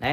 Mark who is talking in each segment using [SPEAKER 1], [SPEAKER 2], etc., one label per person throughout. [SPEAKER 1] ラ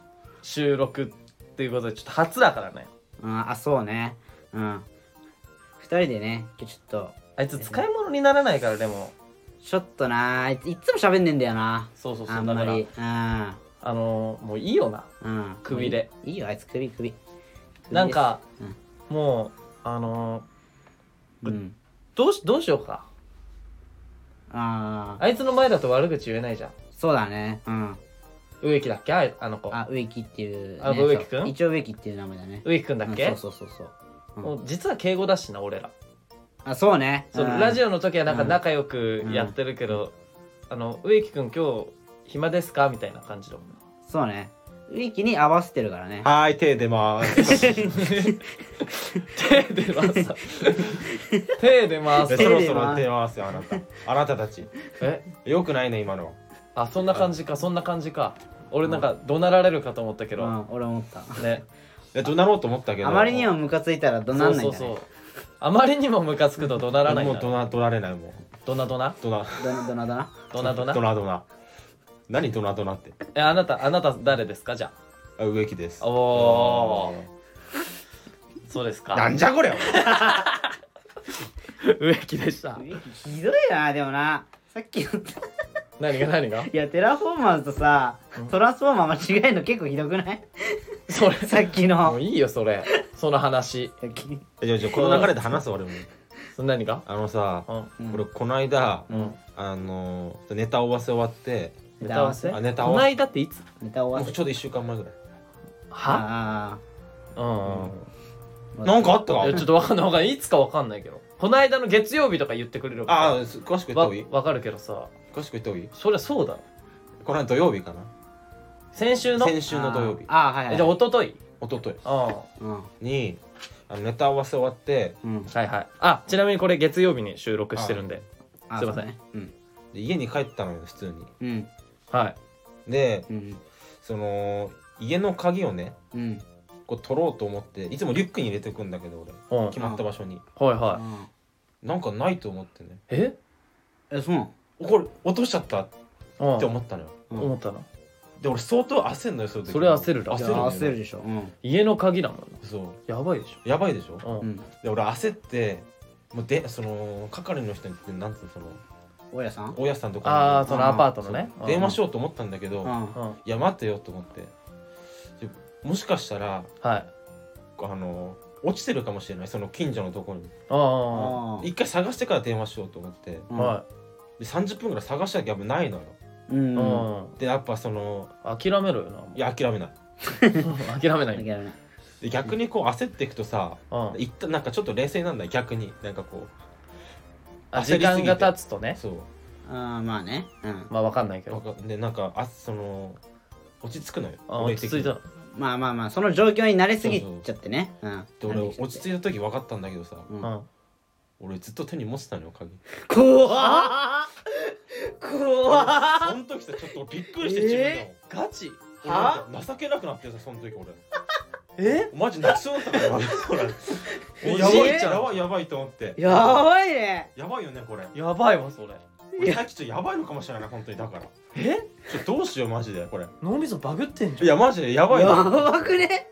[SPEAKER 2] 収録っていうことでちょっと初だからね
[SPEAKER 1] うんあ、そうね。うん。二人でね、今日ちょっと、
[SPEAKER 2] あいつ使い物にならないからでも
[SPEAKER 1] ちょっとなあいついっつも喋んねえんだよな。
[SPEAKER 2] そうそうそう
[SPEAKER 1] あんま
[SPEAKER 2] だから
[SPEAKER 1] り。うん。
[SPEAKER 2] あのー、もういいよな
[SPEAKER 1] うん、
[SPEAKER 2] くびれ
[SPEAKER 1] いいよあいつ首首
[SPEAKER 2] なんか、
[SPEAKER 1] うん
[SPEAKER 2] もうあのー、
[SPEAKER 1] 首ですうん
[SPEAKER 2] どうしどうしようか
[SPEAKER 1] ああ
[SPEAKER 2] あいつの前だと悪口言えないじゃん
[SPEAKER 1] そうだねうん
[SPEAKER 2] 植木だっけああの子
[SPEAKER 1] あ植木っていう、ね、
[SPEAKER 2] あ植木くん
[SPEAKER 1] そう一応植木っていう名前だね
[SPEAKER 2] 植木くんだっけ、
[SPEAKER 1] うんそうそうそうそううん
[SPEAKER 2] もう実は敬語だしな俺ら
[SPEAKER 1] あそうね
[SPEAKER 2] そう
[SPEAKER 1] うん
[SPEAKER 2] ラジオの時はなんか仲良くやってるけど、あの植木くん今日暇ですかみたいな感じだもんね
[SPEAKER 1] そうね植木に合わせてるからね
[SPEAKER 3] はーい手出まーす
[SPEAKER 2] 手で回さ手で回す
[SPEAKER 3] そろそろ出ますよあ なたあなたたち
[SPEAKER 2] え
[SPEAKER 3] よくないね今の
[SPEAKER 2] あそんな感じかそんな感じか俺なんか怒鳴られるかと思ったけ
[SPEAKER 1] う
[SPEAKER 2] ど、
[SPEAKER 1] ん俺思った
[SPEAKER 2] ね
[SPEAKER 3] いや怒鳴ろうと思ったけど
[SPEAKER 1] あまりにもムカついたらどな
[SPEAKER 2] そ
[SPEAKER 1] ん
[SPEAKER 2] う
[SPEAKER 1] ない
[SPEAKER 2] そ
[SPEAKER 1] ん
[SPEAKER 2] う
[SPEAKER 1] だ
[SPEAKER 2] そ
[SPEAKER 1] ね
[SPEAKER 2] うあまりにもムカつくと怒鳴らない
[SPEAKER 3] もう
[SPEAKER 2] んだ
[SPEAKER 3] 怒鳴取られないもう
[SPEAKER 2] どなどな
[SPEAKER 3] 怒鳴
[SPEAKER 1] どなどなどな
[SPEAKER 2] どなどな
[SPEAKER 3] ドナドナ何ドナドナって
[SPEAKER 2] えあなたあなた誰ですかじゃ
[SPEAKER 3] あ植木です
[SPEAKER 2] あおーそうです
[SPEAKER 3] な
[SPEAKER 2] か
[SPEAKER 3] んじゃこり ゃ
[SPEAKER 2] 植木でした
[SPEAKER 1] 植木ひどいなでもなさっきの
[SPEAKER 2] 何が何が
[SPEAKER 1] いやテラフォーマーズとさトランスフォーマー間違えるの結構ひどくない
[SPEAKER 2] それ
[SPEAKER 1] さっき
[SPEAKER 2] も
[SPEAKER 1] の
[SPEAKER 2] ういいよそれその話
[SPEAKER 1] さっき
[SPEAKER 3] えじゃあじゃあこの流れで話す俺も
[SPEAKER 2] そ何が
[SPEAKER 3] あのさ
[SPEAKER 2] うん
[SPEAKER 1] うん
[SPEAKER 3] 俺この間
[SPEAKER 2] うん
[SPEAKER 3] あのーネタ合わせ終わって
[SPEAKER 2] ネタ合わせ
[SPEAKER 3] あネタ合
[SPEAKER 2] こ
[SPEAKER 3] わせ
[SPEAKER 2] ないだっていつ
[SPEAKER 1] ネタ
[SPEAKER 3] も
[SPEAKER 1] 終わ
[SPEAKER 3] う
[SPEAKER 1] っ
[SPEAKER 3] ちょうど1週間前ぐらい
[SPEAKER 2] は
[SPEAKER 1] あ
[SPEAKER 2] うんうん
[SPEAKER 1] あ
[SPEAKER 3] なんかあったか
[SPEAKER 2] いやちょっとわかんないわかんないいつかわかんないけどこの間の月曜日とか言ってくれる
[SPEAKER 3] ああ
[SPEAKER 2] わ
[SPEAKER 3] 詳しく言った方がいい
[SPEAKER 2] わかるけどさ
[SPEAKER 3] 詳しく言った方がいい
[SPEAKER 2] そりゃそうだろ
[SPEAKER 3] この間土曜日かな
[SPEAKER 2] 先週の
[SPEAKER 3] 先週の土曜日
[SPEAKER 1] あーあーはいはい
[SPEAKER 2] えじゃあ一昨日
[SPEAKER 3] 一昨日
[SPEAKER 2] うんは
[SPEAKER 1] うん
[SPEAKER 3] にあのネタ合わせ終わって
[SPEAKER 1] うん
[SPEAKER 2] いはいあちなみにこれ月曜日に収録してるんで
[SPEAKER 1] あ
[SPEAKER 2] すいませ
[SPEAKER 1] そ
[SPEAKER 2] ん
[SPEAKER 1] うねうん
[SPEAKER 3] で家に帰ったのよ普通に
[SPEAKER 1] うん
[SPEAKER 2] はい
[SPEAKER 3] で
[SPEAKER 1] うん
[SPEAKER 3] その家の鍵をね
[SPEAKER 1] うん
[SPEAKER 3] こう取ろうと思っていつもリュックに入れておくんだけど俺
[SPEAKER 2] うんはい
[SPEAKER 3] 決まった場所に
[SPEAKER 2] はい
[SPEAKER 1] あ
[SPEAKER 3] なんかないと思ってね
[SPEAKER 2] え
[SPEAKER 1] ーえそうなの
[SPEAKER 3] おこれ落としちゃったっ
[SPEAKER 2] うん
[SPEAKER 3] て思ったのよ
[SPEAKER 2] 思ったな
[SPEAKER 3] で俺相当焦んのよその時
[SPEAKER 2] それ焦るだ
[SPEAKER 3] 焦
[SPEAKER 1] い
[SPEAKER 3] る,、
[SPEAKER 1] や
[SPEAKER 3] ね、
[SPEAKER 1] 焦るでしょうん
[SPEAKER 2] 家の鍵だもんな
[SPEAKER 3] そ
[SPEAKER 2] やばいでし
[SPEAKER 3] うやばいでしょ
[SPEAKER 1] う
[SPEAKER 2] ょうん
[SPEAKER 1] ん
[SPEAKER 3] で俺焦ってもうでその係の人になんていうのその
[SPEAKER 1] 大家さん
[SPEAKER 3] 大家さんとかに
[SPEAKER 2] ああそのアパートのね
[SPEAKER 3] そう電話し
[SPEAKER 2] よ
[SPEAKER 3] ようと思ったんだけど、
[SPEAKER 1] うん
[SPEAKER 2] うんうん
[SPEAKER 3] いや待てよと思ってでもしかしたら
[SPEAKER 2] はい
[SPEAKER 3] あの落ちてるかもしれないその近所のところに
[SPEAKER 2] あ
[SPEAKER 1] あ
[SPEAKER 2] あ
[SPEAKER 3] 一回探してから電話しようと思って
[SPEAKER 1] ー
[SPEAKER 2] は
[SPEAKER 3] で30分ぐらい探したけどやっぱないのよ
[SPEAKER 1] いうん
[SPEAKER 2] い。うん。
[SPEAKER 3] でやっぱその
[SPEAKER 2] 諦めろよな。
[SPEAKER 3] い や諦めない
[SPEAKER 2] 諦めな
[SPEAKER 1] だけ
[SPEAKER 2] い。
[SPEAKER 1] どね
[SPEAKER 3] で逆にこう焦っていくとさ
[SPEAKER 2] うん。
[SPEAKER 3] 一旦なんかちょっと冷静になんだ逆になんかこ焦
[SPEAKER 2] あ
[SPEAKER 3] りすぎ
[SPEAKER 2] 時
[SPEAKER 3] て
[SPEAKER 2] 間が経つと
[SPEAKER 3] う
[SPEAKER 2] ね。
[SPEAKER 3] そう
[SPEAKER 1] あーまあねうん
[SPEAKER 2] まあわかんないけ
[SPEAKER 3] なん
[SPEAKER 2] ど。
[SPEAKER 3] かでなんかあその落ち着くのよ
[SPEAKER 2] あ落ち着いた
[SPEAKER 3] 俺的に。
[SPEAKER 1] まあまあまあその状況に慣れすぎちゃってねうん
[SPEAKER 3] で俺落ち着
[SPEAKER 1] い
[SPEAKER 3] いた時分かったんだけどさ
[SPEAKER 1] う
[SPEAKER 2] うんん。
[SPEAKER 3] 俺ずっと手に持ってたのよ 鍵
[SPEAKER 1] 怖っ
[SPEAKER 2] あ
[SPEAKER 1] 怖っ
[SPEAKER 3] その時さちょっとびっくりして自分でも
[SPEAKER 2] ガチ
[SPEAKER 3] 俺なんか情けなくなってさその時俺
[SPEAKER 2] え
[SPEAKER 3] マジ泣きそうだったからえ
[SPEAKER 2] お
[SPEAKER 3] やば
[SPEAKER 2] じい
[SPEAKER 3] いやばいやばいと思って
[SPEAKER 1] やばいね
[SPEAKER 3] やばいよねこれ
[SPEAKER 2] やばいわそれ。
[SPEAKER 3] 俺さっきちょっとやばいのかもしれない本当にだから
[SPEAKER 2] え
[SPEAKER 3] ちょっとどうしようマジでこれ
[SPEAKER 2] 脳みそバグってん
[SPEAKER 3] い
[SPEAKER 2] じゃん。
[SPEAKER 3] やマジでやばい
[SPEAKER 1] や
[SPEAKER 3] な
[SPEAKER 1] ばくね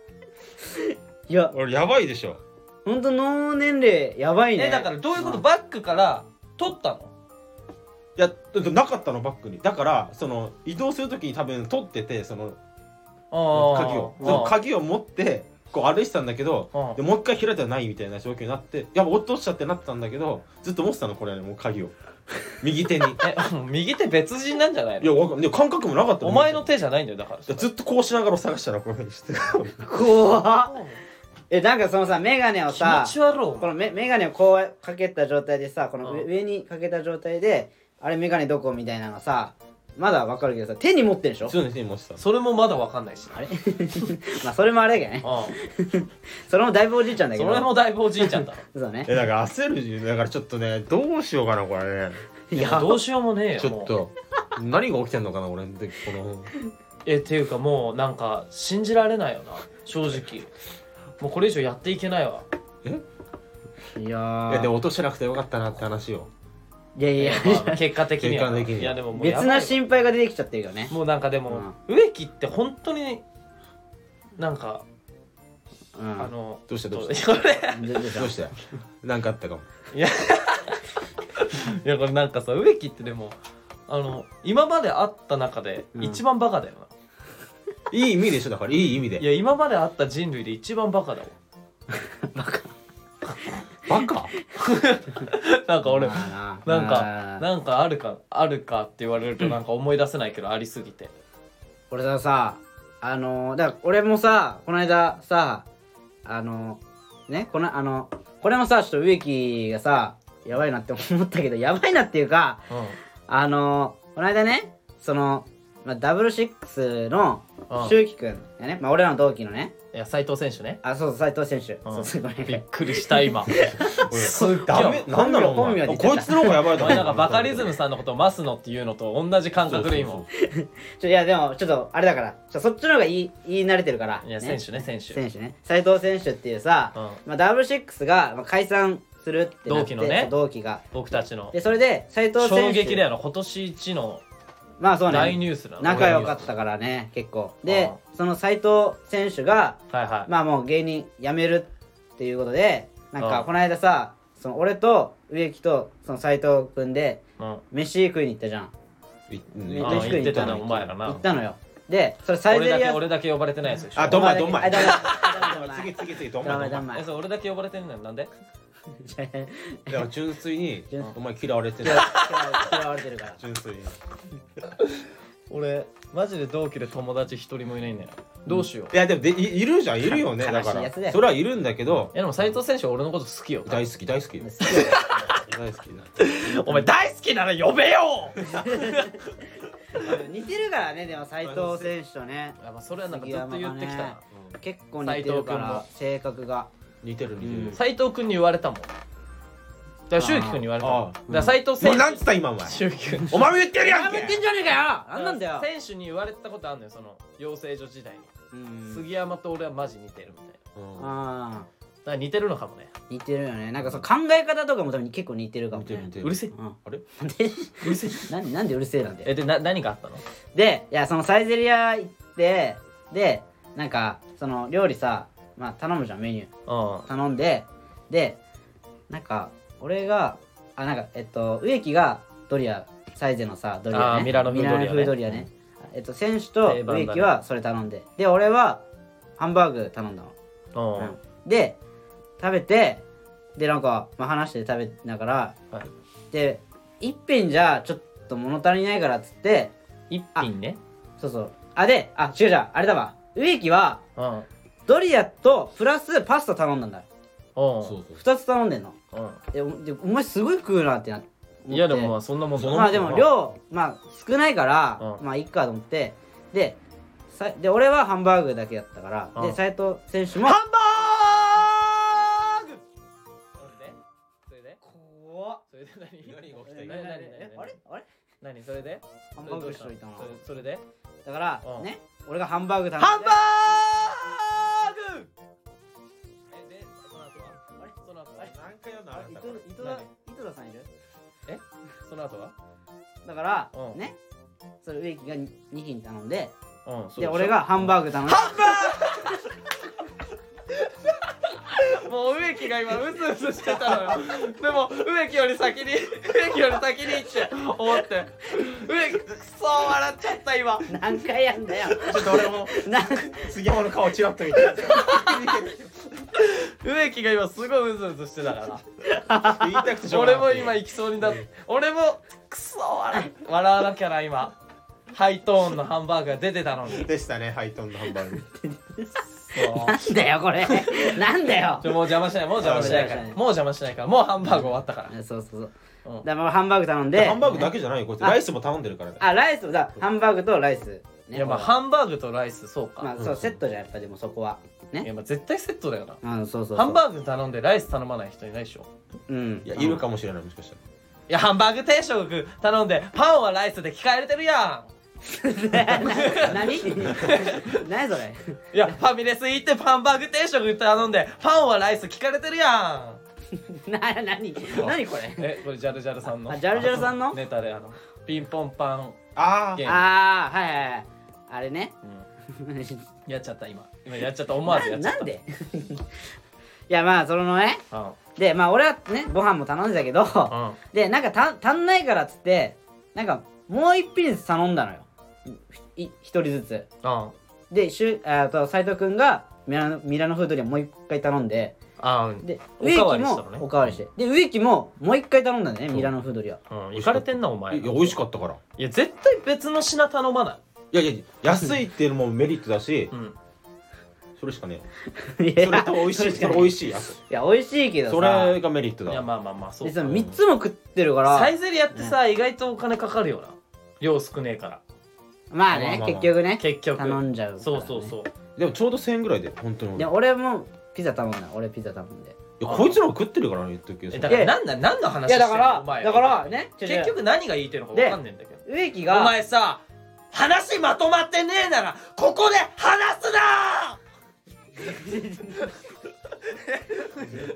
[SPEAKER 1] いや
[SPEAKER 3] 俺やばいでしょ
[SPEAKER 1] ほんと脳年齢やばいね
[SPEAKER 2] えだからどういうこと
[SPEAKER 1] ん
[SPEAKER 2] バックから取ったの？
[SPEAKER 3] いやだってなかったのバッグにだからその移動する時に多分取っててその鍵をその鍵を持ってこう歩いてたんだけど
[SPEAKER 2] うん
[SPEAKER 3] でもう一回開いたらないみたいな状況になってやっぱ落としちゃってなってたんだけどずっと持ってたのこれもう鍵を右 手にい
[SPEAKER 2] え右手別人なんじゃないの？
[SPEAKER 3] やわかんで感覚もなかった
[SPEAKER 2] お前の
[SPEAKER 3] い
[SPEAKER 2] 手じゃないんだよだから。
[SPEAKER 3] やずっとこうしながら探したらこういうふうにして
[SPEAKER 1] 怖っえなんかそのさ眼鏡を
[SPEAKER 2] 気
[SPEAKER 1] さ
[SPEAKER 2] 持ち悪いお
[SPEAKER 1] こ
[SPEAKER 2] 前。
[SPEAKER 1] のメメガネをこうかけた状態でさこの
[SPEAKER 2] うん
[SPEAKER 1] 上上にかけた状態であれメガネどこみたいなのがさまだわかるけどさ手に持ってんでしょ
[SPEAKER 3] そうですね、もした。
[SPEAKER 2] それもまだわかんないしあれ
[SPEAKER 1] まあそれもあれやけどねそれもだいぶおじいちゃんだけ
[SPEAKER 2] そ
[SPEAKER 1] ど
[SPEAKER 2] れもだいぶおじいちゃんだろ
[SPEAKER 1] そうね
[SPEAKER 3] え、だから焦るし、だからちょっとね、どうしようかな、これね。
[SPEAKER 1] い
[SPEAKER 2] い
[SPEAKER 1] や
[SPEAKER 2] やどうしようもねえよ
[SPEAKER 3] ちょっ
[SPEAKER 2] もう
[SPEAKER 3] と。何が起きてんのかな、俺の時、この。
[SPEAKER 2] えっていうかもうなんか信じられないよな正直もうこれ以上やっていけないわ
[SPEAKER 1] いや
[SPEAKER 3] いや、で
[SPEAKER 1] ー
[SPEAKER 3] も落としてなくてよかったなって話を。
[SPEAKER 1] いやいや
[SPEAKER 2] いやまあ結果的には
[SPEAKER 3] 結果的に
[SPEAKER 2] いやでももうやば
[SPEAKER 1] 別
[SPEAKER 2] いよ
[SPEAKER 1] な心配が出てきちゃってるよね
[SPEAKER 2] もうなんかでも、植木って本当になんか、
[SPEAKER 1] う
[SPEAKER 2] あ
[SPEAKER 1] ん
[SPEAKER 2] の
[SPEAKER 3] どうしたどう
[SPEAKER 2] これ
[SPEAKER 1] どどうした
[SPEAKER 3] どうしてなんかあったかも。
[SPEAKER 2] いやいやこれなんかさ植木ってでもあの今まで会った中で
[SPEAKER 1] うん
[SPEAKER 2] 一番バカだよな、
[SPEAKER 3] いい意味でしょ、だから、いい意味
[SPEAKER 2] い
[SPEAKER 3] で。
[SPEAKER 2] や今まで会った人類で一番バカだわ
[SPEAKER 3] バカ
[SPEAKER 2] なんか俺
[SPEAKER 1] まあ
[SPEAKER 2] なんか
[SPEAKER 1] まあ
[SPEAKER 2] なんかあるかあるかって言われるとなんか思い出せないけどありすぎて
[SPEAKER 1] 俺ささあのーだから俺もさこの間さあのーねこのあのこれもさちょっと植木がさやばいなって思ったけどやばいなっていうか
[SPEAKER 2] うん、
[SPEAKER 1] あのーこの間ねその、まあ、ダブルシックスの
[SPEAKER 2] うん
[SPEAKER 1] 周く君がね、まあ、俺らの同期のね
[SPEAKER 2] いや斎藤選手ね、
[SPEAKER 1] あそうそう斎藤選手、
[SPEAKER 2] うん
[SPEAKER 1] そうそうごめん
[SPEAKER 2] びっくりした今すっげえ
[SPEAKER 3] ダメ、なんだろう、お
[SPEAKER 1] 本名は
[SPEAKER 3] 前
[SPEAKER 1] 出ちゃった
[SPEAKER 3] こいつの方がやばい
[SPEAKER 2] お
[SPEAKER 3] と
[SPEAKER 2] 前
[SPEAKER 3] 思う。
[SPEAKER 2] なんかバカリズムさんのことをマスノっていうのと同じ感
[SPEAKER 3] そう
[SPEAKER 2] 覚
[SPEAKER 3] そうそう
[SPEAKER 2] で今
[SPEAKER 1] ちょいやでもちょっとあれだからちょそっちの方が言い言い慣れてるから、
[SPEAKER 2] いや選手ね選手
[SPEAKER 1] 選手ね斉藤選手っていうさ、
[SPEAKER 2] うん
[SPEAKER 1] まあ、W6 がまあ解散するってなって
[SPEAKER 2] 同期のね
[SPEAKER 1] そう同期が
[SPEAKER 2] 僕たちの
[SPEAKER 1] でそれで斉藤選
[SPEAKER 2] 衝
[SPEAKER 1] 手
[SPEAKER 2] 撃だよな今年一の
[SPEAKER 1] まあそう
[SPEAKER 2] 大ニ
[SPEAKER 1] ね
[SPEAKER 2] ュースなの
[SPEAKER 1] 仲良かったからね結構で
[SPEAKER 2] あ
[SPEAKER 1] その斉藤選手が
[SPEAKER 2] はいはい、
[SPEAKER 1] まあもう芸人辞めるっていうことでなん
[SPEAKER 2] あ
[SPEAKER 1] か
[SPEAKER 2] あ
[SPEAKER 1] この間さその俺と植木とその斉藤君で
[SPEAKER 2] うん、
[SPEAKER 1] 飯食いに行ったじゃん
[SPEAKER 3] うん
[SPEAKER 1] め
[SPEAKER 2] あ
[SPEAKER 1] っ
[SPEAKER 2] あ
[SPEAKER 1] ちゃ低い
[SPEAKER 2] 言ってたな
[SPEAKER 1] 行
[SPEAKER 2] お前らな
[SPEAKER 1] 行ったのよでそれサイゼ
[SPEAKER 2] 俺だ
[SPEAKER 1] リ
[SPEAKER 2] け
[SPEAKER 1] ア
[SPEAKER 2] 俺だけ呼ばれてないやつでしょ
[SPEAKER 3] あどんまい
[SPEAKER 1] お
[SPEAKER 3] どんま
[SPEAKER 1] 前
[SPEAKER 3] い
[SPEAKER 1] だけあどんまい
[SPEAKER 3] 次次次と
[SPEAKER 1] ど
[SPEAKER 3] お
[SPEAKER 1] んまい
[SPEAKER 3] 前
[SPEAKER 1] ど
[SPEAKER 3] お
[SPEAKER 1] ん
[SPEAKER 3] 前
[SPEAKER 1] ま
[SPEAKER 2] え
[SPEAKER 1] い
[SPEAKER 2] それ俺だけ呼ばれてんのよなんで
[SPEAKER 3] いや純粋に
[SPEAKER 1] 純
[SPEAKER 3] お前嫌われてる
[SPEAKER 1] 嫌わ嫌われてるから
[SPEAKER 3] 純粋に
[SPEAKER 2] 俺マジで同期で友達一人もいないんだよどうしよう、
[SPEAKER 3] いやでもでいいるじゃんいるよね
[SPEAKER 1] 悲しい
[SPEAKER 3] だか
[SPEAKER 1] やつだよ
[SPEAKER 3] らそれはいるんだけど
[SPEAKER 2] いやでも斎藤選手は俺のこと好きよ
[SPEAKER 3] 大好き大好き
[SPEAKER 1] 好
[SPEAKER 3] 大好
[SPEAKER 1] きよ
[SPEAKER 3] き
[SPEAKER 2] お前大好きなら呼べよ
[SPEAKER 1] 似てるからねでも斉藤選手とね
[SPEAKER 2] あ、まあ、それはなんかずっと言ってきたな
[SPEAKER 1] 結構似てるか
[SPEAKER 2] 斉藤君
[SPEAKER 1] ら
[SPEAKER 2] も
[SPEAKER 1] 性格が
[SPEAKER 3] 似てる
[SPEAKER 1] う
[SPEAKER 3] 似
[SPEAKER 1] ん
[SPEAKER 3] てる
[SPEAKER 2] 斎藤君に言われたもんだから周樹君に言われたもん
[SPEAKER 3] ああ
[SPEAKER 2] だから斎藤
[SPEAKER 3] も
[SPEAKER 2] 選
[SPEAKER 3] う
[SPEAKER 2] 手
[SPEAKER 3] なんつった今お前
[SPEAKER 2] 周樹君
[SPEAKER 3] お前も言ってるや
[SPEAKER 1] や
[SPEAKER 3] ん
[SPEAKER 1] め
[SPEAKER 3] け
[SPEAKER 1] てんじゃねえかよ なんなんだよ
[SPEAKER 2] 選手に言われたことあるのよその養成所時代に、
[SPEAKER 1] うん
[SPEAKER 2] 杉山と俺はマジ似てるみたいなだか
[SPEAKER 3] うん
[SPEAKER 1] あ
[SPEAKER 2] ら似てるのかもね
[SPEAKER 1] ー似てるよねなんかその考え方とかも多分結構似てるかも
[SPEAKER 3] 似てる似
[SPEAKER 1] ね
[SPEAKER 3] てる
[SPEAKER 2] うるせえ
[SPEAKER 1] うん
[SPEAKER 3] あれ
[SPEAKER 1] で
[SPEAKER 2] うるせ
[SPEAKER 1] な
[SPEAKER 2] え
[SPEAKER 1] んなんでうるせえなんだよ
[SPEAKER 2] えでな何があったの
[SPEAKER 1] でいやそのサイゼリア行ってでなんかその料理さまあ頼むじゃんメニュー
[SPEAKER 2] うん
[SPEAKER 1] 頼んででなんか俺があなんかえっと植木がドリアサイゼのさドリア
[SPEAKER 2] あ
[SPEAKER 1] ね
[SPEAKER 2] ーミラノ風ドリアね
[SPEAKER 1] ミラノ風ドリアねえっと選手と
[SPEAKER 2] 定番だね
[SPEAKER 1] 植木はそれ頼んでで俺はハンバーグ頼んだの、
[SPEAKER 2] うん、
[SPEAKER 1] うんで食べてでなんか、まあ、話して食べながら
[SPEAKER 2] はい
[SPEAKER 1] で一品じゃちょっと物足りないからっつって
[SPEAKER 2] 一品ね
[SPEAKER 1] そうそうあであ違うじゃんあれだわ植木は
[SPEAKER 2] うんうん
[SPEAKER 1] ドリアとプラスパスタ頼んだんだ
[SPEAKER 2] そ
[SPEAKER 3] そう
[SPEAKER 1] 2つ頼んでんの
[SPEAKER 2] う
[SPEAKER 1] えおでお前すごい食うなってな思って
[SPEAKER 2] んいやでもまあそんなもんだ
[SPEAKER 3] そん
[SPEAKER 1] ま
[SPEAKER 3] な
[SPEAKER 1] あで
[SPEAKER 3] う
[SPEAKER 1] も
[SPEAKER 3] ん
[SPEAKER 1] 量まあ少ないから、
[SPEAKER 2] うん
[SPEAKER 1] まあいっかと思ってでさで俺はハンバーグだけだったから、
[SPEAKER 2] うん
[SPEAKER 1] で斉藤選手も
[SPEAKER 2] ハンバーグそれで
[SPEAKER 1] 怖っ
[SPEAKER 2] それでそれで何
[SPEAKER 3] 何が起きた
[SPEAKER 1] え
[SPEAKER 3] え
[SPEAKER 1] あ
[SPEAKER 2] 何
[SPEAKER 1] れ
[SPEAKER 2] 何何
[SPEAKER 1] あれ
[SPEAKER 2] 何それで
[SPEAKER 1] ハンバーグしといたな
[SPEAKER 2] それそれで
[SPEAKER 1] だから、
[SPEAKER 2] うん
[SPEAKER 1] ね俺がハンバーグ頼んで
[SPEAKER 2] ハンバーグえでその後はあれその後は
[SPEAKER 3] 何回やんの
[SPEAKER 1] あ
[SPEAKER 3] あ
[SPEAKER 1] れ
[SPEAKER 3] れ
[SPEAKER 1] 井
[SPEAKER 3] だ
[SPEAKER 1] 戸井戸田井戸田さんいる
[SPEAKER 2] その後は
[SPEAKER 1] だから、
[SPEAKER 2] うん
[SPEAKER 1] ねそれ植木が2品頼んで
[SPEAKER 2] うんそう
[SPEAKER 1] で俺がハンバーグ頼んで
[SPEAKER 2] もう植木が今うずうずしてたのよでも植木より先に植木より先にって思って植木くそ笑っちゃった今
[SPEAKER 1] 何回やんだよ
[SPEAKER 3] ちょっと俺も
[SPEAKER 1] なん
[SPEAKER 3] 杉山の顔チラッと見て
[SPEAKER 2] 植木が今すごいうずうずしてたから
[SPEAKER 3] 言いたくてしょうが
[SPEAKER 2] 俺
[SPEAKER 3] な
[SPEAKER 2] も
[SPEAKER 3] い
[SPEAKER 2] 今行きそうになって俺もくそ笑い笑わなきゃな今ハイトーンのハンバーグが出てたのに
[SPEAKER 3] でしたねハイトンのハンバーグ
[SPEAKER 2] そう
[SPEAKER 1] なんだよこれなんだよ
[SPEAKER 2] ちょもう邪魔しないもう邪魔しないからもう邪魔しないからもうハンバーグ終わったから
[SPEAKER 1] そうそうそう
[SPEAKER 2] う
[SPEAKER 1] だか
[SPEAKER 2] ん
[SPEAKER 1] らまあハンバーグ頼んで
[SPEAKER 3] ハンバーグだけじゃないよこいつ
[SPEAKER 1] あ
[SPEAKER 3] ライスも頼んでるからね
[SPEAKER 1] あライスもだハンバーグとライスね
[SPEAKER 2] いやまあ
[SPEAKER 1] これ
[SPEAKER 2] ハンバーグとライスそうか、
[SPEAKER 1] まあそうセットじゃんやっぱでもそこはい
[SPEAKER 2] やまあ絶対セットだよな
[SPEAKER 1] うんそうそうそう
[SPEAKER 2] ハンバーグ頼んでライス頼まない人いないでしょ
[SPEAKER 1] うん
[SPEAKER 3] いやいるかもしれないもしかしたら
[SPEAKER 2] いやハンバーグ定食頼んでパンはライスで着替えれてるや
[SPEAKER 1] 何何それ
[SPEAKER 2] んいやファミレス行ってハンバーグ定食頼んでパンはライス聞かれてるやん
[SPEAKER 1] な何何これ
[SPEAKER 2] えこれジャルジャルさんの
[SPEAKER 1] あジャルジャルさんの
[SPEAKER 2] ネタであのピンポンパン
[SPEAKER 3] あ
[SPEAKER 2] ゲーム
[SPEAKER 1] ああはいはいはいあれね
[SPEAKER 2] やっちゃった今今やっちゃった思わずやっちゃ
[SPEAKER 1] な
[SPEAKER 2] った
[SPEAKER 1] なんで いやまあそのね
[SPEAKER 2] うん
[SPEAKER 1] でまあ俺はねご飯も頼んでたけど
[SPEAKER 2] うん
[SPEAKER 1] でなんかた足んないからっつってなんかもう一品ずつ頼んだのよいい一人ずつ
[SPEAKER 2] うん
[SPEAKER 1] でしゅあと斉藤君がミラノミラノフードにもう一回頼んで
[SPEAKER 2] あー
[SPEAKER 1] で
[SPEAKER 2] おかわり
[SPEAKER 1] 木
[SPEAKER 2] したのね
[SPEAKER 1] もおかわりしてで植木ももう一回頼んだんだよね
[SPEAKER 2] うん
[SPEAKER 1] ミラノフードリ は
[SPEAKER 2] うん行かれてんなお
[SPEAKER 3] あ
[SPEAKER 2] 前
[SPEAKER 3] いや美味しかったから
[SPEAKER 2] いや絶対別の品頼まない
[SPEAKER 3] いやいや安いっていうのもメリットだし
[SPEAKER 2] うん
[SPEAKER 3] それしかね
[SPEAKER 1] い
[SPEAKER 3] えそれと美味しい
[SPEAKER 1] そ
[SPEAKER 3] そ
[SPEAKER 1] れ
[SPEAKER 3] れ
[SPEAKER 1] 美
[SPEAKER 3] 美
[SPEAKER 1] 味しい
[SPEAKER 3] 味しいやつ
[SPEAKER 1] いや美味しいけどさ
[SPEAKER 3] それがメリット
[SPEAKER 2] い
[SPEAKER 3] だ
[SPEAKER 2] や
[SPEAKER 3] わ
[SPEAKER 2] まあまあまあそう
[SPEAKER 1] で
[SPEAKER 2] か
[SPEAKER 1] その3つも食ってるから
[SPEAKER 2] サイゼリアってさ意外とお金かかるよな量少ねえか
[SPEAKER 1] まあ
[SPEAKER 3] まあ
[SPEAKER 1] ね
[SPEAKER 3] まあまあ
[SPEAKER 1] 結局
[SPEAKER 2] ら
[SPEAKER 1] ね
[SPEAKER 2] 結局
[SPEAKER 1] 頼んじゃうから
[SPEAKER 2] そ
[SPEAKER 1] ね
[SPEAKER 2] うそうそう
[SPEAKER 3] でもちょうど1000円ぐらいで本当に
[SPEAKER 1] で
[SPEAKER 3] 俺い
[SPEAKER 1] 俺もピザ頼んだ俺ピザ頼んで
[SPEAKER 3] やこいつらも食ってるからね言っとくけどそ
[SPEAKER 2] えだ
[SPEAKER 3] の
[SPEAKER 2] から何なん何の話してんの
[SPEAKER 1] いやだから
[SPEAKER 2] お前
[SPEAKER 1] だからね
[SPEAKER 2] 結局何が言いてるのか分かんねえんだけど
[SPEAKER 1] 植木
[SPEAKER 2] お
[SPEAKER 1] が
[SPEAKER 2] 前さ話まとまってねえならここで話すな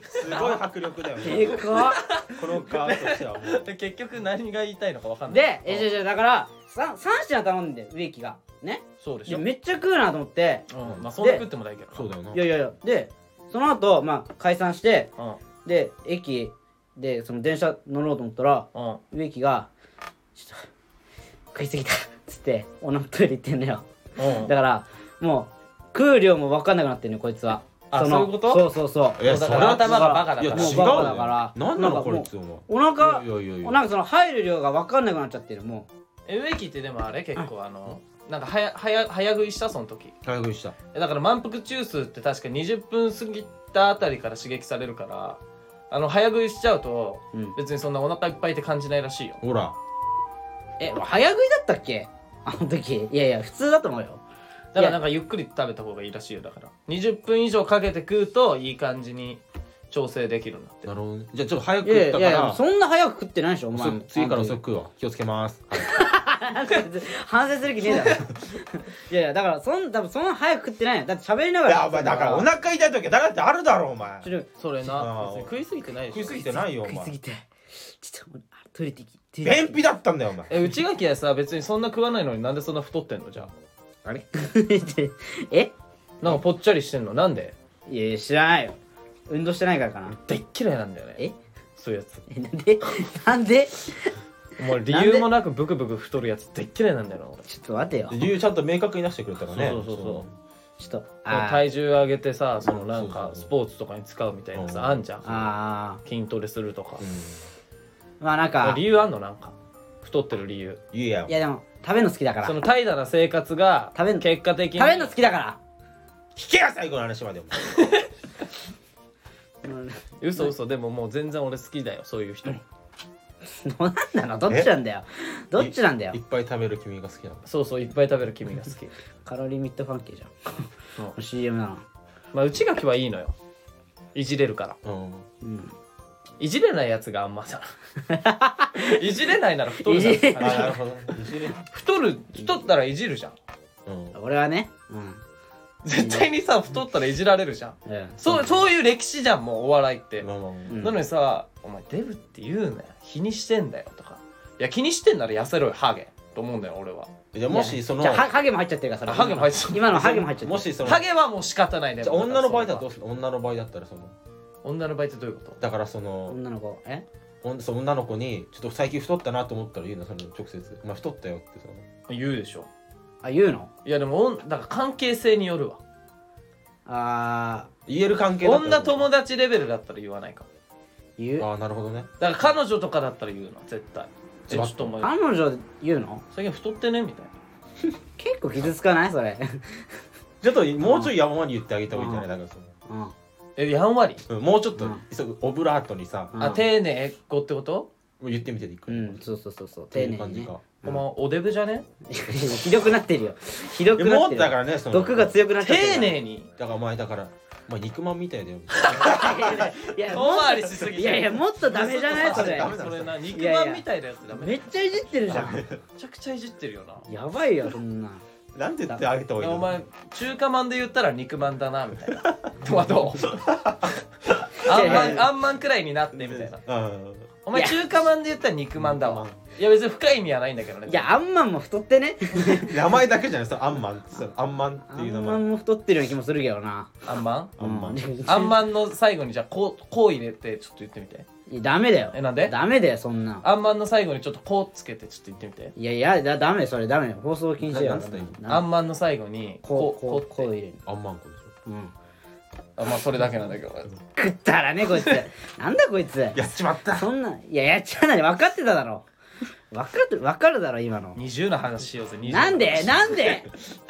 [SPEAKER 3] すごい迫力だよ
[SPEAKER 1] で
[SPEAKER 3] ね
[SPEAKER 1] かっ
[SPEAKER 3] このガーッとしてはもう
[SPEAKER 2] 結局何が言いたいのか分かんない
[SPEAKER 1] でえじゃあじゃあだからさ三品頼んで植木がね
[SPEAKER 2] そうでし
[SPEAKER 1] で
[SPEAKER 2] ょ
[SPEAKER 1] めっちゃ食うなと思って
[SPEAKER 2] うんまあそんな食ってもないけど
[SPEAKER 3] そうだよない
[SPEAKER 1] やいやいやでその後まあ解散して
[SPEAKER 2] うんうん
[SPEAKER 1] で駅でその電車乗ろうと思ったら植木が「ちょっと食いすぎた」っつって女のトイレ行ってんのよ
[SPEAKER 2] うん
[SPEAKER 1] だからもう食う量も分かんなくなってんのよこいつは
[SPEAKER 2] あ
[SPEAKER 1] の
[SPEAKER 2] そういうこと
[SPEAKER 1] そうそうそう
[SPEAKER 3] いや
[SPEAKER 2] だ
[SPEAKER 3] そ
[SPEAKER 2] か
[SPEAKER 3] れ
[SPEAKER 2] ら
[SPEAKER 3] は
[SPEAKER 2] 頭がバカだ
[SPEAKER 3] いや
[SPEAKER 2] か
[SPEAKER 3] 違う
[SPEAKER 2] ら
[SPEAKER 1] もうバカだから
[SPEAKER 3] よなんな
[SPEAKER 1] なんか
[SPEAKER 3] のこ
[SPEAKER 1] もう
[SPEAKER 3] いつお
[SPEAKER 1] お腹
[SPEAKER 3] 前いやいやいやいや
[SPEAKER 1] なんかその入る量が分かんなくなっちゃってるも
[SPEAKER 2] え植木ってでもあれ結構あのなんかはやはや早食いしたその時
[SPEAKER 3] 早食いした
[SPEAKER 2] えだから満腹中枢って確か20分過ぎたあたりから刺激されるからあの早食いしちゃうと
[SPEAKER 1] う、うん、
[SPEAKER 2] 別にそんなお腹いっぱいって感じないらしいよ
[SPEAKER 3] ほら
[SPEAKER 1] え早食いだったっけあの時いやいや普通だと思うよ
[SPEAKER 2] だからなんかゆっくり食べた方がいいらしいよだから20分以上かけて食うといい感じに調整できるんだって
[SPEAKER 3] なるほどねじゃあちょっと早
[SPEAKER 1] い
[SPEAKER 3] く
[SPEAKER 1] や
[SPEAKER 3] 食
[SPEAKER 1] い
[SPEAKER 3] った
[SPEAKER 1] や
[SPEAKER 3] か
[SPEAKER 1] いや
[SPEAKER 3] ら
[SPEAKER 1] そんな早く食ってないでしょお前
[SPEAKER 3] 遅
[SPEAKER 1] も
[SPEAKER 3] く次から遅
[SPEAKER 1] あ
[SPEAKER 3] く食うわ気をつけますはい
[SPEAKER 1] の時反省する気ねえだ ろいやいやだからそん多分そんな早く食ってないよだって喋りなが
[SPEAKER 3] い
[SPEAKER 1] ら
[SPEAKER 3] やお前だからお腹痛い時はだってあるだろお前
[SPEAKER 1] ちょっと
[SPEAKER 2] それな
[SPEAKER 3] あー
[SPEAKER 2] 別に食いすぎてない
[SPEAKER 3] 食
[SPEAKER 2] で
[SPEAKER 3] い
[SPEAKER 2] し
[SPEAKER 3] す
[SPEAKER 2] ょ
[SPEAKER 3] ぎてないよお
[SPEAKER 1] 食いす
[SPEAKER 3] 前
[SPEAKER 1] ぎてちょっと俺あトイレ行ってきトイレ行
[SPEAKER 3] 便
[SPEAKER 1] って
[SPEAKER 3] 秘だったんだよお前
[SPEAKER 2] え内垣はさ別にそんな食わないのになんでそんな太ってんのじゃあ
[SPEAKER 1] あれ え
[SPEAKER 2] なんかぽっちゃりしてんのなんで
[SPEAKER 1] いやいや知らないよ運動してないからかな
[SPEAKER 2] でっ嫌いなんだよね
[SPEAKER 1] え
[SPEAKER 2] そういうやつ
[SPEAKER 1] えなん でなんで
[SPEAKER 2] もう理由もなくブクブク太るやつでっ嫌いなんだよな俺
[SPEAKER 1] ちょっと待てよ
[SPEAKER 3] 理由ちゃんと明確に出してくれたからね
[SPEAKER 2] そうそうそうそう
[SPEAKER 1] ちょっとあー
[SPEAKER 2] 体重上げてさそのなん
[SPEAKER 3] そう
[SPEAKER 2] か
[SPEAKER 3] そうそう
[SPEAKER 2] スポーツとかに使うみたいな
[SPEAKER 3] う
[SPEAKER 2] さ
[SPEAKER 3] ん
[SPEAKER 2] あんじゃん
[SPEAKER 1] あ
[SPEAKER 2] 筋トレするとか
[SPEAKER 3] うん
[SPEAKER 1] ーまあなんか
[SPEAKER 2] 理由あんのなんか太ってる理由
[SPEAKER 3] 言えや
[SPEAKER 1] いやでも食べるの好きだから
[SPEAKER 2] そ
[SPEAKER 1] 食
[SPEAKER 2] の怠惰な生活が
[SPEAKER 1] 食べん
[SPEAKER 2] 結果的に
[SPEAKER 1] べるの好きだから
[SPEAKER 3] 聞けや最後の話までお前
[SPEAKER 1] うん
[SPEAKER 2] 嘘嘘でももう全然俺好きだよそういう人
[SPEAKER 1] 何なのどっちなんだよどっちなんだよ
[SPEAKER 3] いっぱい食べる君が好きなの
[SPEAKER 2] そうそういっぱい食べる君が好 き
[SPEAKER 1] カロリーミットファンキーじゃん
[SPEAKER 2] う
[SPEAKER 1] CM なの
[SPEAKER 2] まあ内垣はいいのよいじれるか
[SPEAKER 3] う
[SPEAKER 2] ら
[SPEAKER 3] ん
[SPEAKER 1] うん
[SPEAKER 2] いじれないやつがあん まさいじれないなら太る
[SPEAKER 1] いじ
[SPEAKER 2] じ
[SPEAKER 1] れ
[SPEAKER 2] ゃ
[SPEAKER 3] あなんるほどいじれ
[SPEAKER 2] 太る太ったらいじるじゃん
[SPEAKER 3] うん
[SPEAKER 1] 俺はねうん
[SPEAKER 2] 絶対にさ太ったらいじられるじゃん
[SPEAKER 1] うん
[SPEAKER 2] そうそういう歴史じゃんもうお笑いって、
[SPEAKER 3] まあまあ
[SPEAKER 1] うん
[SPEAKER 2] なのにさ「お前デブって言うなよ気にしてんだよ」とか「いや気にしてんなら痩せろよハゲ」と思うんだよ俺は
[SPEAKER 3] じゃあもしその
[SPEAKER 1] じゃあハハゲも入っちゃってるから
[SPEAKER 2] あハゲも入っちゃってる
[SPEAKER 1] 今のハゲも入っちゃってる
[SPEAKER 3] もしその
[SPEAKER 2] ハゲはもう仕方ないね
[SPEAKER 3] じゃあ女の場合だとど
[SPEAKER 2] と
[SPEAKER 3] うする女の場合だったらその
[SPEAKER 2] 女の場合ってどういうこと
[SPEAKER 3] だからその
[SPEAKER 1] 女の子え
[SPEAKER 3] おんその女の子にちょっと最近太ったなと思ったら言うのその直接「まあ太ったよ」ってその
[SPEAKER 2] 言うでしょ
[SPEAKER 1] あ言うの
[SPEAKER 2] いやでもおんだから関係性によるわ
[SPEAKER 1] あ
[SPEAKER 3] 言える関係だったら
[SPEAKER 2] 女友達レベルだったら言わないかも
[SPEAKER 1] ー言う
[SPEAKER 3] ああなるほどね
[SPEAKER 2] だから彼女とかだったら言うの絶対えち
[SPEAKER 3] え
[SPEAKER 2] ょっとお前
[SPEAKER 1] 彼女言うの
[SPEAKER 2] 最近太ってねみたいな
[SPEAKER 1] 結構傷つかないそれ
[SPEAKER 3] ちょっともうちょい山まに言ってあげた方がいいんじゃないだから
[SPEAKER 1] うん
[SPEAKER 2] えやんわり
[SPEAKER 3] そのうんもうちょっと
[SPEAKER 1] うん
[SPEAKER 3] 急ぐオブラートにさ
[SPEAKER 1] うん
[SPEAKER 2] あ丁寧語ってこと
[SPEAKER 3] もう言ってみてでいく、
[SPEAKER 1] うんそうそうそうそう
[SPEAKER 3] そう
[SPEAKER 1] 丁
[SPEAKER 3] い
[SPEAKER 1] 寧
[SPEAKER 3] う感
[SPEAKER 1] に
[SPEAKER 3] じ
[SPEAKER 1] ね
[SPEAKER 3] か、
[SPEAKER 2] お前おデブじゃね
[SPEAKER 1] ひどくなってるよひど
[SPEAKER 3] い
[SPEAKER 1] く
[SPEAKER 3] や
[SPEAKER 1] なっ
[SPEAKER 3] も
[SPEAKER 1] てる
[SPEAKER 3] うだからねその
[SPEAKER 1] 毒が強くなっちゃってる
[SPEAKER 2] 丁寧に
[SPEAKER 3] だからお前だからお前肉まんみたいだよ
[SPEAKER 1] いや
[SPEAKER 2] 遠回りしすぎて
[SPEAKER 1] いやいやもっとダメじゃないそれ
[SPEAKER 3] ダメだ
[SPEAKER 2] そ
[SPEAKER 3] ろ
[SPEAKER 2] れな肉
[SPEAKER 1] いやい
[SPEAKER 2] ま
[SPEAKER 1] や
[SPEAKER 2] んみたいなやつダメ
[SPEAKER 1] めっちゃいじってるじゃん
[SPEAKER 2] めちゃくちゃいじってるよな
[SPEAKER 1] やばいよそんな
[SPEAKER 3] なんて言ってあげた方がいい
[SPEAKER 2] お
[SPEAKER 3] の
[SPEAKER 2] 前中華まんで言ったら肉まんだなみたいなとはどうあんまんあんまんくらいになってみたいな
[SPEAKER 3] うん
[SPEAKER 2] お前
[SPEAKER 1] いや
[SPEAKER 2] 中華まんで言ったら肉まんだわいや別に深い意味はないんだけどね
[SPEAKER 1] いやあんまんも太ってね
[SPEAKER 3] 名前だけじゃないそのアンマンそのアンマンっ
[SPEAKER 1] あ
[SPEAKER 3] て
[SPEAKER 1] ん
[SPEAKER 3] いう名
[SPEAKER 1] ま
[SPEAKER 3] 前
[SPEAKER 1] んも太ってるような気もするけどな
[SPEAKER 2] あんまん
[SPEAKER 3] アンマン
[SPEAKER 1] うん
[SPEAKER 2] あんまんの最後にじゃあこうこう入れてちょっと言ってみて
[SPEAKER 1] いやダメだよ
[SPEAKER 2] えなんで
[SPEAKER 1] ダメだよそんなん
[SPEAKER 2] あんまんの最後にちょっとこうつけてちょっと言ってみて
[SPEAKER 1] いやいやだダメそれダメよ放送禁止だ
[SPEAKER 3] な
[SPEAKER 1] よ
[SPEAKER 3] なんつった今
[SPEAKER 2] あんまんの最後に
[SPEAKER 1] こう
[SPEAKER 2] こ
[SPEAKER 1] こ
[SPEAKER 2] う
[SPEAKER 1] う
[SPEAKER 2] こ
[SPEAKER 1] こ
[SPEAKER 2] う
[SPEAKER 1] う
[SPEAKER 2] って
[SPEAKER 1] 入れる
[SPEAKER 3] アンマンコでしょ
[SPEAKER 1] うん
[SPEAKER 2] あまあそれだけなんだけど
[SPEAKER 1] 食ったらねこい つなんだこいつ
[SPEAKER 3] やっちまった
[SPEAKER 1] そんないややっちゃうなに分かってただろ分かって分かるだろ今の
[SPEAKER 2] 20の話しようぜ20の話
[SPEAKER 1] なんでなんで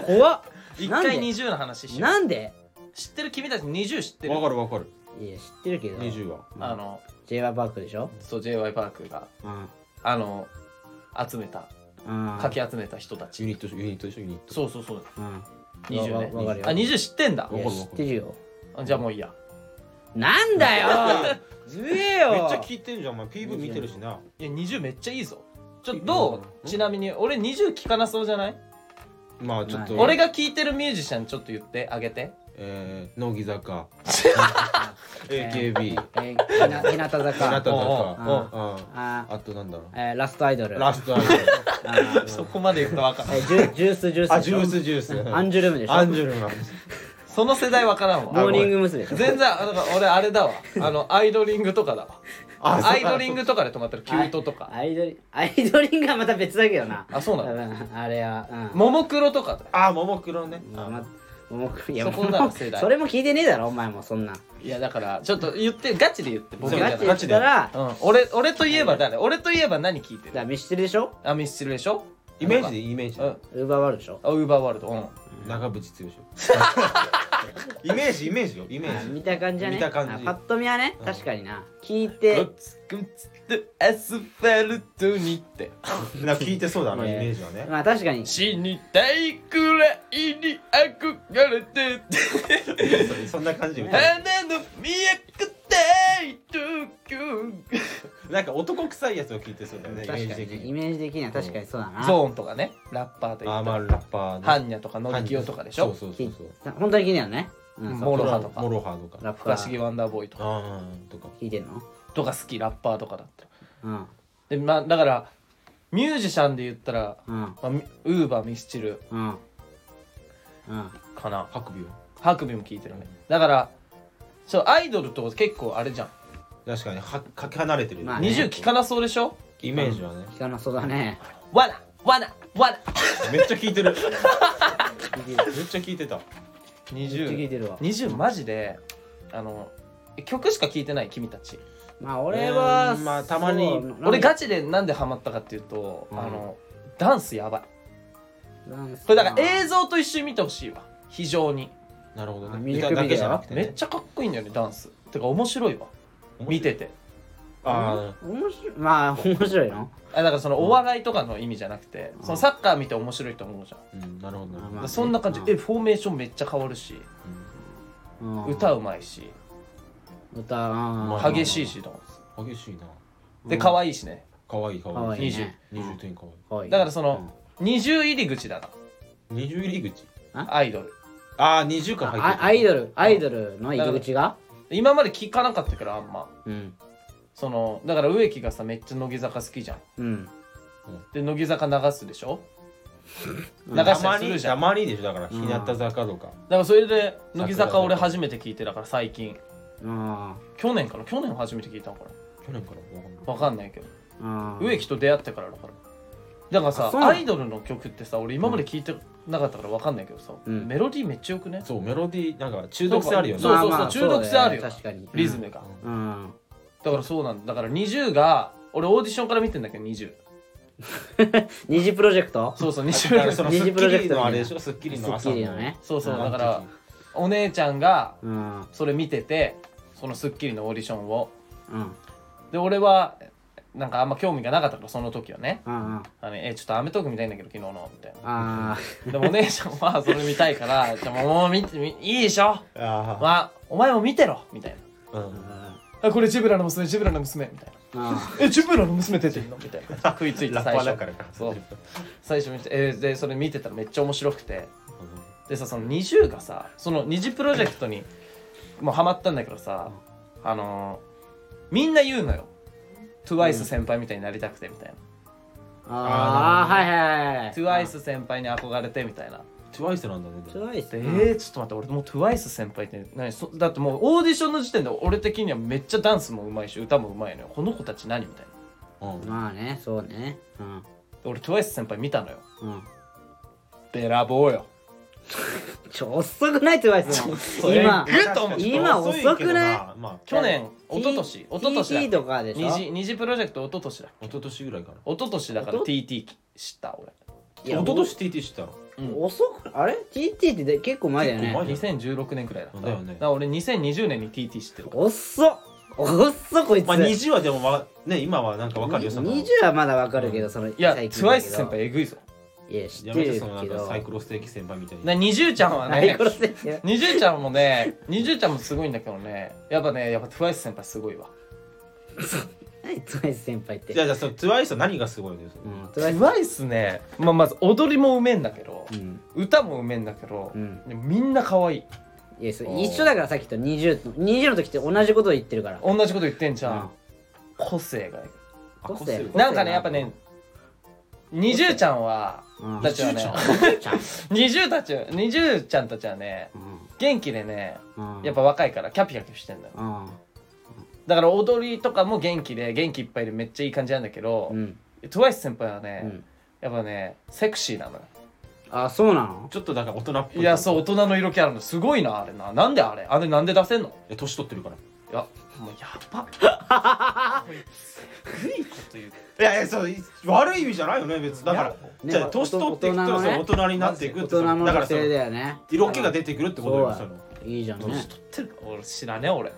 [SPEAKER 1] 怖っ
[SPEAKER 2] 一
[SPEAKER 1] なんで
[SPEAKER 2] 回20の話しよ
[SPEAKER 1] なんで
[SPEAKER 2] う知ってる君たち20知ってる
[SPEAKER 3] わかるわかる
[SPEAKER 1] いや知ってるけど
[SPEAKER 3] 20は
[SPEAKER 2] あの
[SPEAKER 1] j y パークでしょ
[SPEAKER 2] そう j y パークが
[SPEAKER 1] うん
[SPEAKER 2] あの集めた
[SPEAKER 1] うん
[SPEAKER 2] かき集めた人たち
[SPEAKER 3] ユニットでしょユニットでしょユニット
[SPEAKER 2] そうそうそう
[SPEAKER 1] うん
[SPEAKER 2] 20ね
[SPEAKER 1] わわかるよ
[SPEAKER 2] あ20知ってんだ
[SPEAKER 1] いや
[SPEAKER 3] わかる
[SPEAKER 1] 知
[SPEAKER 3] わ
[SPEAKER 1] っ
[SPEAKER 3] かる
[SPEAKER 1] てるよ
[SPEAKER 2] あじゃあもういいや
[SPEAKER 1] なんだよ言えよ
[SPEAKER 3] めっちゃ聞いてんじゃんお前 PV 見てるしない
[SPEAKER 2] や20めっちゃいいぞちょっとど
[SPEAKER 3] う
[SPEAKER 2] うんちなみに俺20聞かなそうじゃない
[SPEAKER 3] まあちょっと
[SPEAKER 2] 俺が聞いてるミュージシャンちょっと言ってあげて
[SPEAKER 3] えー乃木坂
[SPEAKER 1] え
[SPEAKER 3] AKB
[SPEAKER 1] えー、ひな日向
[SPEAKER 3] 日向
[SPEAKER 1] 坂
[SPEAKER 3] 坂
[SPEAKER 2] うんうん
[SPEAKER 3] うん
[SPEAKER 1] あ
[SPEAKER 3] あとなんだろ
[SPEAKER 1] ー、えー、ラストアイドル
[SPEAKER 3] うラストアイ ドル
[SPEAKER 1] あー
[SPEAKER 2] そこまで言うと分からん
[SPEAKER 1] えージュジュースジュース
[SPEAKER 3] あ
[SPEAKER 1] で
[SPEAKER 3] ジ
[SPEAKER 1] し
[SPEAKER 3] ュ
[SPEAKER 1] ょ
[SPEAKER 3] ースジュース
[SPEAKER 1] アンジュルムでしょ
[SPEAKER 3] アンジュルム
[SPEAKER 2] その世代分からん
[SPEAKER 1] モ
[SPEAKER 2] わ
[SPEAKER 1] ーニング娘。でしょ
[SPEAKER 2] 全然あだから俺あれだわあのアイドリングとかだわ
[SPEAKER 3] あそう
[SPEAKER 2] アイドリングとかで止まってるキュートとか
[SPEAKER 1] アイドリアイドリングはまた別だけどな
[SPEAKER 2] あそうなの
[SPEAKER 1] のあれはうん
[SPEAKER 2] ももクロとかだよ
[SPEAKER 3] あももクロね
[SPEAKER 1] まあまもういや
[SPEAKER 2] そこだ
[SPEAKER 1] もう
[SPEAKER 2] 世代
[SPEAKER 1] それも聞いてねえだろお前もそんない
[SPEAKER 2] やだからちょっと言ってガチで言ってボケじゃ
[SPEAKER 1] ガ
[SPEAKER 2] ない
[SPEAKER 1] チでしたらだか
[SPEAKER 2] うん、俺俺といえば誰俺といえば何聞いて
[SPEAKER 1] ら
[SPEAKER 2] る
[SPEAKER 1] 見してるでしょ
[SPEAKER 2] あミスチルでしょ
[SPEAKER 3] イメージでいいイメージ
[SPEAKER 2] う
[SPEAKER 3] で
[SPEAKER 1] ウ
[SPEAKER 2] ん
[SPEAKER 1] ーバーワールドでしょ
[SPEAKER 2] あウーバーワールドうん
[SPEAKER 3] 長渕剛イメージイメージよイメ
[SPEAKER 1] あ
[SPEAKER 3] ージ
[SPEAKER 1] 見た感じはね
[SPEAKER 3] 見た感じ
[SPEAKER 1] あパッと見はね
[SPEAKER 3] うん
[SPEAKER 1] 確かにな聞い
[SPEAKER 2] グ
[SPEAKER 1] て
[SPEAKER 2] ッツグッツとアスファルトにって
[SPEAKER 3] なんか聞いてそうだなイ
[SPEAKER 1] ね
[SPEAKER 3] メージはね
[SPEAKER 1] まあ確かに
[SPEAKER 2] 死にたいくらいに憧れて
[SPEAKER 3] そそんな感じみたい
[SPEAKER 2] 花の都大東京
[SPEAKER 3] ななんか男臭いやつを聞いてそうだよねイメ
[SPEAKER 1] 確
[SPEAKER 3] ー
[SPEAKER 1] か
[SPEAKER 3] ジ的
[SPEAKER 1] にイ
[SPEAKER 3] に
[SPEAKER 1] メージ的には確かにそうだな
[SPEAKER 2] ゾーンとかねラッパーとい
[SPEAKER 3] あー
[SPEAKER 2] う
[SPEAKER 3] まあ
[SPEAKER 2] か
[SPEAKER 3] ラッパーね
[SPEAKER 2] ハンニャとかノリキオとかでしょ
[SPEAKER 3] そうそう
[SPEAKER 1] 聞
[SPEAKER 3] そ
[SPEAKER 1] いう
[SPEAKER 3] そう
[SPEAKER 1] 本当に聞いてんよねうんそう
[SPEAKER 2] モロハとか
[SPEAKER 3] モロハとか
[SPEAKER 1] ラッ
[SPEAKER 2] 不可
[SPEAKER 1] パ
[SPEAKER 2] 思議
[SPEAKER 1] ー
[SPEAKER 2] ワンダーボーイとか
[SPEAKER 3] あーとか
[SPEAKER 1] 聞いてんの
[SPEAKER 2] とか好きラッパーとかだった
[SPEAKER 1] うん
[SPEAKER 2] でまあだからミュージシャンで言ったら、
[SPEAKER 1] うん
[SPEAKER 2] まあ、みウーバーミスチル
[SPEAKER 1] うんうん
[SPEAKER 2] かな
[SPEAKER 3] ハクビを
[SPEAKER 2] ハクビも聞いてるねだからそうアイドルと結構あれじゃん、
[SPEAKER 3] 確かにはかけ離れてるよ
[SPEAKER 1] まあね
[SPEAKER 2] 20聞かなそうでしょ
[SPEAKER 3] イメージはね
[SPEAKER 1] 聞かなそうだね
[SPEAKER 2] わなわなわな
[SPEAKER 3] めっちゃ聞いてる
[SPEAKER 1] 聞いてる
[SPEAKER 3] めっちゃ聞いてた
[SPEAKER 1] めっちゃ聞い
[SPEAKER 2] 2020
[SPEAKER 1] てるわ
[SPEAKER 2] マジであの曲しか聞いてない君たち
[SPEAKER 1] まあ俺は、
[SPEAKER 3] うんまあたまに
[SPEAKER 1] そう
[SPEAKER 2] 俺ガチでなんでハマったかっていうと、
[SPEAKER 1] うん
[SPEAKER 2] あのダンスやばい
[SPEAKER 1] なんす
[SPEAKER 2] これだから映像と一緒に見てほしいわ非常に
[SPEAKER 3] なるほど
[SPEAKER 1] あ
[SPEAKER 3] ね
[SPEAKER 1] ミュージッ
[SPEAKER 3] 歌
[SPEAKER 1] クビデオ
[SPEAKER 3] だけじゃなくて
[SPEAKER 2] めっ
[SPEAKER 3] ね
[SPEAKER 2] ちゃかっこいいんだよねダンスてか面白いわ見てて
[SPEAKER 3] あ
[SPEAKER 1] 面白いまあ面白いの
[SPEAKER 2] あだからそのお笑いとかの意味じゃなくて、
[SPEAKER 1] うん
[SPEAKER 2] そのサッカー見て面白いと思うじゃん、
[SPEAKER 3] あうんなるほど
[SPEAKER 1] まあ
[SPEAKER 3] な
[SPEAKER 1] まあ
[SPEAKER 2] そんな感じ、
[SPEAKER 1] うん
[SPEAKER 2] えフォーメーションめっちゃ変わるし、
[SPEAKER 1] うん
[SPEAKER 2] 歌うまいし
[SPEAKER 1] 歌うん
[SPEAKER 3] まあ
[SPEAKER 2] 激しいしダンス
[SPEAKER 3] うん激しいな
[SPEAKER 2] で可愛いしね
[SPEAKER 3] 可愛い可
[SPEAKER 1] かわ
[SPEAKER 3] 愛い
[SPEAKER 1] いいね
[SPEAKER 3] 二重点可愛い
[SPEAKER 1] 可愛い
[SPEAKER 2] だからその20入り口だな
[SPEAKER 3] 二重入り口
[SPEAKER 2] アイドル
[SPEAKER 3] ああ二重
[SPEAKER 1] うん
[SPEAKER 3] か入って
[SPEAKER 1] あアイ
[SPEAKER 3] ル
[SPEAKER 1] ドルアイドルの入り口が
[SPEAKER 2] 今まで聞かなかったからあんま
[SPEAKER 1] うん
[SPEAKER 2] そのだから植木がさめっちゃ乃木坂好きじゃん
[SPEAKER 1] うん
[SPEAKER 2] で乃木坂流すでしょ流
[SPEAKER 3] た
[SPEAKER 2] した
[SPEAKER 3] ま
[SPEAKER 2] りする
[SPEAKER 3] に
[SPEAKER 2] じゃ
[SPEAKER 3] た
[SPEAKER 2] ん
[SPEAKER 3] まにでしょだから日向坂とか
[SPEAKER 2] だからそれで乃木坂俺初めて聞いてだから最近
[SPEAKER 1] あ
[SPEAKER 2] 去年かな去年初めて聞いたのか
[SPEAKER 3] 去年からわかんない
[SPEAKER 2] なわかんないけど
[SPEAKER 1] あ
[SPEAKER 2] 植木と出会ってからだからだから
[SPEAKER 1] あ
[SPEAKER 2] さ
[SPEAKER 1] そうなの
[SPEAKER 2] アイドルの曲ってさ俺今まで聞いてなかったから分かんないけどさ、
[SPEAKER 1] うん
[SPEAKER 2] メロディーめっちゃよくね
[SPEAKER 3] そうメロディーなんか中毒性あるよね
[SPEAKER 2] そうそうそう
[SPEAKER 1] まあまあ
[SPEAKER 2] 中毒性あるよ
[SPEAKER 1] そうだ確かに
[SPEAKER 2] リズムが、
[SPEAKER 3] う
[SPEAKER 1] うん
[SPEAKER 2] だからそうなんだだから20が俺オーディションから見てんだけど20
[SPEAKER 1] 二次プロジェクト
[SPEAKER 2] そうそう
[SPEAKER 3] だから
[SPEAKER 2] 20
[SPEAKER 3] その
[SPEAKER 1] 二
[SPEAKER 3] ス
[SPEAKER 1] 次
[SPEAKER 3] ッ
[SPEAKER 1] プ
[SPEAKER 3] キ
[SPEAKER 1] ロジェクトみたい
[SPEAKER 3] リ
[SPEAKER 1] な
[SPEAKER 3] のあれでしょスッキリの
[SPEAKER 1] ス
[SPEAKER 3] 朝
[SPEAKER 1] ッキリ
[SPEAKER 3] の
[SPEAKER 1] のね
[SPEAKER 2] そうそう
[SPEAKER 3] うん
[SPEAKER 2] だからお姉ちゃんが
[SPEAKER 1] うんうん
[SPEAKER 2] それ見ててその『スッキリ』のオーディションをで俺はなんかあんま興味がなかったからその時はね
[SPEAKER 1] うんうん
[SPEAKER 2] あのえちょっと『アメトーーク』見たいんだけど昨日のみたい
[SPEAKER 1] あ
[SPEAKER 2] なでもお姉ちゃんは それ見たいから「じゃあもう見てみいいでしょ
[SPEAKER 3] あ
[SPEAKER 2] まあお前も見てろ」みたい
[SPEAKER 3] あ、う
[SPEAKER 1] ー
[SPEAKER 3] ん、
[SPEAKER 2] な「あこれジブラの娘ジブラの娘」みたいな
[SPEAKER 1] あ
[SPEAKER 2] 「えジブラの娘出てんの?」みたいな食いつい て
[SPEAKER 3] ラッ
[SPEAKER 2] 最
[SPEAKER 3] パーだ
[SPEAKER 2] 初
[SPEAKER 3] からか
[SPEAKER 2] そう最初見て、えーでそれ見てたらめっちゃ面白くて
[SPEAKER 3] う
[SPEAKER 2] でさその NiziU がさその Nizi プロジェクトにもうハマったんだけどさあのーみんな言うのよ TWICE 先輩みたいになりたくてみたいな、
[SPEAKER 1] ーあーはいはいはい
[SPEAKER 2] TWICE 先輩に憧れてみたいな
[SPEAKER 3] トゥワイスなんだね
[SPEAKER 1] トゥワイス
[SPEAKER 2] でえ
[SPEAKER 1] ね
[SPEAKER 2] ー、ちょっと待って俺もう TWICE 先輩って何そだってもうオーディションの時点で俺的にはめっちゃダンスもうまいし歌もうまいのよこの子たち何みたいな
[SPEAKER 3] うん
[SPEAKER 1] まあねそうねうん
[SPEAKER 2] で俺 TWICE 先輩見たのよ
[SPEAKER 1] うん
[SPEAKER 2] べらぼうよ
[SPEAKER 1] ちょ遅くないトゥワイスも今
[SPEAKER 2] えぐっと思う
[SPEAKER 1] 今遅くない
[SPEAKER 3] まあまあ
[SPEAKER 2] 去年
[SPEAKER 1] うん
[SPEAKER 2] 一昨年一昨年だ
[SPEAKER 1] TT とかでしょ
[SPEAKER 2] 虹虹プロジェクト一昨年だ
[SPEAKER 3] 一昨年ぐらいかな
[SPEAKER 2] 一昨年だから
[SPEAKER 1] おと
[SPEAKER 2] TT 知った俺
[SPEAKER 1] いや
[SPEAKER 3] 一昨年 TT 知ったの
[SPEAKER 2] うん
[SPEAKER 1] 遅くあれ ?TT ってで結構前だよ
[SPEAKER 3] 結構
[SPEAKER 1] ね
[SPEAKER 3] 前
[SPEAKER 2] 2016年くらいだった
[SPEAKER 3] だよね
[SPEAKER 2] から俺2020年に TT 知ってる
[SPEAKER 1] 遅っ遅っこいつ、
[SPEAKER 3] まあ20はでもわね今はなんかわかるよその
[SPEAKER 1] 20はまだわかるけど、その
[SPEAKER 2] いや
[SPEAKER 1] 最近だけど
[SPEAKER 2] TWICE 先輩えぐいぞ
[SPEAKER 1] いや知って
[SPEAKER 3] やめて
[SPEAKER 1] る
[SPEAKER 3] そのなん
[SPEAKER 1] け
[SPEAKER 3] か
[SPEAKER 1] ど
[SPEAKER 3] サイクロステーキ先輩みたい
[SPEAKER 2] な
[SPEAKER 3] な
[SPEAKER 2] 20ちゃんは
[SPEAKER 1] サイ
[SPEAKER 2] ね
[SPEAKER 1] クロステーキ
[SPEAKER 2] 20ちゃんもね20ちゃんもすごいんだけどねやっぱねやっぱ TWICE 先輩すごいわ
[SPEAKER 1] 何 TWICE 先輩って
[SPEAKER 3] じゃあじゃあそのトゥワイスは何がすごいのよ
[SPEAKER 1] うん TWICE
[SPEAKER 2] TWICE ね、まあ、まず踊りもうめえんだけど
[SPEAKER 1] うん
[SPEAKER 2] 歌もうめえんだけど
[SPEAKER 1] うん
[SPEAKER 2] でもみんな可愛い
[SPEAKER 1] いやそ
[SPEAKER 2] おー
[SPEAKER 1] れ一緒だからさっきと20の20の時って同じことを言ってるから
[SPEAKER 2] 同じこと言ってんじゃ
[SPEAKER 1] うん
[SPEAKER 2] ん個性が
[SPEAKER 3] あ
[SPEAKER 1] 個性
[SPEAKER 3] 個
[SPEAKER 2] なんかねやっぱね20ちゃんは
[SPEAKER 1] うん
[SPEAKER 2] たちはね
[SPEAKER 1] 20ちゃん
[SPEAKER 2] 20たち20ちゃんたちはね元気でね
[SPEAKER 1] うんうん
[SPEAKER 2] やっぱ若いからキャピキャピしてんだよ
[SPEAKER 1] うん
[SPEAKER 2] だから踊りとかも元気で元気いっぱいでめっちゃいい感じなんだけど
[SPEAKER 1] う、ん
[SPEAKER 2] TWICE 先輩はね、
[SPEAKER 1] うん
[SPEAKER 2] やっぱねセクシーなのよ
[SPEAKER 1] あそうなの
[SPEAKER 3] ちょっとだから大人っぽい
[SPEAKER 2] いやそう
[SPEAKER 3] う
[SPEAKER 2] 大人の色気あるのすごいなあれななんであれあれなんで出せんの
[SPEAKER 3] 年取ってるから
[SPEAKER 2] いやもうやばこいつえぐいこと言う
[SPEAKER 3] いやいやそうい悪い意味じゃないよね別にだから
[SPEAKER 2] い
[SPEAKER 1] や
[SPEAKER 3] じゃあ年取っていく
[SPEAKER 1] 大人
[SPEAKER 3] と
[SPEAKER 1] の
[SPEAKER 3] そ
[SPEAKER 1] ね
[SPEAKER 3] の大人になっていくっ
[SPEAKER 1] 大
[SPEAKER 3] てそ
[SPEAKER 1] 人の
[SPEAKER 3] のだか
[SPEAKER 1] 女
[SPEAKER 3] らその
[SPEAKER 1] 性だよね
[SPEAKER 3] 色気が出てくるってこと
[SPEAKER 1] そう
[SPEAKER 3] よ
[SPEAKER 1] だ
[SPEAKER 3] その
[SPEAKER 1] いいじゃんね
[SPEAKER 2] 年取ってる俺知らねえ俺
[SPEAKER 3] 違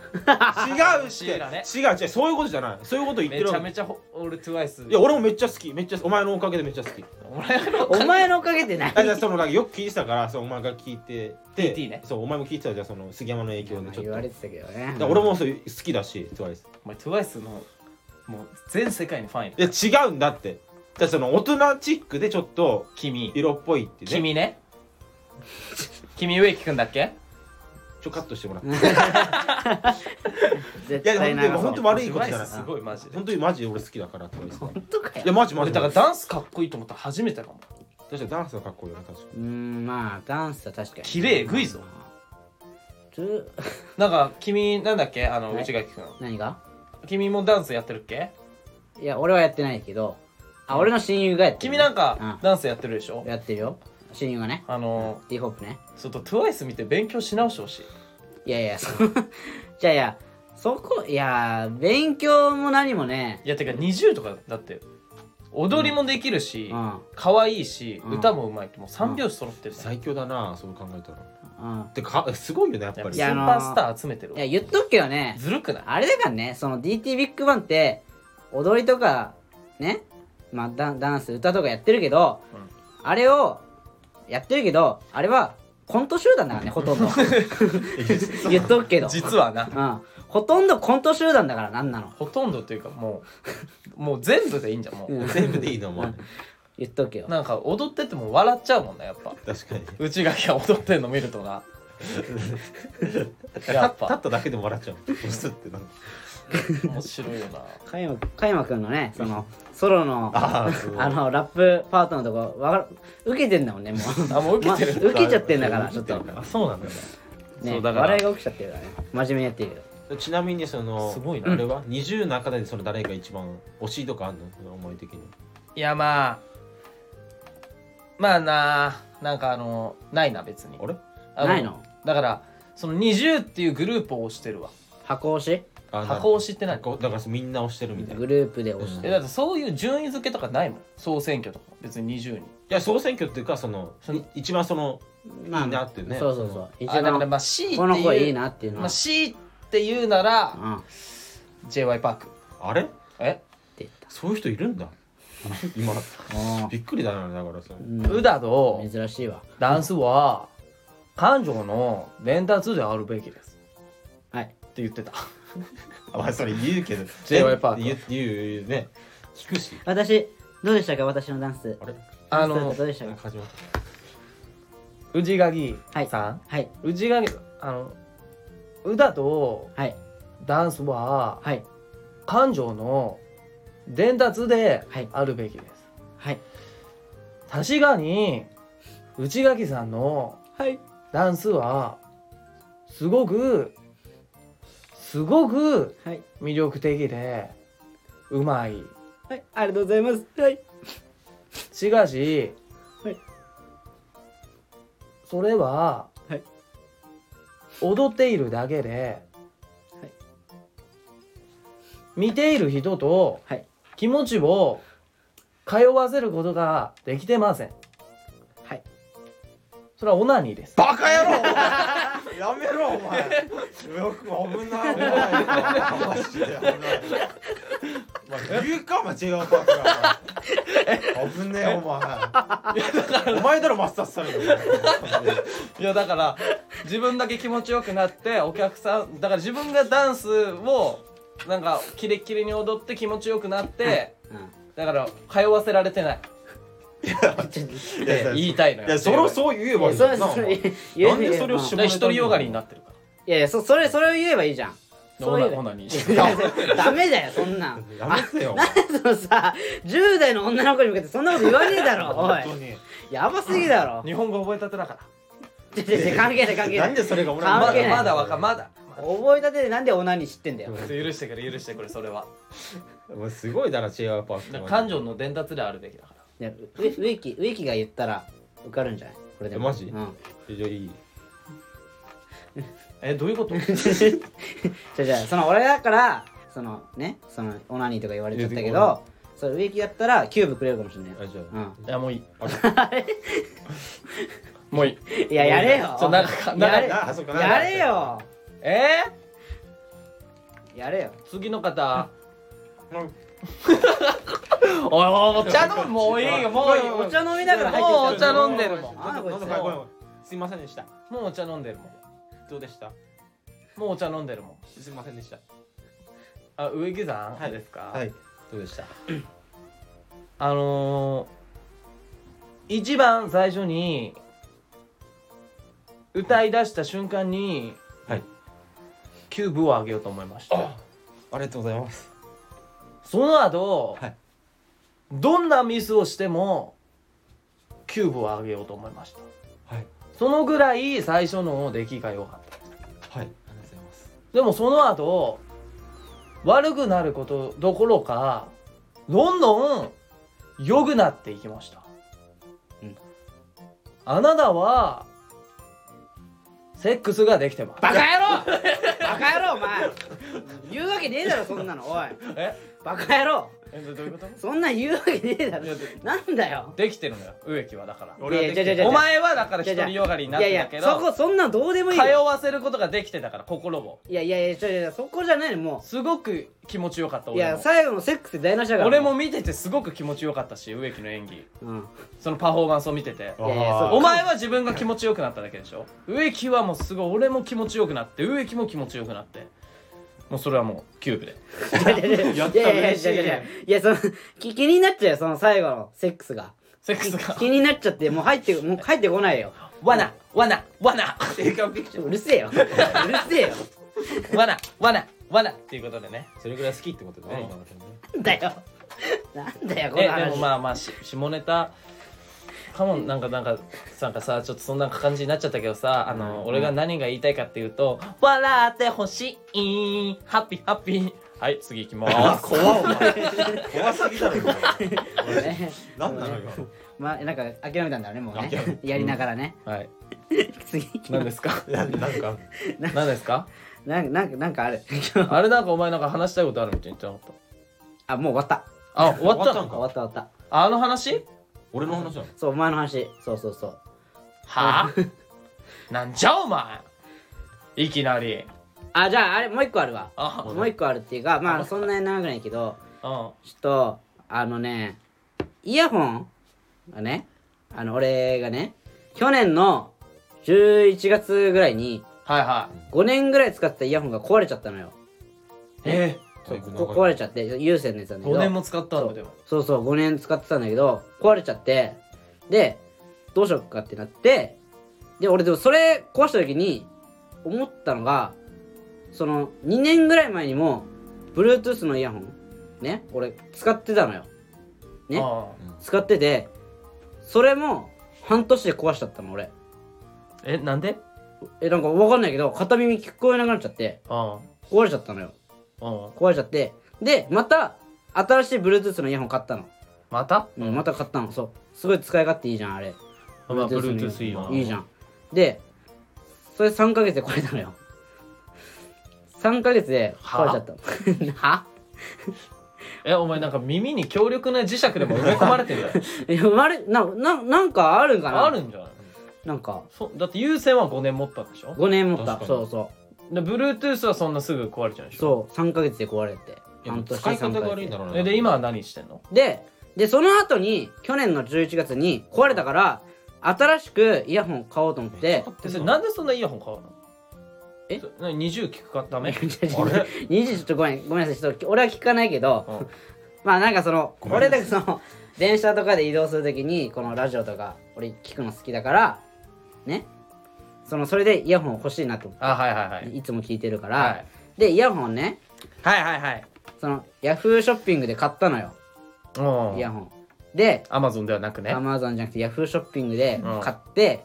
[SPEAKER 3] うし
[SPEAKER 2] 知らね
[SPEAKER 3] 違う違うそういうことじゃないそういうこと言って
[SPEAKER 2] め
[SPEAKER 3] る
[SPEAKER 2] ちゃ
[SPEAKER 3] わ
[SPEAKER 2] め
[SPEAKER 3] け
[SPEAKER 2] ちゃほ俺 TWICE
[SPEAKER 3] いや俺もめっちゃ好きめっちゃお前のおかげでめっちゃ好き
[SPEAKER 2] 俺
[SPEAKER 1] お前のおかげでない
[SPEAKER 3] あじゃあそのなんかよく聞いてたからそうお前が聞いてて
[SPEAKER 2] TT ね
[SPEAKER 3] そうお前も聞いてたじゃんその杉山の影響でちょっ
[SPEAKER 1] 言
[SPEAKER 3] と
[SPEAKER 1] わ
[SPEAKER 3] だ
[SPEAKER 1] れ
[SPEAKER 3] か
[SPEAKER 1] てたけどね
[SPEAKER 3] ら俺もそう好きだし TWICE
[SPEAKER 2] お前 TWICE のもう全世界にファンいる
[SPEAKER 3] いや違うんだってじゃあその大人チックでちょっと
[SPEAKER 2] 君
[SPEAKER 3] 色っぽいってね
[SPEAKER 2] 君ね君植木くんだっけ
[SPEAKER 3] ちょカットしてもらって
[SPEAKER 1] 絶
[SPEAKER 3] いやで
[SPEAKER 1] 対
[SPEAKER 3] も
[SPEAKER 1] ない
[SPEAKER 3] でも本当悪いことじゃない
[SPEAKER 2] すごいマジで
[SPEAKER 3] 本当にマジで俺好きだからって言われてた
[SPEAKER 1] 本当 か
[SPEAKER 3] いや
[SPEAKER 1] よ
[SPEAKER 3] マジマ
[SPEAKER 2] 俺
[SPEAKER 3] ジ
[SPEAKER 2] だ
[SPEAKER 3] だ
[SPEAKER 2] か
[SPEAKER 3] からら
[SPEAKER 2] ダンスかっこいいと思ったの初めてかも
[SPEAKER 3] 確かにダンスはかっこいいよね確か
[SPEAKER 1] うーんまあダンスは確かに
[SPEAKER 2] キレえぐいぞ
[SPEAKER 1] つ
[SPEAKER 2] なんか君なんだっけあの
[SPEAKER 1] はい
[SPEAKER 2] 内垣くん
[SPEAKER 1] 何が
[SPEAKER 2] 君もダンスやってるっけ
[SPEAKER 1] いや俺はやってないけどあ俺の親友がやってる
[SPEAKER 2] 君
[SPEAKER 1] ね
[SPEAKER 2] なんかダンスやってるでしょ
[SPEAKER 1] やってるよ親友がね
[SPEAKER 2] あの
[SPEAKER 1] d ホップね
[SPEAKER 2] ちょっと TWICE 見て勉強し直してほしい
[SPEAKER 1] いやいやそ じゃあいやそこいや勉強も何もね
[SPEAKER 2] いやてか20とかだって踊りもできるし
[SPEAKER 1] うんうん
[SPEAKER 2] 可愛いし
[SPEAKER 1] うん
[SPEAKER 2] 歌もうまいってもう3拍子揃って
[SPEAKER 3] に
[SPEAKER 2] るね
[SPEAKER 3] 最強だなそう考えたら
[SPEAKER 1] うん
[SPEAKER 3] てかすごいよねやっ
[SPEAKER 2] やっ
[SPEAKER 3] ぱ
[SPEAKER 2] ぱ
[SPEAKER 3] り
[SPEAKER 2] スーパースター集めてる
[SPEAKER 1] いや言っとくけどね
[SPEAKER 2] ずるくない
[SPEAKER 1] あれだからねその DT ビッグバンって踊りとかねまあダンダンス歌とかやってるけど、
[SPEAKER 2] うん
[SPEAKER 1] あれをやってるけどあれはコント集団だからねほとん ど言っとくけど
[SPEAKER 2] 実はな
[SPEAKER 1] うん、ほとんどコント集団だからなんなの
[SPEAKER 2] ほとんどというかもうもう全部でいいんじゃんもう
[SPEAKER 1] うん
[SPEAKER 3] 全部でいいのも
[SPEAKER 1] 言っとくけど
[SPEAKER 2] なんか踊ってても笑っちゃうもんねやっぱ
[SPEAKER 3] 確かに
[SPEAKER 2] 内垣が踊ってんの見ると なやっ
[SPEAKER 3] 立っ
[SPEAKER 2] ぱ
[SPEAKER 3] ただけでも笑っちゃうブスってなんか
[SPEAKER 2] 面白いよな
[SPEAKER 1] 加山加山君の ねそのソロの
[SPEAKER 3] ああすごい
[SPEAKER 1] あのラップパートのとこわか受けてんだもんねもう
[SPEAKER 2] あもう受けてるんだ
[SPEAKER 1] ま受けちゃってんだからちょっと
[SPEAKER 2] あそうなんだよそ
[SPEAKER 1] ね
[SPEAKER 2] うだから
[SPEAKER 1] 笑いが起きちゃってるからね真面目にやってるけど
[SPEAKER 3] ちなみにその
[SPEAKER 2] すごいな
[SPEAKER 3] あれは20の中でその誰が一番推しいとかあんの思い的に
[SPEAKER 2] いやまあまあななんかあのないな別に
[SPEAKER 3] あれ
[SPEAKER 2] あ
[SPEAKER 1] ないの
[SPEAKER 2] だからその20っていうグループを推してるわ
[SPEAKER 1] 箱押し
[SPEAKER 3] あ
[SPEAKER 2] 箱
[SPEAKER 3] 推し
[SPEAKER 2] 推しって何
[SPEAKER 3] だからみんな推してるみたいない
[SPEAKER 1] グループで押して
[SPEAKER 2] えだってそういう順位付けとかないもん総選挙とか別に20に
[SPEAKER 3] や総選挙っていうかその
[SPEAKER 2] その
[SPEAKER 3] い一番その
[SPEAKER 1] まあ
[SPEAKER 3] いいなってね
[SPEAKER 1] そうそうそう一
[SPEAKER 2] あだから
[SPEAKER 1] 番
[SPEAKER 2] まあ C って
[SPEAKER 1] この声
[SPEAKER 2] い
[SPEAKER 1] いういなっていうの
[SPEAKER 2] ま
[SPEAKER 1] は
[SPEAKER 2] あ、C って言うなら
[SPEAKER 1] うんっ
[SPEAKER 2] j y パーク
[SPEAKER 3] あれ
[SPEAKER 2] え
[SPEAKER 1] て言った
[SPEAKER 3] そういう人いるんだ今
[SPEAKER 1] あ
[SPEAKER 3] びっくりだなだからそれ
[SPEAKER 1] ー
[SPEAKER 2] うだと
[SPEAKER 1] うん珍しいわ
[SPEAKER 2] ダンスは感情の伝達であるべきです
[SPEAKER 1] はい
[SPEAKER 2] って言ってた
[SPEAKER 3] あまあそれ言うけど
[SPEAKER 2] J.Y. パーク
[SPEAKER 3] 言う言う言うね聞くし
[SPEAKER 1] 私どうでしたか私のダンス
[SPEAKER 3] あれ
[SPEAKER 2] あ
[SPEAKER 1] ダン
[SPEAKER 2] の
[SPEAKER 1] スどうでした
[SPEAKER 3] なん
[SPEAKER 1] か
[SPEAKER 3] か始まった
[SPEAKER 2] 氏神
[SPEAKER 1] はい
[SPEAKER 2] さん
[SPEAKER 1] はい
[SPEAKER 2] 氏神あのうだと
[SPEAKER 1] はい
[SPEAKER 2] ダンスは
[SPEAKER 1] はい
[SPEAKER 2] 感情の伝達で
[SPEAKER 1] はい
[SPEAKER 2] あるべきです
[SPEAKER 1] はい
[SPEAKER 2] 確かに内垣さんの
[SPEAKER 1] はい
[SPEAKER 2] ダンスはすごくすごく
[SPEAKER 1] はい
[SPEAKER 2] 魅力的でうまい
[SPEAKER 1] はいありがとうございますはい
[SPEAKER 2] しかし、
[SPEAKER 1] はい
[SPEAKER 2] それは、
[SPEAKER 1] はい
[SPEAKER 2] 踊っているだけで、
[SPEAKER 1] はい
[SPEAKER 2] 見ている人と
[SPEAKER 1] はい
[SPEAKER 2] 気持ちを通わせることができてません
[SPEAKER 1] はい
[SPEAKER 2] それはオナニーです
[SPEAKER 3] バカ野郎お前やめろお前よく危ない危ないマジで危ないお前言うかお前 J.Y. パークがお前危ねえお前お前だろ抹殺されるの
[SPEAKER 2] いやだから自分だけ気持ちよくなってお客さんだから自分がダンスをなんかキレッキレに踊って気持ちよくなって
[SPEAKER 1] うん
[SPEAKER 2] だから通わせられてない
[SPEAKER 1] ちょっとい
[SPEAKER 2] って言いたいのよ
[SPEAKER 3] いやそれをそう言えばい
[SPEAKER 1] や
[SPEAKER 3] いじゃ
[SPEAKER 1] それ
[SPEAKER 3] んな
[SPEAKER 1] それ
[SPEAKER 3] お
[SPEAKER 1] 言え
[SPEAKER 3] なんでそれを
[SPEAKER 1] まあ
[SPEAKER 3] し
[SPEAKER 2] だから独りよがりになってるか
[SPEAKER 1] いやいやそそれそれを言えばいいじゃん
[SPEAKER 2] ら
[SPEAKER 1] そういう
[SPEAKER 2] オナニー
[SPEAKER 1] いやいや ダメだよそんなん
[SPEAKER 3] 前やめてよお前
[SPEAKER 1] そのさ10代の女の子に向けてそんなこと言わねえだろお
[SPEAKER 3] 本当
[SPEAKER 1] い
[SPEAKER 3] に
[SPEAKER 1] やばすぎだろ
[SPEAKER 2] 日本語覚えたてだか
[SPEAKER 1] ちょちょちょ関係ない関係な
[SPEAKER 3] なん
[SPEAKER 1] い
[SPEAKER 3] でそれが俺
[SPEAKER 2] らま
[SPEAKER 1] 関係
[SPEAKER 2] だ
[SPEAKER 1] ない
[SPEAKER 2] まだ若まだ
[SPEAKER 1] 覚えたてでなんでオナニー知ってんだよ
[SPEAKER 2] 許してくれ許してくれそれは
[SPEAKER 3] もうすごいだな J.Y. パーク
[SPEAKER 2] 感情の伝達であるべきだから
[SPEAKER 1] ねウウィキウィキが言ったら受かるんじゃないこれでも
[SPEAKER 3] マジ
[SPEAKER 1] うん
[SPEAKER 3] じゃあいい
[SPEAKER 2] えどういうこと
[SPEAKER 1] じゃあじゃあその俺だからそのねそのオナニーとか言われちゃったけ
[SPEAKER 3] いや
[SPEAKER 1] どそれウィキやったらキューブくれるかもしれないよ
[SPEAKER 3] あじゃ
[SPEAKER 1] う
[SPEAKER 3] あ
[SPEAKER 1] ん
[SPEAKER 2] いやもう いいもういい
[SPEAKER 1] いややれよ
[SPEAKER 2] そうなんかなんか
[SPEAKER 1] やれ
[SPEAKER 3] あそっかなんか
[SPEAKER 1] やれよ
[SPEAKER 2] え
[SPEAKER 1] やれよ
[SPEAKER 2] ー、次の方
[SPEAKER 3] うん
[SPEAKER 2] おいおいお茶飲むもういいよもういい
[SPEAKER 1] お
[SPEAKER 2] よ
[SPEAKER 1] 茶飲みながら入って
[SPEAKER 2] もうお
[SPEAKER 1] きた
[SPEAKER 2] 茶飲んでるもん
[SPEAKER 1] あの
[SPEAKER 3] 喉
[SPEAKER 1] こいつ
[SPEAKER 3] 喉喉すいませんでした
[SPEAKER 2] もうお茶飲んでるもん
[SPEAKER 3] どうでした
[SPEAKER 2] もうお茶飲んでるもん
[SPEAKER 3] すいませんでした
[SPEAKER 2] あ植木さん、
[SPEAKER 3] はい
[SPEAKER 2] ですか、
[SPEAKER 3] はいどうでした
[SPEAKER 2] あのー、一番最初に歌い出した瞬間に、
[SPEAKER 3] はい、
[SPEAKER 2] キューブをあげようと思いました
[SPEAKER 3] ありがとうございます
[SPEAKER 2] その後、
[SPEAKER 3] はい
[SPEAKER 2] どんなミスをしてもキューブをあげようと思いました
[SPEAKER 3] はい
[SPEAKER 2] そのぐらい最初の出来が良かっ
[SPEAKER 3] はいあ
[SPEAKER 2] た
[SPEAKER 3] りがとうございます
[SPEAKER 2] でもその後悪くなることどころかどんどん良くなっていきました、
[SPEAKER 1] うん
[SPEAKER 2] あなたはセックスができてます
[SPEAKER 1] バカ野郎 バカ野郎お前言うわけねえだろそんなのおい
[SPEAKER 2] え
[SPEAKER 1] バカ野郎
[SPEAKER 2] えどういうこと
[SPEAKER 1] そんなん言うわけねえだろなんだよ
[SPEAKER 2] できてるのよ植木はだから
[SPEAKER 1] 俺はできてる
[SPEAKER 2] お前はだから独りよがりに
[SPEAKER 1] い
[SPEAKER 2] なっ
[SPEAKER 1] やい
[SPEAKER 2] てた
[SPEAKER 1] や
[SPEAKER 2] け
[SPEAKER 1] そ
[SPEAKER 2] ど
[SPEAKER 1] こそんなんどうでもいい
[SPEAKER 2] 通
[SPEAKER 1] よ
[SPEAKER 2] わせることができてたから心を
[SPEAKER 1] いやいやいやちょいやそこじゃないのも
[SPEAKER 2] すごく気持ちよかった
[SPEAKER 1] うい
[SPEAKER 2] 俺
[SPEAKER 1] や
[SPEAKER 2] も
[SPEAKER 1] 最後のセックスで台無しだから
[SPEAKER 2] 俺も、見ててすごく気持ちよかったし植木の演技
[SPEAKER 1] うん、
[SPEAKER 2] そのパフォーマンスを見てて
[SPEAKER 1] いやいやそう
[SPEAKER 2] お前は自分が気持ちよくなっただけでしょ植木はもうすごい俺も気持ちよくなって植木も気持ちよくなってもうそれはもうキューブで
[SPEAKER 1] やった嬉しいやいやいやいやいやその気気になっちゃうよその最後のセックスが
[SPEAKER 2] セックスが
[SPEAKER 1] 気になっちゃってもう入ってもう入ってこないよ
[SPEAKER 2] 罠罠罠
[SPEAKER 1] ちょうるせえようるせえよ
[SPEAKER 2] 罠罠罠っていうことでね
[SPEAKER 3] それぐらい好きってことだ
[SPEAKER 2] うん
[SPEAKER 3] ね今の件ね
[SPEAKER 1] なんだよなんだよこ
[SPEAKER 2] え
[SPEAKER 1] の
[SPEAKER 2] でも
[SPEAKER 1] 話
[SPEAKER 2] まあまあし下ネタかもなんかなんかなんかさちょっとそんな感じになっちゃったけどさあの、俺が何が言いたいかっていうと「笑ってほしいハッピーハッピー」はい次行きま
[SPEAKER 3] あ
[SPEAKER 2] ーす
[SPEAKER 3] 怖っお前 怖すぎだろお前
[SPEAKER 1] ね
[SPEAKER 3] 何なのよ
[SPEAKER 1] まあなんか諦めたんだろうねもう
[SPEAKER 3] 諦め
[SPEAKER 1] ねやりながらね、
[SPEAKER 2] はい
[SPEAKER 1] 次行きます
[SPEAKER 2] 何ですか
[SPEAKER 3] ななんか
[SPEAKER 2] 何ですか
[SPEAKER 1] なんかなんかなんかある
[SPEAKER 2] あれなんかお前なんか話したいことあるみたいに言ってなかっ
[SPEAKER 1] あもう終わった
[SPEAKER 2] た。あ、終わった
[SPEAKER 3] 終わ
[SPEAKER 2] の
[SPEAKER 3] っ
[SPEAKER 1] 終わった終わった
[SPEAKER 2] あの話
[SPEAKER 3] 俺の話だ
[SPEAKER 1] そうお前の話そうそうそう
[SPEAKER 2] はあ なんじゃお前いきなり。
[SPEAKER 1] あじゃああれもう一個あるわ
[SPEAKER 2] あ、
[SPEAKER 1] もう一個あるっていうかまあそんなに長くないけど
[SPEAKER 2] う
[SPEAKER 1] ち
[SPEAKER 2] ん。
[SPEAKER 1] ょっとあのねイヤホンがねあの俺がね去年の11月ぐらいに
[SPEAKER 2] はいはい
[SPEAKER 1] 5年ぐらい使ってたイヤホンが壊れちゃったのよ
[SPEAKER 2] え
[SPEAKER 1] そうこ壊れちゃって有線のやつなんだけ
[SPEAKER 2] 5
[SPEAKER 1] ど
[SPEAKER 2] 年も使ったんだでも
[SPEAKER 1] そうそう5年使ってたんだけど壊れちゃってでどうしようかってなってで俺でもそれ壊した時に思ったのがその2年ぐらい前にも Bluetooth のイヤホンね俺使ってたのよね
[SPEAKER 2] ああ
[SPEAKER 1] 使っててそれも半年で壊しちゃったの俺
[SPEAKER 2] えなんで
[SPEAKER 1] えなんか分かんないけど片耳聞こえなくなっちゃって
[SPEAKER 2] あ
[SPEAKER 1] 壊れちゃったのよ
[SPEAKER 2] あうん
[SPEAKER 1] 壊れちゃってでまた新しい Bluetooth のイヤホン買ったの
[SPEAKER 2] また
[SPEAKER 1] うん、また買ったのそうすごい使い勝手いいじゃんあれ
[SPEAKER 2] まあ
[SPEAKER 1] Bluetooth の
[SPEAKER 2] Bluetooth いいよない
[SPEAKER 1] いじゃんでそれ3ヶ月で壊れたのよ3ヶ月で壊れちゃったの は
[SPEAKER 2] えお前なんか耳に強力な磁石でも埋め込まれ てるよ
[SPEAKER 1] いや生まれなななんかあるんかな
[SPEAKER 2] あるんじゃない
[SPEAKER 1] なんか
[SPEAKER 2] そだって有線は5年持ったんでしょ
[SPEAKER 1] 5年持った
[SPEAKER 3] 確か
[SPEAKER 1] そ
[SPEAKER 3] に
[SPEAKER 1] うそ
[SPEAKER 2] で Bluetooth はそんなすぐ壊れちゃうで
[SPEAKER 1] う
[SPEAKER 2] しょ
[SPEAKER 1] そう3ヶ月で壊れて半年
[SPEAKER 3] 使い方
[SPEAKER 1] 3
[SPEAKER 3] が
[SPEAKER 1] ヶ
[SPEAKER 3] 悪いん
[SPEAKER 1] 月
[SPEAKER 3] だろう
[SPEAKER 2] え
[SPEAKER 3] ね
[SPEAKER 2] で今は何してんの
[SPEAKER 1] ででその後に去年の11月に壊れたから新しくイヤホン買おうと思って
[SPEAKER 2] でそれなんでそんなイヤホン買うの
[SPEAKER 1] え
[SPEAKER 2] そな20聞くかダメ
[SPEAKER 1] 2時ちょっとごめんごめんなさいちょっと俺は聞かないけど、
[SPEAKER 2] うん
[SPEAKER 1] まあなんかその
[SPEAKER 3] ごめん
[SPEAKER 1] 俺だけその電車とかで移動するときにこのラジオとか俺聞くの好きだからねそのそれでイヤホン欲しいなと思
[SPEAKER 2] あはいはいは
[SPEAKER 1] って
[SPEAKER 2] い
[SPEAKER 1] いつも聞いてるから、
[SPEAKER 2] はい
[SPEAKER 1] でイヤホンね
[SPEAKER 2] はいはいはい
[SPEAKER 1] そのヤフーショッピングで買ったのよイヤ
[SPEAKER 2] うん
[SPEAKER 1] ホンで
[SPEAKER 2] アマゾンではなくね
[SPEAKER 1] アマゾンじゃなくてヤフーショッピングで買って、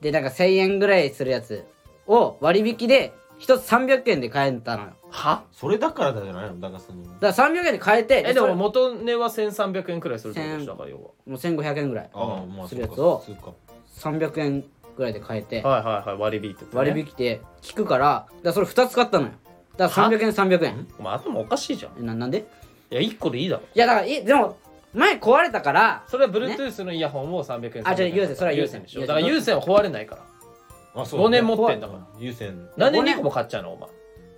[SPEAKER 1] でなんか1000円ぐらいするやつを割引で1つ300円で買えたのよ
[SPEAKER 2] は
[SPEAKER 3] それだからだじゃないのだからその
[SPEAKER 1] だから300円で買えて
[SPEAKER 2] えで
[SPEAKER 1] それ
[SPEAKER 2] も
[SPEAKER 1] も
[SPEAKER 2] 元値は1300円くらいするってことでしょだから要
[SPEAKER 1] う1500円ぐらい
[SPEAKER 3] ああまあ
[SPEAKER 1] す
[SPEAKER 3] そ
[SPEAKER 1] る
[SPEAKER 3] う
[SPEAKER 1] や
[SPEAKER 3] か
[SPEAKER 1] つを
[SPEAKER 3] そうか
[SPEAKER 1] 300円ぐらいで買えて
[SPEAKER 2] ははいはいはい割引ってことね
[SPEAKER 1] 割引で聞くからだからそれ2つ買ったのよだから300円300円
[SPEAKER 2] お前頭おかしいじゃんい
[SPEAKER 1] えななんで
[SPEAKER 2] や1個でいいだろ
[SPEAKER 1] いやだからいでも前壊れたから
[SPEAKER 2] それは Bluetooth のイヤホンも300円
[SPEAKER 1] あじゃあ有線それは有線
[SPEAKER 2] でしょだから有線は壊れないから
[SPEAKER 3] あそう
[SPEAKER 2] 5年持ってんだから
[SPEAKER 3] 優先
[SPEAKER 2] なんで2個も買っちゃうのお前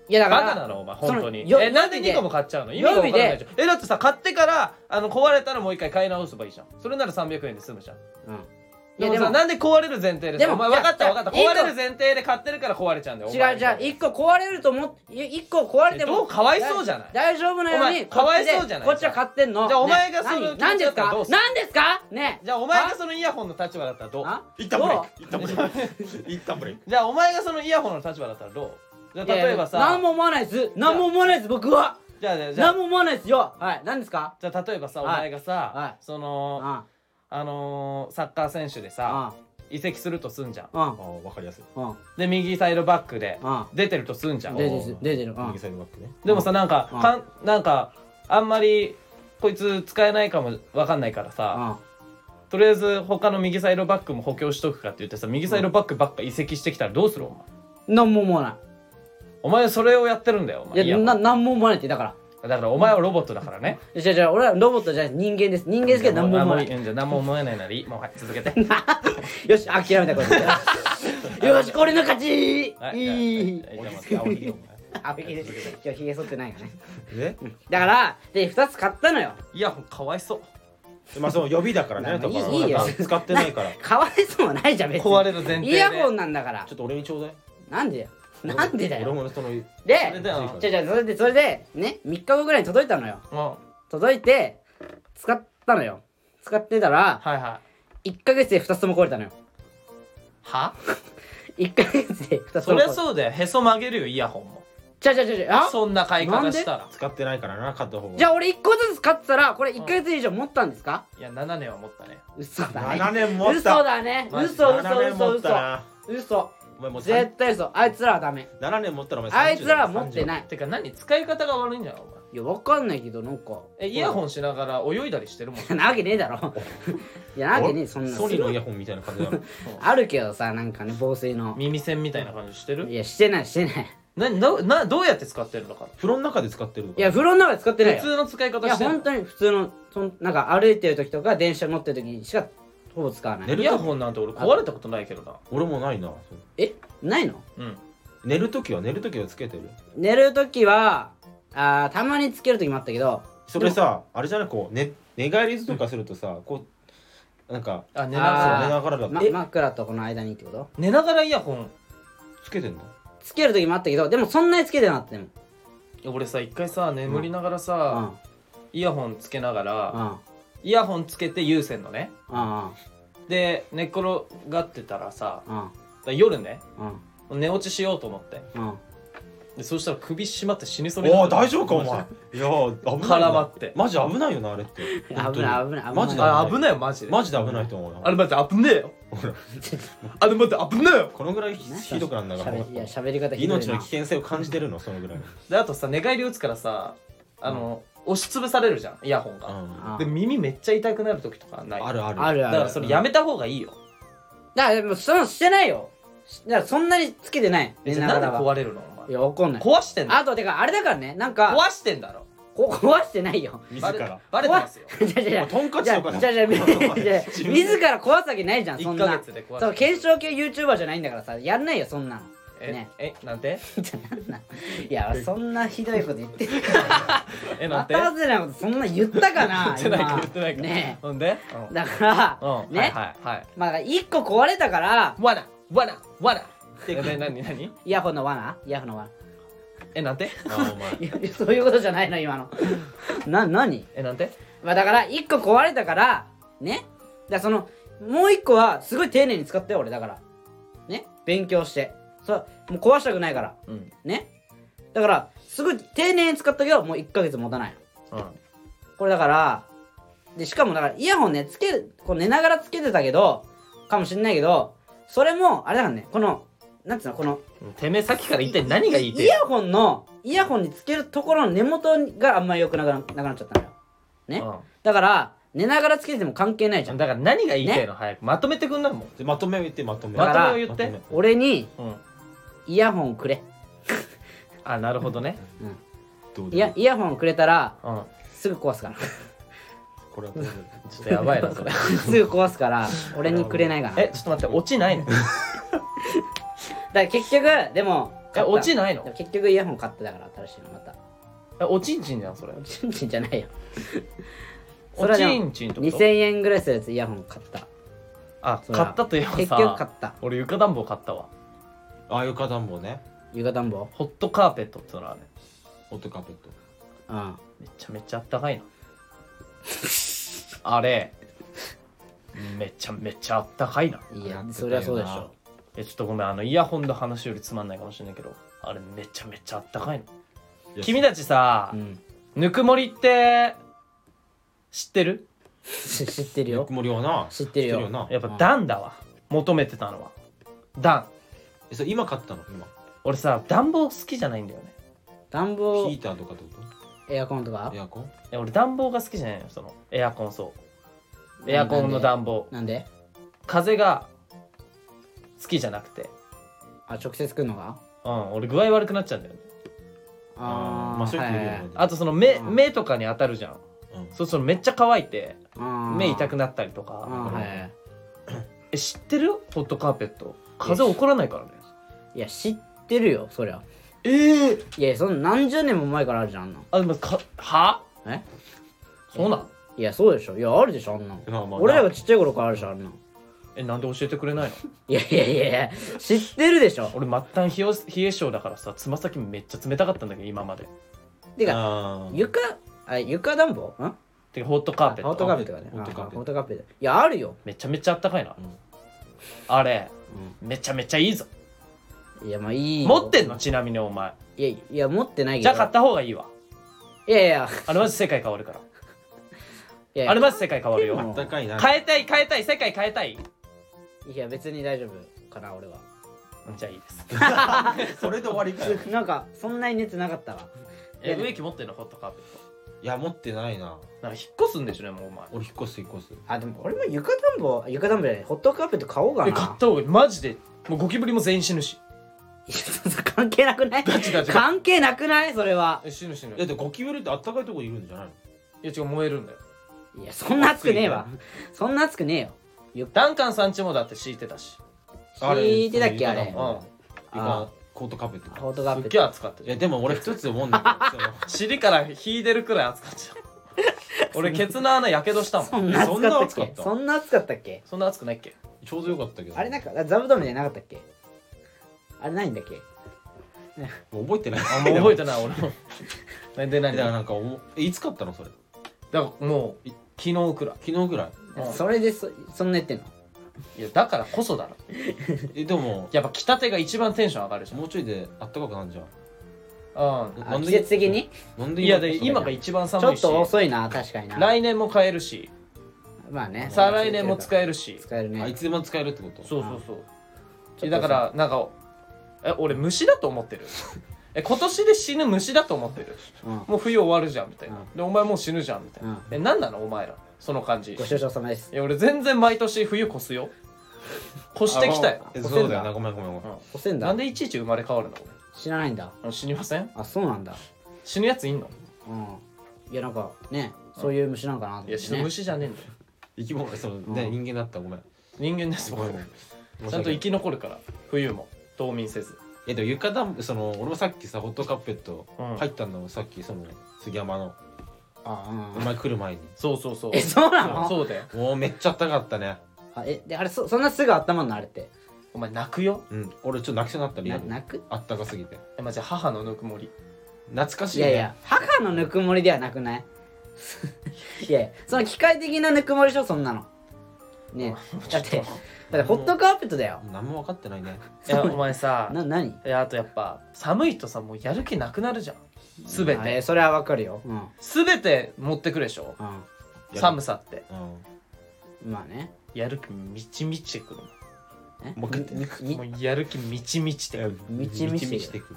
[SPEAKER 1] いやだか
[SPEAKER 2] バ
[SPEAKER 1] ら
[SPEAKER 2] カなのお前本当に
[SPEAKER 1] そのよ
[SPEAKER 2] えなんで2個も買っちゃうの意味が分からないでしょえだってさ買ってからあの壊れたらもう一回買い直せばいいじゃんそれなら300円で済むじゃん
[SPEAKER 1] うんい
[SPEAKER 2] で
[SPEAKER 1] や
[SPEAKER 2] も
[SPEAKER 1] で
[SPEAKER 2] さ
[SPEAKER 1] も
[SPEAKER 2] なんで壊れる前提で
[SPEAKER 1] で
[SPEAKER 2] さ
[SPEAKER 1] も
[SPEAKER 2] お前分かった
[SPEAKER 1] いや
[SPEAKER 2] 分かった
[SPEAKER 1] いや
[SPEAKER 2] 壊れる前提で買ってるから壊れちゃうんだよお前
[SPEAKER 1] 違うじゃあ1個壊れると思って1個壊れても
[SPEAKER 2] どうかわいそうじゃない
[SPEAKER 1] 大丈夫なよう
[SPEAKER 2] お
[SPEAKER 1] に買っ
[SPEAKER 2] 前
[SPEAKER 1] て
[SPEAKER 2] かわいそうじゃない
[SPEAKER 1] こっちは買ってんの
[SPEAKER 2] じゃあ
[SPEAKER 1] ね
[SPEAKER 2] お前がそ
[SPEAKER 1] 何
[SPEAKER 2] の気持ち
[SPEAKER 1] 何です
[SPEAKER 2] だったら
[SPEAKER 1] か
[SPEAKER 2] どうする
[SPEAKER 1] 何ですかね
[SPEAKER 2] じゃあお前がそのイヤホンの立場だったらどう
[SPEAKER 1] あ
[SPEAKER 3] 一旦ブレイク一旦ブレイク一旦ブレイク
[SPEAKER 2] じゃあお前がそのイヤホンの立場だったらどうじゃあ例えば
[SPEAKER 1] いやいや
[SPEAKER 2] さ
[SPEAKER 1] 何も思わないです何も思わないです僕は
[SPEAKER 2] じゃあじゃあじゃあ
[SPEAKER 1] 何も思わないですよはい何ですか
[SPEAKER 2] じゃあ例えばさお
[SPEAKER 1] はい
[SPEAKER 2] 前がさ、
[SPEAKER 1] はい
[SPEAKER 2] その
[SPEAKER 1] あ
[SPEAKER 2] あのーサッカー選手でさ
[SPEAKER 1] あ
[SPEAKER 2] 移籍するとすんじゃん
[SPEAKER 1] ああ
[SPEAKER 3] ああわかりやすい
[SPEAKER 1] うん
[SPEAKER 2] で右サイドバックで
[SPEAKER 1] う
[SPEAKER 2] 出てるとすんじゃん
[SPEAKER 1] ん
[SPEAKER 2] で
[SPEAKER 1] 出てる出てるうん
[SPEAKER 3] 右サイドバックね
[SPEAKER 2] もさなんか
[SPEAKER 1] うん
[SPEAKER 2] かんなんかあんまりこいつ使えないかもわかんないからさとりあえず他の右サイドバックも補強しとくかって言ってさ右サイドバックばっか移籍してきたらどうするお前
[SPEAKER 1] うん何も思わな
[SPEAKER 2] お前それをやってるんだよお
[SPEAKER 1] い
[SPEAKER 2] 前
[SPEAKER 1] い
[SPEAKER 2] イ
[SPEAKER 1] や
[SPEAKER 2] ヤホン
[SPEAKER 1] な何も思わないってだから
[SPEAKER 2] だからお前はロボットだからね
[SPEAKER 1] 違う違う俺はロボットじゃない人間です人間ですけど何も思わない
[SPEAKER 2] いやじゃあ何も思えないならいいもうはい続 けて
[SPEAKER 1] よし諦めたこれでよしこれの勝ち
[SPEAKER 2] はい
[SPEAKER 1] いい
[SPEAKER 2] じゃあはいじゃあまた青いよお前
[SPEAKER 1] あひげ今日ひげ剃ってないからね
[SPEAKER 3] え
[SPEAKER 1] だからで2つ買ったのよ
[SPEAKER 2] イヤホンかわいそう
[SPEAKER 3] まあその予備だからねだか
[SPEAKER 1] まあ
[SPEAKER 3] ら
[SPEAKER 1] いいいいよ
[SPEAKER 3] 使ってないからち
[SPEAKER 1] かわいそうもないじゃん別に
[SPEAKER 2] 壊れる前提
[SPEAKER 1] イ
[SPEAKER 2] で
[SPEAKER 1] ヤホンなんだから
[SPEAKER 3] ょっと俺にちょうだい
[SPEAKER 1] なんでよなんでだ
[SPEAKER 3] 俺
[SPEAKER 1] よ
[SPEAKER 3] もその
[SPEAKER 2] それ
[SPEAKER 1] で
[SPEAKER 2] であ
[SPEAKER 1] じゃあじゃあそれでそれでね3日後ぐらいに届いたのよ
[SPEAKER 2] の
[SPEAKER 1] 届いて使ったのよ使ってたら
[SPEAKER 2] はいはい
[SPEAKER 1] 1ヶ月で2つとも壊れたのよ
[SPEAKER 2] は
[SPEAKER 1] 1ヶ月で2つと
[SPEAKER 2] そ
[SPEAKER 1] も
[SPEAKER 2] り
[SPEAKER 1] 壊れ
[SPEAKER 2] ゃ
[SPEAKER 1] た
[SPEAKER 2] そうだよへそ曲げるよイヤホンも
[SPEAKER 1] じゃあじゃあじゃあじゃあ
[SPEAKER 2] そんな買い方したら
[SPEAKER 3] 使ってないからな買った方が
[SPEAKER 1] じゃあ俺1個ずつ買ってたらこれ1ヶ月以上持ったんですか
[SPEAKER 2] いや7年は持ったね
[SPEAKER 1] 嘘だね
[SPEAKER 3] 7年持
[SPEAKER 1] 嘘
[SPEAKER 3] った
[SPEAKER 1] だね嘘
[SPEAKER 2] マジ
[SPEAKER 1] 嘘
[SPEAKER 3] 7年
[SPEAKER 1] 嘘
[SPEAKER 3] 持っ
[SPEAKER 1] 嘘
[SPEAKER 3] たな
[SPEAKER 1] 嘘
[SPEAKER 3] お前もう
[SPEAKER 1] 絶対嘘あいつらはダメ
[SPEAKER 3] 7年持ったらお前30
[SPEAKER 1] あいつらは持ってないい
[SPEAKER 2] てか何使い方が悪いんじゃないお前
[SPEAKER 1] いやわかんないけどなんか
[SPEAKER 2] えイヤホンしながら泳いだりしてるもん
[SPEAKER 1] なわけねえだろいやなわけねえそんなの
[SPEAKER 3] ソニーのイヤホンみたいな感じだろ
[SPEAKER 1] あるけどさなんかね防水の
[SPEAKER 2] 耳栓みたいな感じしてる
[SPEAKER 1] いやしてないしてない
[SPEAKER 2] なななどうやって使ってるのか
[SPEAKER 3] 風呂の中で使ってるのか
[SPEAKER 1] いや風呂の中で使ってない
[SPEAKER 2] 普
[SPEAKER 1] よ
[SPEAKER 2] 通の使い
[SPEAKER 1] い
[SPEAKER 2] 方
[SPEAKER 1] や
[SPEAKER 2] して
[SPEAKER 1] 本
[SPEAKER 2] る
[SPEAKER 1] 当に普通のそんなんか歩いてる時とか電車乗ってる時にしかほぼ使わない
[SPEAKER 3] 寝
[SPEAKER 2] イ
[SPEAKER 3] る
[SPEAKER 2] ヤホンなんて俺壊れたことないけどな
[SPEAKER 3] 俺もないなそう
[SPEAKER 1] えないの
[SPEAKER 2] うん
[SPEAKER 3] 寝るときは寝るときはつけてる
[SPEAKER 1] 寝る時はあーたまにつける時もあったけど
[SPEAKER 3] それさあれじゃないこう、ね、寝返りとかするとさこうなんか
[SPEAKER 2] あ寝
[SPEAKER 3] そう
[SPEAKER 1] あー
[SPEAKER 2] な
[SPEAKER 3] 寝ながらだ
[SPEAKER 1] ま、
[SPEAKER 3] え
[SPEAKER 1] 枕とこの間にってこと
[SPEAKER 2] 寝ながらイヤホン
[SPEAKER 3] つけてんの
[SPEAKER 1] つける時もあったけどでもそんなにつけてなかったでも
[SPEAKER 2] 俺さ一回さ眠りながらさ、イヤホンつけながら、
[SPEAKER 1] うんうん
[SPEAKER 2] イヤホンつけて有線のね
[SPEAKER 1] うん
[SPEAKER 2] で寝っ転がってたらさ
[SPEAKER 1] うん
[SPEAKER 2] だ夜ね
[SPEAKER 1] うん
[SPEAKER 2] 寝落ちしようと思って
[SPEAKER 1] うん
[SPEAKER 2] でそしたら首絞まって死にそうに
[SPEAKER 3] お
[SPEAKER 2] な
[SPEAKER 3] お
[SPEAKER 2] った
[SPEAKER 3] 大丈夫かお前いやー危ない
[SPEAKER 2] 絡まって
[SPEAKER 3] マジ危ないよなあれって
[SPEAKER 1] 危
[SPEAKER 3] 本当に
[SPEAKER 1] ない危ない危ない
[SPEAKER 3] マ ジで
[SPEAKER 2] あ危ないよマジで
[SPEAKER 3] マジで危ないと思うな
[SPEAKER 2] あれ待って危ねえよあれ待って危ねえよ
[SPEAKER 3] このぐらいひどくなんだから
[SPEAKER 1] 喋りいや喋り方ひどい
[SPEAKER 3] 命
[SPEAKER 1] な
[SPEAKER 3] の危険性を感じてるのそのぐらい、
[SPEAKER 2] であとさ寝返り打つからさあの、押しつぶされるじゃんイヤホン
[SPEAKER 3] う
[SPEAKER 2] が、
[SPEAKER 3] ん
[SPEAKER 1] あ
[SPEAKER 2] で耳めっちゃ痛くなる時とかない
[SPEAKER 3] あるある
[SPEAKER 1] ある
[SPEAKER 2] だ
[SPEAKER 1] ある
[SPEAKER 2] からそれやめた方がいいよ、
[SPEAKER 1] だからでもそのしてないよしだからそんなにつけてない
[SPEAKER 2] え
[SPEAKER 1] み
[SPEAKER 2] じ
[SPEAKER 1] ん
[SPEAKER 2] ゃ
[SPEAKER 1] な
[SPEAKER 2] あ
[SPEAKER 1] か
[SPEAKER 2] なん
[SPEAKER 1] ら
[SPEAKER 2] で
[SPEAKER 1] は
[SPEAKER 2] 壊れるの
[SPEAKER 1] い
[SPEAKER 2] お
[SPEAKER 1] や怒んない
[SPEAKER 2] 前壊してんだ
[SPEAKER 1] あとてかあれだからねなんか
[SPEAKER 2] 壊してんだろ
[SPEAKER 1] こ壊してないよ
[SPEAKER 3] 自ら
[SPEAKER 2] バレてますよ
[SPEAKER 1] じゃじゃじゃ
[SPEAKER 3] とんか
[SPEAKER 1] じ
[SPEAKER 3] つ
[SPEAKER 1] ゃ
[SPEAKER 3] とか
[SPEAKER 1] じゃじゃじゃ
[SPEAKER 3] 自分で
[SPEAKER 1] 自ら壊すわけないじゃんそ
[SPEAKER 2] 1
[SPEAKER 1] ん
[SPEAKER 2] ヶ
[SPEAKER 1] な
[SPEAKER 2] 月で壊
[SPEAKER 1] そう
[SPEAKER 2] して
[SPEAKER 1] 検証系 YouTuber じゃないんだからさやんないよそんなの
[SPEAKER 2] え,、
[SPEAKER 1] ね
[SPEAKER 2] えなんて
[SPEAKER 1] じゃなんなんい やそんなひどいこと言って
[SPEAKER 2] えな
[SPEAKER 1] ま
[SPEAKER 2] んて
[SPEAKER 1] た外れなことそんな言ったかな
[SPEAKER 2] 言ってないか
[SPEAKER 1] 今
[SPEAKER 2] 言ってないか
[SPEAKER 1] ね
[SPEAKER 2] ほんで
[SPEAKER 1] えだから、
[SPEAKER 2] うん、うん
[SPEAKER 1] ね、
[SPEAKER 2] はいはいはい
[SPEAKER 1] まあ一個壊れたから
[SPEAKER 2] わなわなわなえななになに
[SPEAKER 1] イヤホンの罠イヤホンの罠
[SPEAKER 2] えなんて
[SPEAKER 3] あお前
[SPEAKER 1] いやそういうことじゃないの今のな何
[SPEAKER 2] えなんて
[SPEAKER 1] まあだから一個壊れたからねだからそのもう一個はすごい丁寧に使ったよ俺だからね勉強してそうもう壊したくないから
[SPEAKER 2] うん
[SPEAKER 1] ねだからすごい丁寧に使ったけどもう1ヶ月持たないの
[SPEAKER 2] うん
[SPEAKER 1] これだからでしかもだからイヤホンねつけるこう寝ながらつけてたけどかもしんないけどそれもあれだからねこのなんつうのこの
[SPEAKER 2] てめえさっきから一体何が言いて
[SPEAKER 1] イ
[SPEAKER 2] え
[SPEAKER 1] ヤホンのイヤホンにつけるところの根元があんまり良くなくななくなっちゃったのよね、
[SPEAKER 2] う
[SPEAKER 1] だから寝ながらつけてても関係ないじゃ
[SPEAKER 2] ん
[SPEAKER 1] ん
[SPEAKER 2] だから何が言いてえの早くまとめてくんないもん
[SPEAKER 3] でまとめを言ってまとめを
[SPEAKER 1] だ
[SPEAKER 2] ま
[SPEAKER 1] から
[SPEAKER 2] とめを言って
[SPEAKER 3] まとめ
[SPEAKER 1] 俺に
[SPEAKER 2] うん
[SPEAKER 1] イヤホンくれ
[SPEAKER 2] あなるほどね
[SPEAKER 3] どう
[SPEAKER 1] いやイヤホンくれたら
[SPEAKER 2] うん
[SPEAKER 1] すぐ壊すから
[SPEAKER 3] これはどうだろう
[SPEAKER 2] ちょっとやばい なそれ
[SPEAKER 1] すぐ壊すから俺にくれないかなだ
[SPEAKER 2] えちょっと待って落 ちないの
[SPEAKER 1] から結局でも
[SPEAKER 2] え
[SPEAKER 1] 買った
[SPEAKER 2] 落ちないの
[SPEAKER 1] でも結局イヤホン買っただから新しいのまた
[SPEAKER 2] え落ちんちんじゃんそれ
[SPEAKER 1] ちんちんじゃ ないよそれ
[SPEAKER 2] 落
[SPEAKER 1] はで
[SPEAKER 2] ち
[SPEAKER 1] も
[SPEAKER 2] んちんってこと
[SPEAKER 1] 2000円ぐらいするやつイヤホン買った
[SPEAKER 2] あ
[SPEAKER 1] それ
[SPEAKER 2] 買
[SPEAKER 1] は
[SPEAKER 2] ったといえばさ
[SPEAKER 1] 結局買った
[SPEAKER 2] 俺床暖房買ったわ
[SPEAKER 3] ああいう暖房ね
[SPEAKER 1] 床暖房
[SPEAKER 2] ホットカーペットってのはね
[SPEAKER 3] ホットカーペット
[SPEAKER 1] うん
[SPEAKER 2] めちゃめちゃあった かいなあれめちゃめちゃあったかいない
[SPEAKER 1] や
[SPEAKER 3] なんて
[SPEAKER 1] そりゃそうでし
[SPEAKER 3] だよ
[SPEAKER 1] ょ
[SPEAKER 2] えちょっとごめんあのイヤホンの話よりつまんないかもしれないけどあれめちゃめちゃあったかいの
[SPEAKER 3] いや
[SPEAKER 2] 君たちさ、
[SPEAKER 1] うん
[SPEAKER 2] ぬくもりって知ってる
[SPEAKER 1] 知知ってる
[SPEAKER 3] ぬ
[SPEAKER 1] よ
[SPEAKER 3] くもりはな
[SPEAKER 1] 知ってるよ
[SPEAKER 3] な
[SPEAKER 2] やっぱ
[SPEAKER 1] うん
[SPEAKER 2] 暖だわ求めてたのは暖
[SPEAKER 3] えそれ今買ったの今
[SPEAKER 2] 俺さ暖房好きじゃないんだよね
[SPEAKER 1] 暖
[SPEAKER 3] ヒ
[SPEAKER 1] 房
[SPEAKER 3] ーターとかってこ
[SPEAKER 1] エアコンとか
[SPEAKER 3] とエアコン
[SPEAKER 2] いや俺暖房が好きじゃないのよそのエアコンそうエアコンの暖房
[SPEAKER 1] なんで
[SPEAKER 2] 風が好きじゃなくて
[SPEAKER 1] あ直接来るのが
[SPEAKER 2] うん俺具合悪くなっちゃうんだよね
[SPEAKER 1] あー
[SPEAKER 3] まあそれ
[SPEAKER 1] は
[SPEAKER 3] って
[SPEAKER 1] い
[SPEAKER 3] 言う
[SPEAKER 1] は
[SPEAKER 3] よ
[SPEAKER 1] い
[SPEAKER 3] ね
[SPEAKER 2] あとその目,、
[SPEAKER 1] うん
[SPEAKER 2] 目とかに当たるじゃん
[SPEAKER 3] うん
[SPEAKER 2] そうするとめっちゃ乾いて
[SPEAKER 1] あー
[SPEAKER 2] 目痛くなったりと
[SPEAKER 1] あ
[SPEAKER 2] か
[SPEAKER 1] ーはいは
[SPEAKER 2] え知ってるホットカーペット風起こらないからね
[SPEAKER 1] いいや知ってるよそりゃ
[SPEAKER 2] ええ
[SPEAKER 1] いやその何十年も前からあるじゃんあんなの
[SPEAKER 2] あでもかは
[SPEAKER 1] え
[SPEAKER 2] そうなん
[SPEAKER 1] いやそうでしょいやあるでしょあんなの
[SPEAKER 3] まあまあ
[SPEAKER 1] 俺らがちっちゃい頃からあるでしょあんなの
[SPEAKER 2] えなんで教えてくれないの
[SPEAKER 1] いやいやいやいや知ってるでしょ
[SPEAKER 2] 俺末端冷え冷え性だからさつま先めっちゃ冷たかったんだけど今まで
[SPEAKER 1] てか
[SPEAKER 3] あー
[SPEAKER 1] 床あ床暖房ん
[SPEAKER 2] てかホットカーペット
[SPEAKER 1] ホットカーペットがね
[SPEAKER 3] ホットカーペット
[SPEAKER 1] あホットカーペットいやあるよ、
[SPEAKER 2] めちゃめちゃあったかいな、あれめちゃめちゃいいぞ
[SPEAKER 1] いやまあいいよ
[SPEAKER 2] 持ってんのちなみにお前
[SPEAKER 1] いやいや持ってないけ
[SPEAKER 2] じ
[SPEAKER 1] ど
[SPEAKER 2] ゃあ買った方がいいわ
[SPEAKER 1] いやいや
[SPEAKER 2] あれマジ世界変わるから
[SPEAKER 1] いや
[SPEAKER 2] あれマジ世界変わるよ
[SPEAKER 3] あったかいな
[SPEAKER 2] 変えたい変えたい世界変えたい
[SPEAKER 1] いや別に大丈夫かな俺は
[SPEAKER 2] じゃあいいです
[SPEAKER 3] それで終わりかよ
[SPEAKER 1] なんかそんなに熱なかったわ
[SPEAKER 2] え植木持ってんのホットカーペット
[SPEAKER 3] いや持ってないな
[SPEAKER 2] なんか引っ越すんでしょねもうお前
[SPEAKER 3] 俺引っ越す引っ越す
[SPEAKER 1] あでも俺も床暖房床暖房じゃないホットカーペット買おうかな
[SPEAKER 2] え買った方がいいマジでもうゴキブリも全員死ぬし
[SPEAKER 1] いやそうそう関係なくない
[SPEAKER 2] ガチガチ
[SPEAKER 1] 関係なくないそれは
[SPEAKER 2] え死ぬ死ぬ
[SPEAKER 3] だってゴキブリってあったかいとこいるんじゃないの
[SPEAKER 2] いや違う燃えるんだよ
[SPEAKER 1] いやそんな熱くねえわそんな熱くねえよ
[SPEAKER 2] ダンカンさんちもだって敷いてたし
[SPEAKER 1] 敷いてたっけあれ
[SPEAKER 2] う
[SPEAKER 3] あ
[SPEAKER 2] ん
[SPEAKER 3] 今コートかぶって
[SPEAKER 1] ホットカ
[SPEAKER 2] す
[SPEAKER 1] ー
[SPEAKER 2] っ
[SPEAKER 1] ペ
[SPEAKER 2] げえ
[SPEAKER 1] ッ
[SPEAKER 2] 暑かった
[SPEAKER 3] い
[SPEAKER 2] じゃ
[SPEAKER 3] や
[SPEAKER 2] ん
[SPEAKER 3] でも俺一つ思うんだけどその
[SPEAKER 2] 尻から引いてるくらい暑かったじゃん 俺ケツの穴やけどしたもん
[SPEAKER 1] そんな暑かったっけ
[SPEAKER 3] そんな暑かった
[SPEAKER 1] そんな暑かったっけ
[SPEAKER 2] そんな熱くないっけ
[SPEAKER 3] ちょうどよかったけど
[SPEAKER 1] あれなんかあ座布団みたいなのなかったっけあれないんだっけ
[SPEAKER 3] もう覚えてない
[SPEAKER 2] あもう覚えてない俺もなん で
[SPEAKER 3] な
[SPEAKER 2] 何
[SPEAKER 3] い
[SPEAKER 2] だ
[SPEAKER 3] だからなん
[SPEAKER 2] か
[SPEAKER 3] かおもえいつ買ったのそれ
[SPEAKER 2] らもう昨日くらい
[SPEAKER 3] 昨日ぐらい
[SPEAKER 2] うん
[SPEAKER 1] それでそそんなやってんの
[SPEAKER 2] いやだからこそだろ
[SPEAKER 3] えでも
[SPEAKER 2] やっぱ着たてが一番テンション上がるじ
[SPEAKER 3] もうちょいであったかくなるじゃん
[SPEAKER 2] ゃん
[SPEAKER 1] あ
[SPEAKER 3] なんで
[SPEAKER 1] 季節的に
[SPEAKER 3] なん
[SPEAKER 2] う
[SPEAKER 3] で
[SPEAKER 2] んい
[SPEAKER 3] 今
[SPEAKER 2] やで今が
[SPEAKER 3] 買っ
[SPEAKER 2] 一番
[SPEAKER 1] ちょ
[SPEAKER 2] 寒い
[SPEAKER 1] っ
[SPEAKER 2] し
[SPEAKER 1] と遅いな確かにな
[SPEAKER 2] 来年も買えるし
[SPEAKER 1] まあね
[SPEAKER 2] 再来年も使
[SPEAKER 1] え
[SPEAKER 2] えるし
[SPEAKER 1] 使える
[SPEAKER 3] たのあい
[SPEAKER 1] ね
[SPEAKER 3] つでも使えるってこと
[SPEAKER 2] そうそうそう
[SPEAKER 1] ちょっと
[SPEAKER 2] だからなんかえ俺虫だと思 ってるえ今年で死ぬ虫だと思ってる
[SPEAKER 1] うん
[SPEAKER 2] もう冬終わるじゃんみたいな、
[SPEAKER 1] うん
[SPEAKER 2] でお前もう死ぬじゃんみたいな、
[SPEAKER 1] うん
[SPEAKER 2] え何なのお前らその感じい
[SPEAKER 1] ご愁傷様です
[SPEAKER 2] や俺全然毎年冬越す よ越してきたよ
[SPEAKER 1] あ
[SPEAKER 3] え
[SPEAKER 1] 干せんだ
[SPEAKER 3] そうだよなごめんごめんごめん
[SPEAKER 1] 押せん
[SPEAKER 2] な
[SPEAKER 1] だ
[SPEAKER 2] んでいちいち生まれ変わるの
[SPEAKER 1] 知らないんだ
[SPEAKER 2] 俺死にません
[SPEAKER 1] あそうなんだ
[SPEAKER 2] 死ぬやついんの
[SPEAKER 1] うんいやなんかねそういう虫なんかなと思
[SPEAKER 2] いや
[SPEAKER 1] って
[SPEAKER 2] 死ぬ
[SPEAKER 1] ね
[SPEAKER 2] 虫じゃねえんだよ
[SPEAKER 3] 生き物そのね人間だったごめん
[SPEAKER 2] 人間です
[SPEAKER 3] ごめ
[SPEAKER 2] 僕
[SPEAKER 3] んごめん
[SPEAKER 2] ちゃんと生き残るから冬も冬眠せず
[SPEAKER 3] えでも浴衣その俺もさっきさホットカッペット
[SPEAKER 2] うん
[SPEAKER 3] 入ったんだもんさっきその杉山の
[SPEAKER 1] あ
[SPEAKER 3] お
[SPEAKER 1] うん
[SPEAKER 3] 前来る前に
[SPEAKER 2] そうそうそう
[SPEAKER 1] えそうな
[SPEAKER 2] そう
[SPEAKER 1] の
[SPEAKER 2] そうだよ
[SPEAKER 3] もうめっちゃ暖かかったね
[SPEAKER 1] あえであれそそんなすぐ温まんのあれって
[SPEAKER 2] お前泣くよ
[SPEAKER 3] うん俺ちょっと泣きそうになったリア
[SPEAKER 1] な
[SPEAKER 3] ルに
[SPEAKER 1] 泣く
[SPEAKER 3] あったかすぎて
[SPEAKER 2] えマジ母のぬくもり
[SPEAKER 3] 懐かし
[SPEAKER 1] い
[SPEAKER 3] いね
[SPEAKER 1] やいや母のぬくもりではなくない いやいやその機械的なぬくもりでしょそんなのねだってだってホットカーペットだよ
[SPEAKER 3] 何も分かってないね
[SPEAKER 2] いやお前さ
[SPEAKER 1] な何
[SPEAKER 2] いやあとやっぱ寒いとさもうやる気なくなるじゃんすべ
[SPEAKER 1] あえ
[SPEAKER 2] て
[SPEAKER 1] それはわかるようん、うん、
[SPEAKER 2] すべて持ってくるでしょ寒さって
[SPEAKER 3] うん
[SPEAKER 1] まあね
[SPEAKER 2] やる気みちみちてくる
[SPEAKER 1] え
[SPEAKER 3] もう一回
[SPEAKER 1] みみ
[SPEAKER 2] もうやる気みちみちてくる
[SPEAKER 1] みちみち
[SPEAKER 3] てくる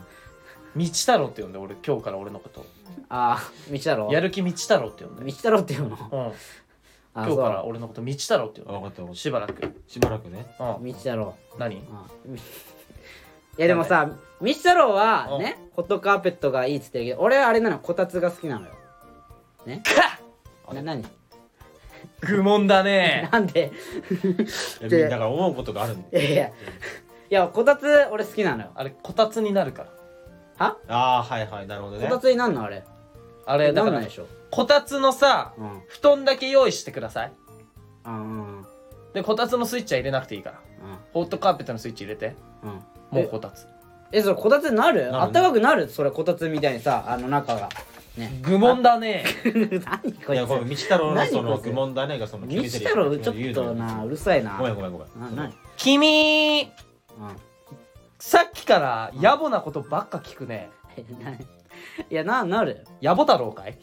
[SPEAKER 2] みち太郎って呼んで俺今日から俺のこと
[SPEAKER 1] あー道太郎
[SPEAKER 2] やる気みち太郎って呼んで
[SPEAKER 1] 道太郎っていうの
[SPEAKER 2] うん
[SPEAKER 1] あ
[SPEAKER 2] 今
[SPEAKER 1] そ
[SPEAKER 2] 日
[SPEAKER 1] う
[SPEAKER 2] から俺のこと道太郎って
[SPEAKER 3] あ
[SPEAKER 2] 呼ん
[SPEAKER 3] 分かった分か
[SPEAKER 2] で
[SPEAKER 3] っ
[SPEAKER 2] しばらく
[SPEAKER 3] たしばらくね
[SPEAKER 2] うん
[SPEAKER 1] 道太郎
[SPEAKER 2] 何
[SPEAKER 1] うんみいやでもさ道太郎は
[SPEAKER 2] うん
[SPEAKER 1] ねホットカーペットがいいっつってるけど俺はあれなのこたつが好きなのよ
[SPEAKER 2] か
[SPEAKER 3] あ
[SPEAKER 1] な
[SPEAKER 3] れ
[SPEAKER 1] 何
[SPEAKER 2] 愚問だね
[SPEAKER 1] なんで
[SPEAKER 3] え
[SPEAKER 1] で
[SPEAKER 3] だから思うことがあるん
[SPEAKER 1] いやいやいやこたつ俺好きなのよ
[SPEAKER 2] あれこたつになるから
[SPEAKER 1] は
[SPEAKER 3] ああはいはいなるほど
[SPEAKER 1] こ
[SPEAKER 3] ね
[SPEAKER 1] たつになんのあれ
[SPEAKER 2] あ
[SPEAKER 1] あ
[SPEAKER 2] れだ
[SPEAKER 1] な
[SPEAKER 2] か
[SPEAKER 1] んない
[SPEAKER 2] ら
[SPEAKER 1] でしょ
[SPEAKER 2] こたつのさ
[SPEAKER 1] うん
[SPEAKER 2] 布団だけ用意してください
[SPEAKER 1] あうん
[SPEAKER 2] でこたつのスイッチは入れなくていいからホットカーペットのスイッチ入れて
[SPEAKER 1] うんうん
[SPEAKER 2] もうこたつ
[SPEAKER 1] えそれこたつになる
[SPEAKER 3] なる
[SPEAKER 1] あったかくなるそれこたつみたいにさあの中 が
[SPEAKER 2] 愚問だね
[SPEAKER 1] 何こ
[SPEAKER 3] いや
[SPEAKER 1] い
[SPEAKER 3] これ道太郎の
[SPEAKER 1] 何
[SPEAKER 3] その
[SPEAKER 1] こいつ
[SPEAKER 3] 愚問だねがその
[SPEAKER 1] つ道太郎ちょっとなうるさいな
[SPEAKER 3] ごめんごめんごめ
[SPEAKER 1] なん何う
[SPEAKER 2] 君
[SPEAKER 1] ん
[SPEAKER 2] さっきから野暮なことばっか聞くね
[SPEAKER 1] え ないやななる
[SPEAKER 2] 野暮太郎かい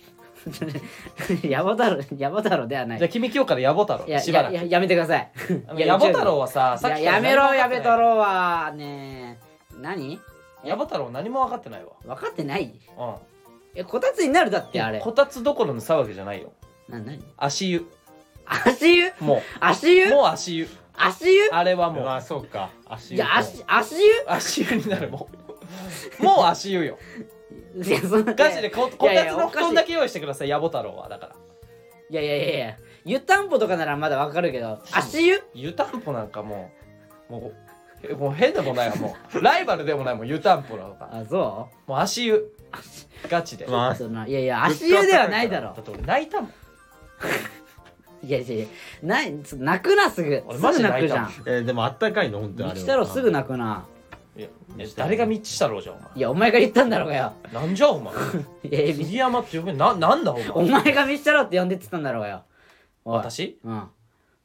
[SPEAKER 1] ヤバ 太郎ヤバ太郎ではない
[SPEAKER 2] じゃあ君今日から野暮太
[SPEAKER 1] いや
[SPEAKER 2] 郎しばら
[SPEAKER 1] いや
[SPEAKER 2] く
[SPEAKER 1] いややめてください
[SPEAKER 2] あの
[SPEAKER 1] いや
[SPEAKER 2] 野暮太郎はさ
[SPEAKER 1] い
[SPEAKER 2] さっ
[SPEAKER 1] や
[SPEAKER 2] きから
[SPEAKER 1] やめろやめ
[SPEAKER 2] 何も分かってない
[SPEAKER 1] 太郎はねえ何
[SPEAKER 2] 野暮太郎何も分かってない
[SPEAKER 1] 分かってない
[SPEAKER 2] わ
[SPEAKER 1] えこたつになるだっ
[SPEAKER 2] う
[SPEAKER 1] て
[SPEAKER 2] ん
[SPEAKER 1] あれ
[SPEAKER 2] こたつどころの騒ぎじゃないよ
[SPEAKER 1] な何
[SPEAKER 2] 足湯
[SPEAKER 1] 足湯
[SPEAKER 2] も
[SPEAKER 1] 足
[SPEAKER 2] う
[SPEAKER 1] 湯
[SPEAKER 2] もう足湯
[SPEAKER 1] 足湯
[SPEAKER 2] あれは
[SPEAKER 3] ごめん
[SPEAKER 2] もう
[SPEAKER 3] まあそうか足
[SPEAKER 1] い
[SPEAKER 3] 湯と
[SPEAKER 1] や足足湯
[SPEAKER 2] 足湯になるも うもう足湯よ
[SPEAKER 1] いやそんな
[SPEAKER 2] ガチでここ
[SPEAKER 1] いや
[SPEAKER 2] た
[SPEAKER 1] いや
[SPEAKER 2] つ
[SPEAKER 1] お
[SPEAKER 2] の布
[SPEAKER 1] かしい
[SPEAKER 2] 団だけ用意してください野暮太郎はだから
[SPEAKER 1] いやいやいやいや湯たんぽとかならまだ分かるけど足湯
[SPEAKER 2] 湯たんぽなんかもうもうえもう変でもないわもうライバルでもないもん湯たんぽなんか
[SPEAKER 1] あそ
[SPEAKER 2] もう足湯ガチで、
[SPEAKER 1] う
[SPEAKER 3] まあ
[SPEAKER 1] そんないやいや足湯ではないだろ
[SPEAKER 2] だって俺泣いたもん
[SPEAKER 1] いやいやいやないつ泣くなすぐ
[SPEAKER 2] 俺
[SPEAKER 1] す
[SPEAKER 2] マ
[SPEAKER 1] ぐ
[SPEAKER 2] ジ
[SPEAKER 1] 泣
[SPEAKER 2] 泣
[SPEAKER 1] く
[SPEAKER 2] い
[SPEAKER 1] じ
[SPEAKER 2] た
[SPEAKER 1] ゃ
[SPEAKER 2] もん
[SPEAKER 1] ん
[SPEAKER 3] えーでもあったかいの本当にあ
[SPEAKER 1] 三
[SPEAKER 3] れ
[SPEAKER 1] 木
[SPEAKER 3] は
[SPEAKER 1] 太郎すぐ泣くない
[SPEAKER 2] や誰が道太郎じゃんお
[SPEAKER 1] いやお前が言ったんだろうがよ
[SPEAKER 2] 前なんじゃお前
[SPEAKER 1] いやいやみ
[SPEAKER 2] 杉山って呼ぶななんだお前
[SPEAKER 1] お前が見したろって呼んでってたんだろうがよ。おい
[SPEAKER 2] 私
[SPEAKER 1] うん。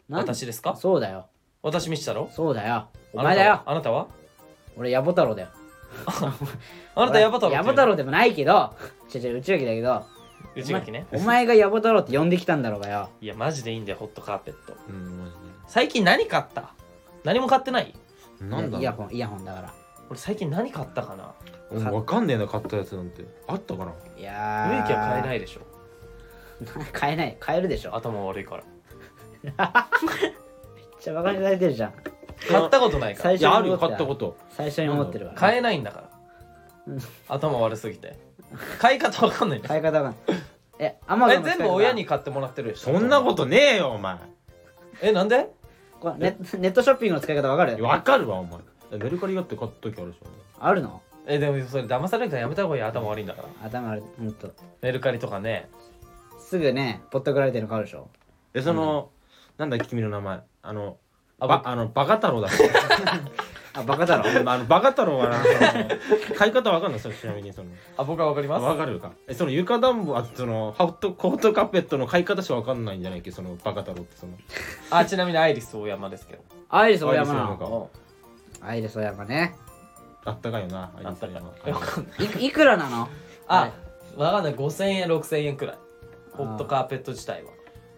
[SPEAKER 1] なん
[SPEAKER 2] 私ですか
[SPEAKER 1] そうだよ。
[SPEAKER 2] 私道太郎
[SPEAKER 1] そうだよ。お
[SPEAKER 2] あな
[SPEAKER 1] 前
[SPEAKER 2] た
[SPEAKER 1] だよ。
[SPEAKER 2] あなたは
[SPEAKER 1] 俺、ヤボ太郎だよ。
[SPEAKER 2] あなたヤバ太郎
[SPEAKER 1] ヤボ太郎でもないけど、ちょちょ、内垣だけ ど、
[SPEAKER 2] 内垣ね
[SPEAKER 1] お前がヤボ太郎って呼んできたんだろうがよ。
[SPEAKER 2] いやマジでいいんだよホットカーペット
[SPEAKER 3] うんマ
[SPEAKER 2] 最近何買った何も買ってない
[SPEAKER 3] ジでなんだ
[SPEAKER 1] イ
[SPEAKER 3] ろ
[SPEAKER 1] ヤ
[SPEAKER 3] う
[SPEAKER 1] ホン、イヤホンだから。
[SPEAKER 2] 俺最近何買ったかな
[SPEAKER 3] うんわかんねえな買ったやつなんてあったかない
[SPEAKER 1] やー。。
[SPEAKER 2] 植木は買えないいでしょ
[SPEAKER 1] 買えない。買えるでしょ。めっ
[SPEAKER 2] 頭悪いから
[SPEAKER 1] ちゃバカにされてるじゃん。
[SPEAKER 2] 買ったことないから
[SPEAKER 1] 最
[SPEAKER 3] い
[SPEAKER 1] 初に
[SPEAKER 3] やあ
[SPEAKER 1] 思
[SPEAKER 3] るよ
[SPEAKER 1] って
[SPEAKER 3] 買ったこと
[SPEAKER 1] 最初に思ってるわ。
[SPEAKER 2] 買えないんだから
[SPEAKER 1] うん
[SPEAKER 2] 頭悪すぎて買い方わかんないんだよ
[SPEAKER 1] 買い方が。え、アマゾ
[SPEAKER 2] え
[SPEAKER 1] ンの使い
[SPEAKER 2] 全
[SPEAKER 1] 方
[SPEAKER 2] 部親に買ってもらってるでしょ
[SPEAKER 3] そんなこととねえよお前
[SPEAKER 2] えなんで
[SPEAKER 1] これネ。ネットショッピングの使い方わかる
[SPEAKER 3] わかるわお前えメルカリだって買った時あるでしょ
[SPEAKER 1] あるの
[SPEAKER 2] えでもそれ騙されるからやめた方がいいよ頭悪いんだから
[SPEAKER 1] 頭ある。ほんと。
[SPEAKER 2] メルカリとかね
[SPEAKER 1] すぐねポッとくられてるの変わるでしょ
[SPEAKER 3] でその、なんだっけ君の名前あの
[SPEAKER 2] あ
[SPEAKER 3] あ
[SPEAKER 2] ば
[SPEAKER 3] ばあのバカ太郎だっ
[SPEAKER 1] あバカだろ
[SPEAKER 3] けあのバカ太郎はなんかその買い方わかんないそれちなみにその
[SPEAKER 2] あ僕はわかります
[SPEAKER 3] わかるかえその床暖房あそのホットコートカーペットの買い方しかわかんないんじゃないっけそのバカ太郎ってその
[SPEAKER 2] あちなみにアイリス大山ですけど
[SPEAKER 1] アイリス大
[SPEAKER 3] あい
[SPEAKER 1] 山
[SPEAKER 3] いです
[SPEAKER 1] な
[SPEAKER 3] よなん
[SPEAKER 1] の
[SPEAKER 3] か
[SPEAKER 1] アイリス大山ね
[SPEAKER 3] あったかいよな
[SPEAKER 2] あったかい
[SPEAKER 3] はい
[SPEAKER 2] わかんない
[SPEAKER 1] いいくらなのは
[SPEAKER 2] あ
[SPEAKER 1] い
[SPEAKER 2] わかんない5000円6000円くらいホットカーペット自体は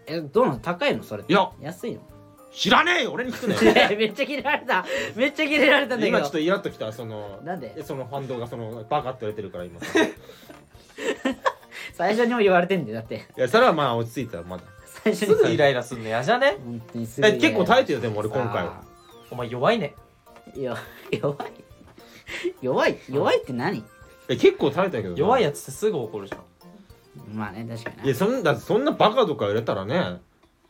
[SPEAKER 1] えどうなの高いのそれって
[SPEAKER 3] いや
[SPEAKER 1] 安いの
[SPEAKER 3] 知らねえよ俺に聞くな よ
[SPEAKER 1] めっちゃ切れられためっちゃ切れられたんだけど
[SPEAKER 3] 今ちょっとイラっときたその
[SPEAKER 1] なんで
[SPEAKER 3] えその反動がそのバカって言われてるから今 い
[SPEAKER 1] 最初にも言われてんだよだって
[SPEAKER 3] やそれはまあ落ち着いたらまだ
[SPEAKER 1] 最初
[SPEAKER 2] す
[SPEAKER 1] に
[SPEAKER 2] ぐイライラするの嫌じゃね
[SPEAKER 1] 本当にすぐ
[SPEAKER 3] え
[SPEAKER 1] イライラ
[SPEAKER 3] 結構耐えてるよでも俺今回は
[SPEAKER 2] お前弱いね
[SPEAKER 1] いや弱い弱い弱いって何
[SPEAKER 3] え結構耐えたけどな
[SPEAKER 2] 弱いやつってすぐ怒るじゃん
[SPEAKER 1] まあね確か
[SPEAKER 3] い
[SPEAKER 1] に
[SPEAKER 3] や
[SPEAKER 1] な
[SPEAKER 3] そんだってそんなバカとか入れたらね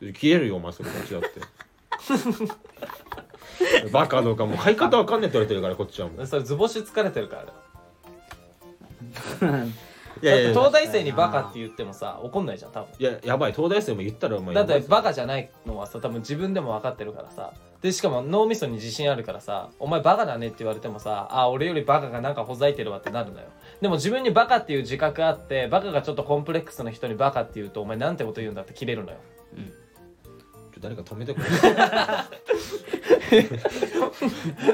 [SPEAKER 3] 消えるよお前それこっちだって バカとかもう買い方わかんねえって言われてるからこっちはもう
[SPEAKER 2] それ図星疲れてるからだよ
[SPEAKER 3] いやいやい
[SPEAKER 2] だって
[SPEAKER 3] や
[SPEAKER 2] 東大生にバカって言ってもさ怒んないじゃん多分
[SPEAKER 3] いややばい東大生も言ったらお前
[SPEAKER 2] だってバ
[SPEAKER 3] カ
[SPEAKER 2] カじゃないのはさ多分自分でも分かってるからさでしかも脳みそに自信あるからさ「お前バカだね」って言われてもさ「あ俺よりバカがなんかほざいてるわ」ってなるのよでも自分にバカっていう自覚あってバカがちょっとコンプレックスの人にバカって言うと「お前なんてこと言うんだ」って切れるのよ
[SPEAKER 3] 誰か止めて くれ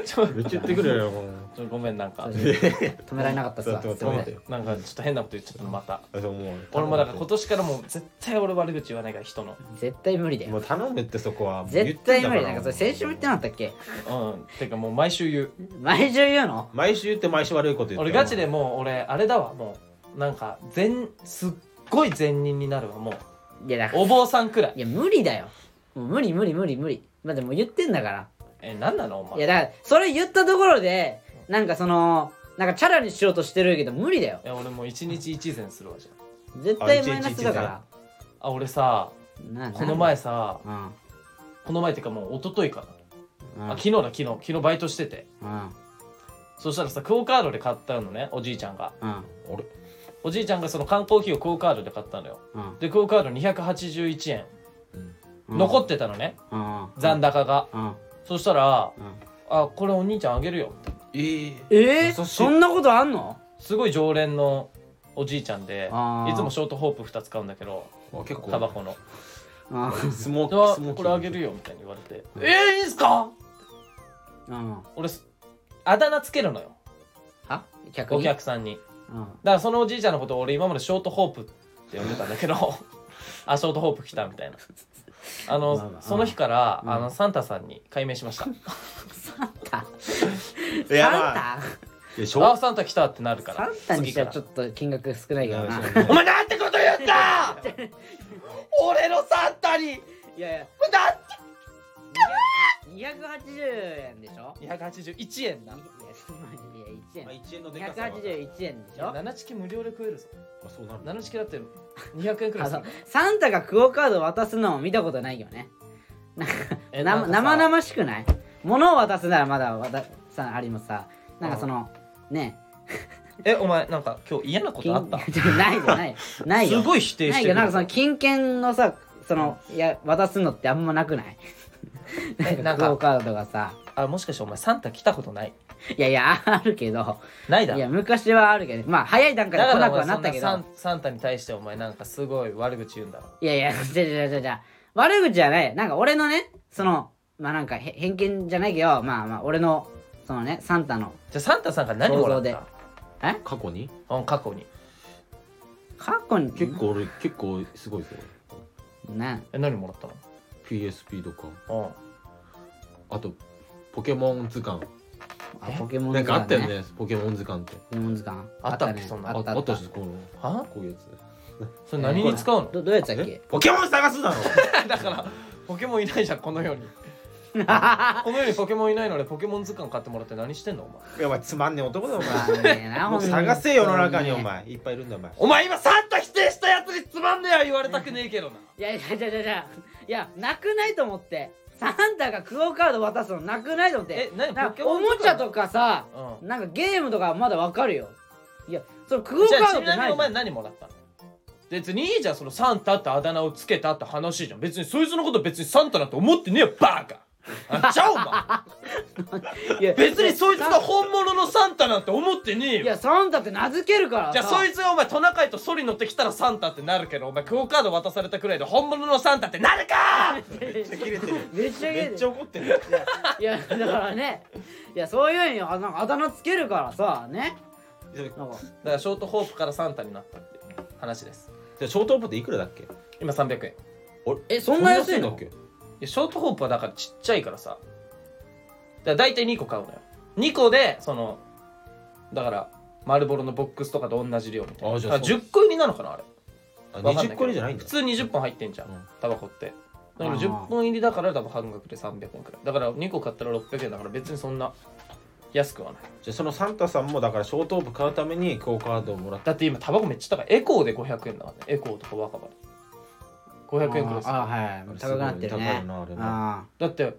[SPEAKER 2] ちょ
[SPEAKER 3] め っちゃ言ってくれよもう
[SPEAKER 2] ちょごめんなんか
[SPEAKER 1] そう止められなかった
[SPEAKER 3] ちょ
[SPEAKER 1] さ
[SPEAKER 3] っと
[SPEAKER 1] す
[SPEAKER 3] 止
[SPEAKER 1] ご
[SPEAKER 3] め
[SPEAKER 1] い
[SPEAKER 3] てよ
[SPEAKER 2] なんかちょっと変なこと言っちゃったまた
[SPEAKER 3] あそうもう
[SPEAKER 2] 俺もだから今年からもう絶対俺悪口言わないから人の
[SPEAKER 1] 絶対無理だ
[SPEAKER 3] も
[SPEAKER 1] よ
[SPEAKER 3] う頼むってそこはもう言って
[SPEAKER 1] 絶
[SPEAKER 3] ん
[SPEAKER 1] 対
[SPEAKER 3] だ
[SPEAKER 1] 無
[SPEAKER 3] から
[SPEAKER 1] 理だなんかそれ先週も言ってなかったっけ
[SPEAKER 2] うんてかもう毎週言う
[SPEAKER 1] 毎週言うの
[SPEAKER 3] 毎週言って毎週悪いこと言って
[SPEAKER 2] 俺ガチでもう俺あれだわもうなんか全すっごい善人になるわもう
[SPEAKER 1] いやだから
[SPEAKER 2] お坊さんくらい
[SPEAKER 1] いや無理だよもう無理無理無理無理だってもう言ってんだから
[SPEAKER 2] え何なのお
[SPEAKER 1] いや
[SPEAKER 2] 前
[SPEAKER 1] だからそれ言ったところでなんかそのなんかチャラにしようとしてるけど無理だよ
[SPEAKER 2] え俺もう一日一善するわじゃん
[SPEAKER 1] 絶対マイナスだから
[SPEAKER 2] あ俺さ
[SPEAKER 1] な
[SPEAKER 2] この前さ
[SPEAKER 1] うん
[SPEAKER 2] この前っていうかもう一昨日か
[SPEAKER 1] うん
[SPEAKER 2] なあ昨日だ昨日昨日バイトしてて
[SPEAKER 1] うん
[SPEAKER 2] そしたらさクオカードで買ったのねおじいちゃんが
[SPEAKER 1] うん
[SPEAKER 3] 俺
[SPEAKER 2] おじいちゃんがその缶コーヒーをクオカードで買ったのよ
[SPEAKER 1] うん
[SPEAKER 2] でクオカード281円
[SPEAKER 1] うん
[SPEAKER 2] 残ってたのね
[SPEAKER 1] うん
[SPEAKER 2] 残高が
[SPEAKER 1] うん
[SPEAKER 2] そしたら
[SPEAKER 1] うん
[SPEAKER 2] あこれお兄ちゃんあげるよ
[SPEAKER 3] ええ
[SPEAKER 1] え
[SPEAKER 3] 優し
[SPEAKER 1] ー、
[SPEAKER 3] い
[SPEAKER 1] そんなことあんの
[SPEAKER 2] すごい常連のおじいちゃんで
[SPEAKER 1] あー
[SPEAKER 2] いつもショートホープ2つ買うんだけど
[SPEAKER 3] あ結構
[SPEAKER 2] タバコの
[SPEAKER 1] うん
[SPEAKER 3] スモ
[SPEAKER 2] で
[SPEAKER 3] ー
[SPEAKER 2] あ
[SPEAKER 3] クスモーキー
[SPEAKER 2] これあげるよみたいに言われて「えー、いいんすか?
[SPEAKER 1] うん
[SPEAKER 2] 俺」あだ名つけるのよ
[SPEAKER 1] は客
[SPEAKER 2] お
[SPEAKER 1] に
[SPEAKER 2] 客さんに
[SPEAKER 1] うん
[SPEAKER 2] だからそのおじいちゃんのことを俺今までショートホープって呼んでたんだけ どあショートホープ来たみたいなあの、
[SPEAKER 1] まあまあ
[SPEAKER 2] その日から、
[SPEAKER 1] うん
[SPEAKER 2] あのサンタさんに改名しました
[SPEAKER 1] サンタ
[SPEAKER 3] いやまあ
[SPEAKER 1] サン
[SPEAKER 3] いやしょうが
[SPEAKER 2] あサンタ来たってなるか
[SPEAKER 1] タ
[SPEAKER 2] ら
[SPEAKER 1] サンタにしてはちょ
[SPEAKER 2] っ
[SPEAKER 1] っと金額少ないけどな
[SPEAKER 3] ない
[SPEAKER 2] とお前なんてこと言った 俺のサンタに
[SPEAKER 1] いやいや
[SPEAKER 2] だ
[SPEAKER 1] 280円でしょ
[SPEAKER 2] 281円
[SPEAKER 1] い
[SPEAKER 2] な
[SPEAKER 1] や1円
[SPEAKER 3] まあ一円のでかさは
[SPEAKER 1] 281円でしょ
[SPEAKER 2] 七チキ無料で食えるぞ
[SPEAKER 3] まあそうなる
[SPEAKER 2] 七チキだって200円くら
[SPEAKER 1] あ
[SPEAKER 2] いす
[SPEAKER 1] そ
[SPEAKER 2] る
[SPEAKER 1] うサンタがクオカードを渡すのも見たことないよね
[SPEAKER 2] え
[SPEAKER 1] な
[SPEAKER 2] なんかさ
[SPEAKER 1] 生々しくない物を渡すならまだ渡さありもさなんかそのね
[SPEAKER 2] えお前なんか今日嫌なことあった
[SPEAKER 1] ないよないよないよ
[SPEAKER 2] すごい否定
[SPEAKER 1] な
[SPEAKER 2] し
[SPEAKER 1] い
[SPEAKER 2] て
[SPEAKER 1] け
[SPEAKER 2] く
[SPEAKER 1] どなん
[SPEAKER 2] る
[SPEAKER 1] かその金券のさそのいや渡すのってあんまなくない
[SPEAKER 2] え
[SPEAKER 1] な
[SPEAKER 2] なんん
[SPEAKER 1] か
[SPEAKER 2] か
[SPEAKER 1] クオカードがさ
[SPEAKER 2] あもしかしてお前サンタ来たことない
[SPEAKER 1] いやいやあるけど
[SPEAKER 2] ないだ
[SPEAKER 1] い
[SPEAKER 2] ろ
[SPEAKER 1] や昔はあるけどまあ早い段
[SPEAKER 2] だ
[SPEAKER 1] 階で来
[SPEAKER 2] か
[SPEAKER 1] な
[SPEAKER 2] らお
[SPEAKER 1] くは
[SPEAKER 2] 前
[SPEAKER 1] なっ
[SPEAKER 2] そん
[SPEAKER 1] た
[SPEAKER 2] な
[SPEAKER 1] け
[SPEAKER 2] サ
[SPEAKER 1] ど
[SPEAKER 2] ンサンタに対してお前なんかすごい悪口言うんだろ
[SPEAKER 1] いやいやじゃじゃじゃじゃ悪口じゃないなんか俺のねそのまあなんかへ偏見じゃないけどまあまあ俺のそのねサンタの
[SPEAKER 2] じゃあサンタさんが何もらった
[SPEAKER 3] 過去に
[SPEAKER 2] うん過去に
[SPEAKER 1] 過去に
[SPEAKER 3] 結構俺結構すごいぞ
[SPEAKER 1] ね
[SPEAKER 2] え何もらったの
[SPEAKER 3] PSP とか
[SPEAKER 2] うん
[SPEAKER 3] あとポケモン図鑑
[SPEAKER 1] あポケモン
[SPEAKER 3] なん
[SPEAKER 1] 図
[SPEAKER 3] かあっ
[SPEAKER 1] 鑑
[SPEAKER 3] たよ
[SPEAKER 1] ね
[SPEAKER 3] ねポケモン図鑑って
[SPEAKER 1] ポケモン図鑑
[SPEAKER 2] あったっけそんな
[SPEAKER 1] あ
[SPEAKER 3] あ
[SPEAKER 1] った
[SPEAKER 3] あ
[SPEAKER 1] あっ
[SPEAKER 3] ったたしこの
[SPEAKER 2] は
[SPEAKER 3] こういうやつ
[SPEAKER 2] それ何に使うの
[SPEAKER 1] どどういうやつだっ
[SPEAKER 3] え
[SPEAKER 1] け
[SPEAKER 3] ポケモン探すだろ
[SPEAKER 2] だからポケモンいないじゃんこの 世にこの世にポケモンいないのでポケモン図鑑買ってもらって何してんのお前
[SPEAKER 3] いやお前つまんねえ男だよお
[SPEAKER 1] まあねえな
[SPEAKER 3] 前もう探せ世の中にお前いっぱいいるんだよお前
[SPEAKER 2] お前今サンタ否定したやつにつまんねえや言われたくねえけどない
[SPEAKER 1] やいやいやいやいやいやなくないと思ってサンタがクオカード渡すのなくないと思って
[SPEAKER 2] え何
[SPEAKER 1] なん
[SPEAKER 2] ポケ
[SPEAKER 1] か
[SPEAKER 2] モ
[SPEAKER 1] お
[SPEAKER 2] ン
[SPEAKER 1] もちゃとかさ
[SPEAKER 2] う
[SPEAKER 1] なんかゲームとかはまだわかるよいやそのクオ
[SPEAKER 2] んじゃあ
[SPEAKER 1] カード
[SPEAKER 2] ち
[SPEAKER 1] って
[SPEAKER 2] なみ
[SPEAKER 1] な
[SPEAKER 2] にお前
[SPEAKER 1] い
[SPEAKER 2] 何もらったの別にいいじゃんそのサンタってあだ名をつけたって話じゃん別にそいつのこと別にサンタなんて思ってねえよバカあちゃうお
[SPEAKER 1] いや
[SPEAKER 2] 前別にそいつが本物のサンタなんて思ってねえ
[SPEAKER 1] い
[SPEAKER 2] よ
[SPEAKER 1] やサンタって名付けるから
[SPEAKER 2] じゃあそい
[SPEAKER 1] つ
[SPEAKER 2] つがお前トナカイとソリ乗ってきたらサンタってなるけどお前クオカード渡されたくらいで本物のサンタってなるか
[SPEAKER 3] めっちゃ切れてる
[SPEAKER 1] めっちゃ
[SPEAKER 3] め
[SPEAKER 1] 嫌
[SPEAKER 3] っ
[SPEAKER 1] で
[SPEAKER 3] ちゃ怒ってる
[SPEAKER 1] いやだからねいやそういうふうにあなんかあだ名つけるからさねなんか
[SPEAKER 2] だからショートホープからサンタになったっていう話です
[SPEAKER 4] じゃあショートオープンっていくらだっけ
[SPEAKER 2] 今300円い
[SPEAKER 1] えそんな安い
[SPEAKER 4] だっ
[SPEAKER 1] の
[SPEAKER 4] け
[SPEAKER 2] やショートホープはだからちっちゃいからさだから大体2個買うのよ2個でそのだから丸ボロのボックスとかと同じ量みたいな
[SPEAKER 4] あじゃあ
[SPEAKER 2] だから10個入りなのかなあれ
[SPEAKER 4] あ
[SPEAKER 2] わかんないけど
[SPEAKER 4] 20個入りじゃないんだ
[SPEAKER 2] 普通20本入ってんじゃん、
[SPEAKER 4] うん
[SPEAKER 2] タバコってだから
[SPEAKER 1] あー
[SPEAKER 2] 10本入りだから多分半額で300円くらいだから2個買ったら600円だから別にそんな安くはない
[SPEAKER 4] じゃあそのサンタさんもだからショートオープン買うためにクオカードをもらった
[SPEAKER 2] だって今タバコめっちゃ高いエコーで500円だからねエコーとか若葉で500円くらいする
[SPEAKER 1] ああはい高くなってるね
[SPEAKER 4] 高いなあれ
[SPEAKER 1] あ
[SPEAKER 2] だって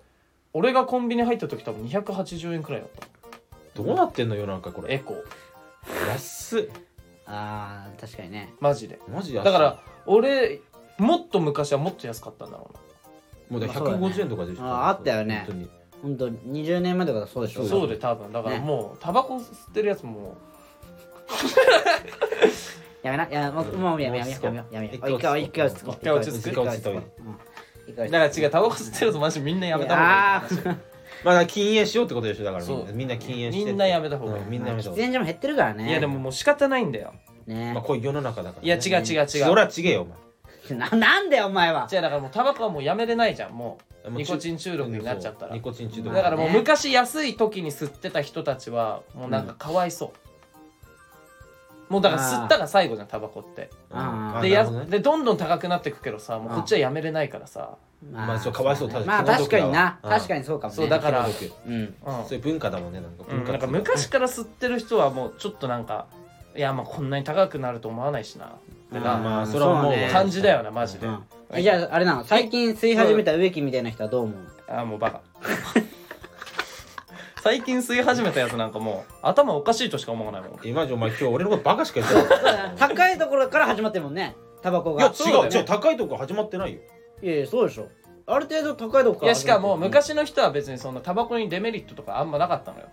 [SPEAKER 2] 俺がコンビニ入った時多分280円くらいだった
[SPEAKER 4] どうなってんの世の中こ
[SPEAKER 2] エ
[SPEAKER 4] れ
[SPEAKER 2] コー
[SPEAKER 4] 安い
[SPEAKER 1] ーあー確かにね
[SPEAKER 2] マジで
[SPEAKER 4] マジ安
[SPEAKER 2] だ
[SPEAKER 4] い
[SPEAKER 2] から俺もっと昔はもっと安かったんだろ
[SPEAKER 4] もうだか
[SPEAKER 1] まあ
[SPEAKER 4] ら
[SPEAKER 1] そうだね
[SPEAKER 4] 150円とかで
[SPEAKER 1] ああったよね
[SPEAKER 4] 本当に
[SPEAKER 1] ほんと20年前とかだそうでし
[SPEAKER 2] う
[SPEAKER 1] ょ
[SPEAKER 2] なそうで多分だから
[SPEAKER 1] ね
[SPEAKER 2] もうタバコ吸ってるやつも
[SPEAKER 1] やめなやめもうもうやめやめやめやめやめやめ
[SPEAKER 4] 一
[SPEAKER 1] 一回
[SPEAKER 4] 回
[SPEAKER 1] 一回落ち着こう
[SPEAKER 2] 一回落ち着く
[SPEAKER 1] 一回落ち着こううん一回落
[SPEAKER 2] だから
[SPEAKER 1] ち
[SPEAKER 2] 違うタバコ吸ってるやつマジみんなやめた方
[SPEAKER 1] あ
[SPEAKER 2] がいい
[SPEAKER 1] ー
[SPEAKER 4] まあだから禁煙しようってことでしょだからみん
[SPEAKER 2] そ
[SPEAKER 4] な
[SPEAKER 2] う
[SPEAKER 4] みんな禁煙 して
[SPEAKER 2] みんなやめた方がいい
[SPEAKER 4] うんみんなやめた
[SPEAKER 1] 着
[SPEAKER 4] 方
[SPEAKER 1] く
[SPEAKER 4] がいい
[SPEAKER 1] 喫煙所も減ってるからね
[SPEAKER 2] いやでももう仕方ないんだよ
[SPEAKER 1] ね
[SPEAKER 4] まあこういう世の中だから
[SPEAKER 2] いや
[SPEAKER 4] ね
[SPEAKER 2] 違う違う違
[SPEAKER 4] そうら違えよお前
[SPEAKER 1] ななんだよお前は
[SPEAKER 2] じゃあだからもうタバコはもうやめれないじゃんもう
[SPEAKER 4] もう
[SPEAKER 2] ニコチン中毒になっちゃった
[SPEAKER 4] そう
[SPEAKER 2] ら
[SPEAKER 4] ニコチン中毒
[SPEAKER 2] だからもう昔安い時に吸ってた人たちはもうなんかかわいそう、もうだから吸ったが最後じゃんタバコって
[SPEAKER 1] あー
[SPEAKER 2] で
[SPEAKER 4] な
[SPEAKER 2] や
[SPEAKER 4] るほどね
[SPEAKER 2] でどんどん高くなってくけどさもうこっちはやめれないからさ、
[SPEAKER 1] ま
[SPEAKER 4] まあそうかわいそうただ
[SPEAKER 1] まあ確かにな
[SPEAKER 4] 気の毒だわ
[SPEAKER 1] 確かにそうかもね
[SPEAKER 2] そうだから
[SPEAKER 4] 気の毒
[SPEAKER 1] うん
[SPEAKER 2] うん
[SPEAKER 4] そういう文化だもんねなんか
[SPEAKER 2] うん
[SPEAKER 4] 文化
[SPEAKER 2] なんか昔から吸ってる人はもうちょっとなんかいやまあこんなに高くなると思わないしなって
[SPEAKER 1] うん
[SPEAKER 2] な
[SPEAKER 4] まあそれはもう
[SPEAKER 1] そうね
[SPEAKER 2] 感じだよなマジで、
[SPEAKER 1] うんえじゃああれなの最近吸い始めた植木みたいな人はどう思う
[SPEAKER 2] あーもうバカ 最近吸い始めたやつなんかもう頭おかしいとしか思わないもん
[SPEAKER 4] 今じゃお前今日俺のことバカしか言ってない
[SPEAKER 1] 高いところから始まってるもんねタバコ
[SPEAKER 4] い
[SPEAKER 1] が
[SPEAKER 4] や
[SPEAKER 2] そうだよ
[SPEAKER 4] 違う
[SPEAKER 2] ね
[SPEAKER 4] 違う高いとこ始まってないよ
[SPEAKER 1] いやいやそうでしょある程度高いとこ
[SPEAKER 2] い
[SPEAKER 1] から
[SPEAKER 2] やしか
[SPEAKER 1] 始まっ
[SPEAKER 2] も
[SPEAKER 1] て
[SPEAKER 2] 昔の人は別にそんなタバコにデメリットとかあんまなかったのよ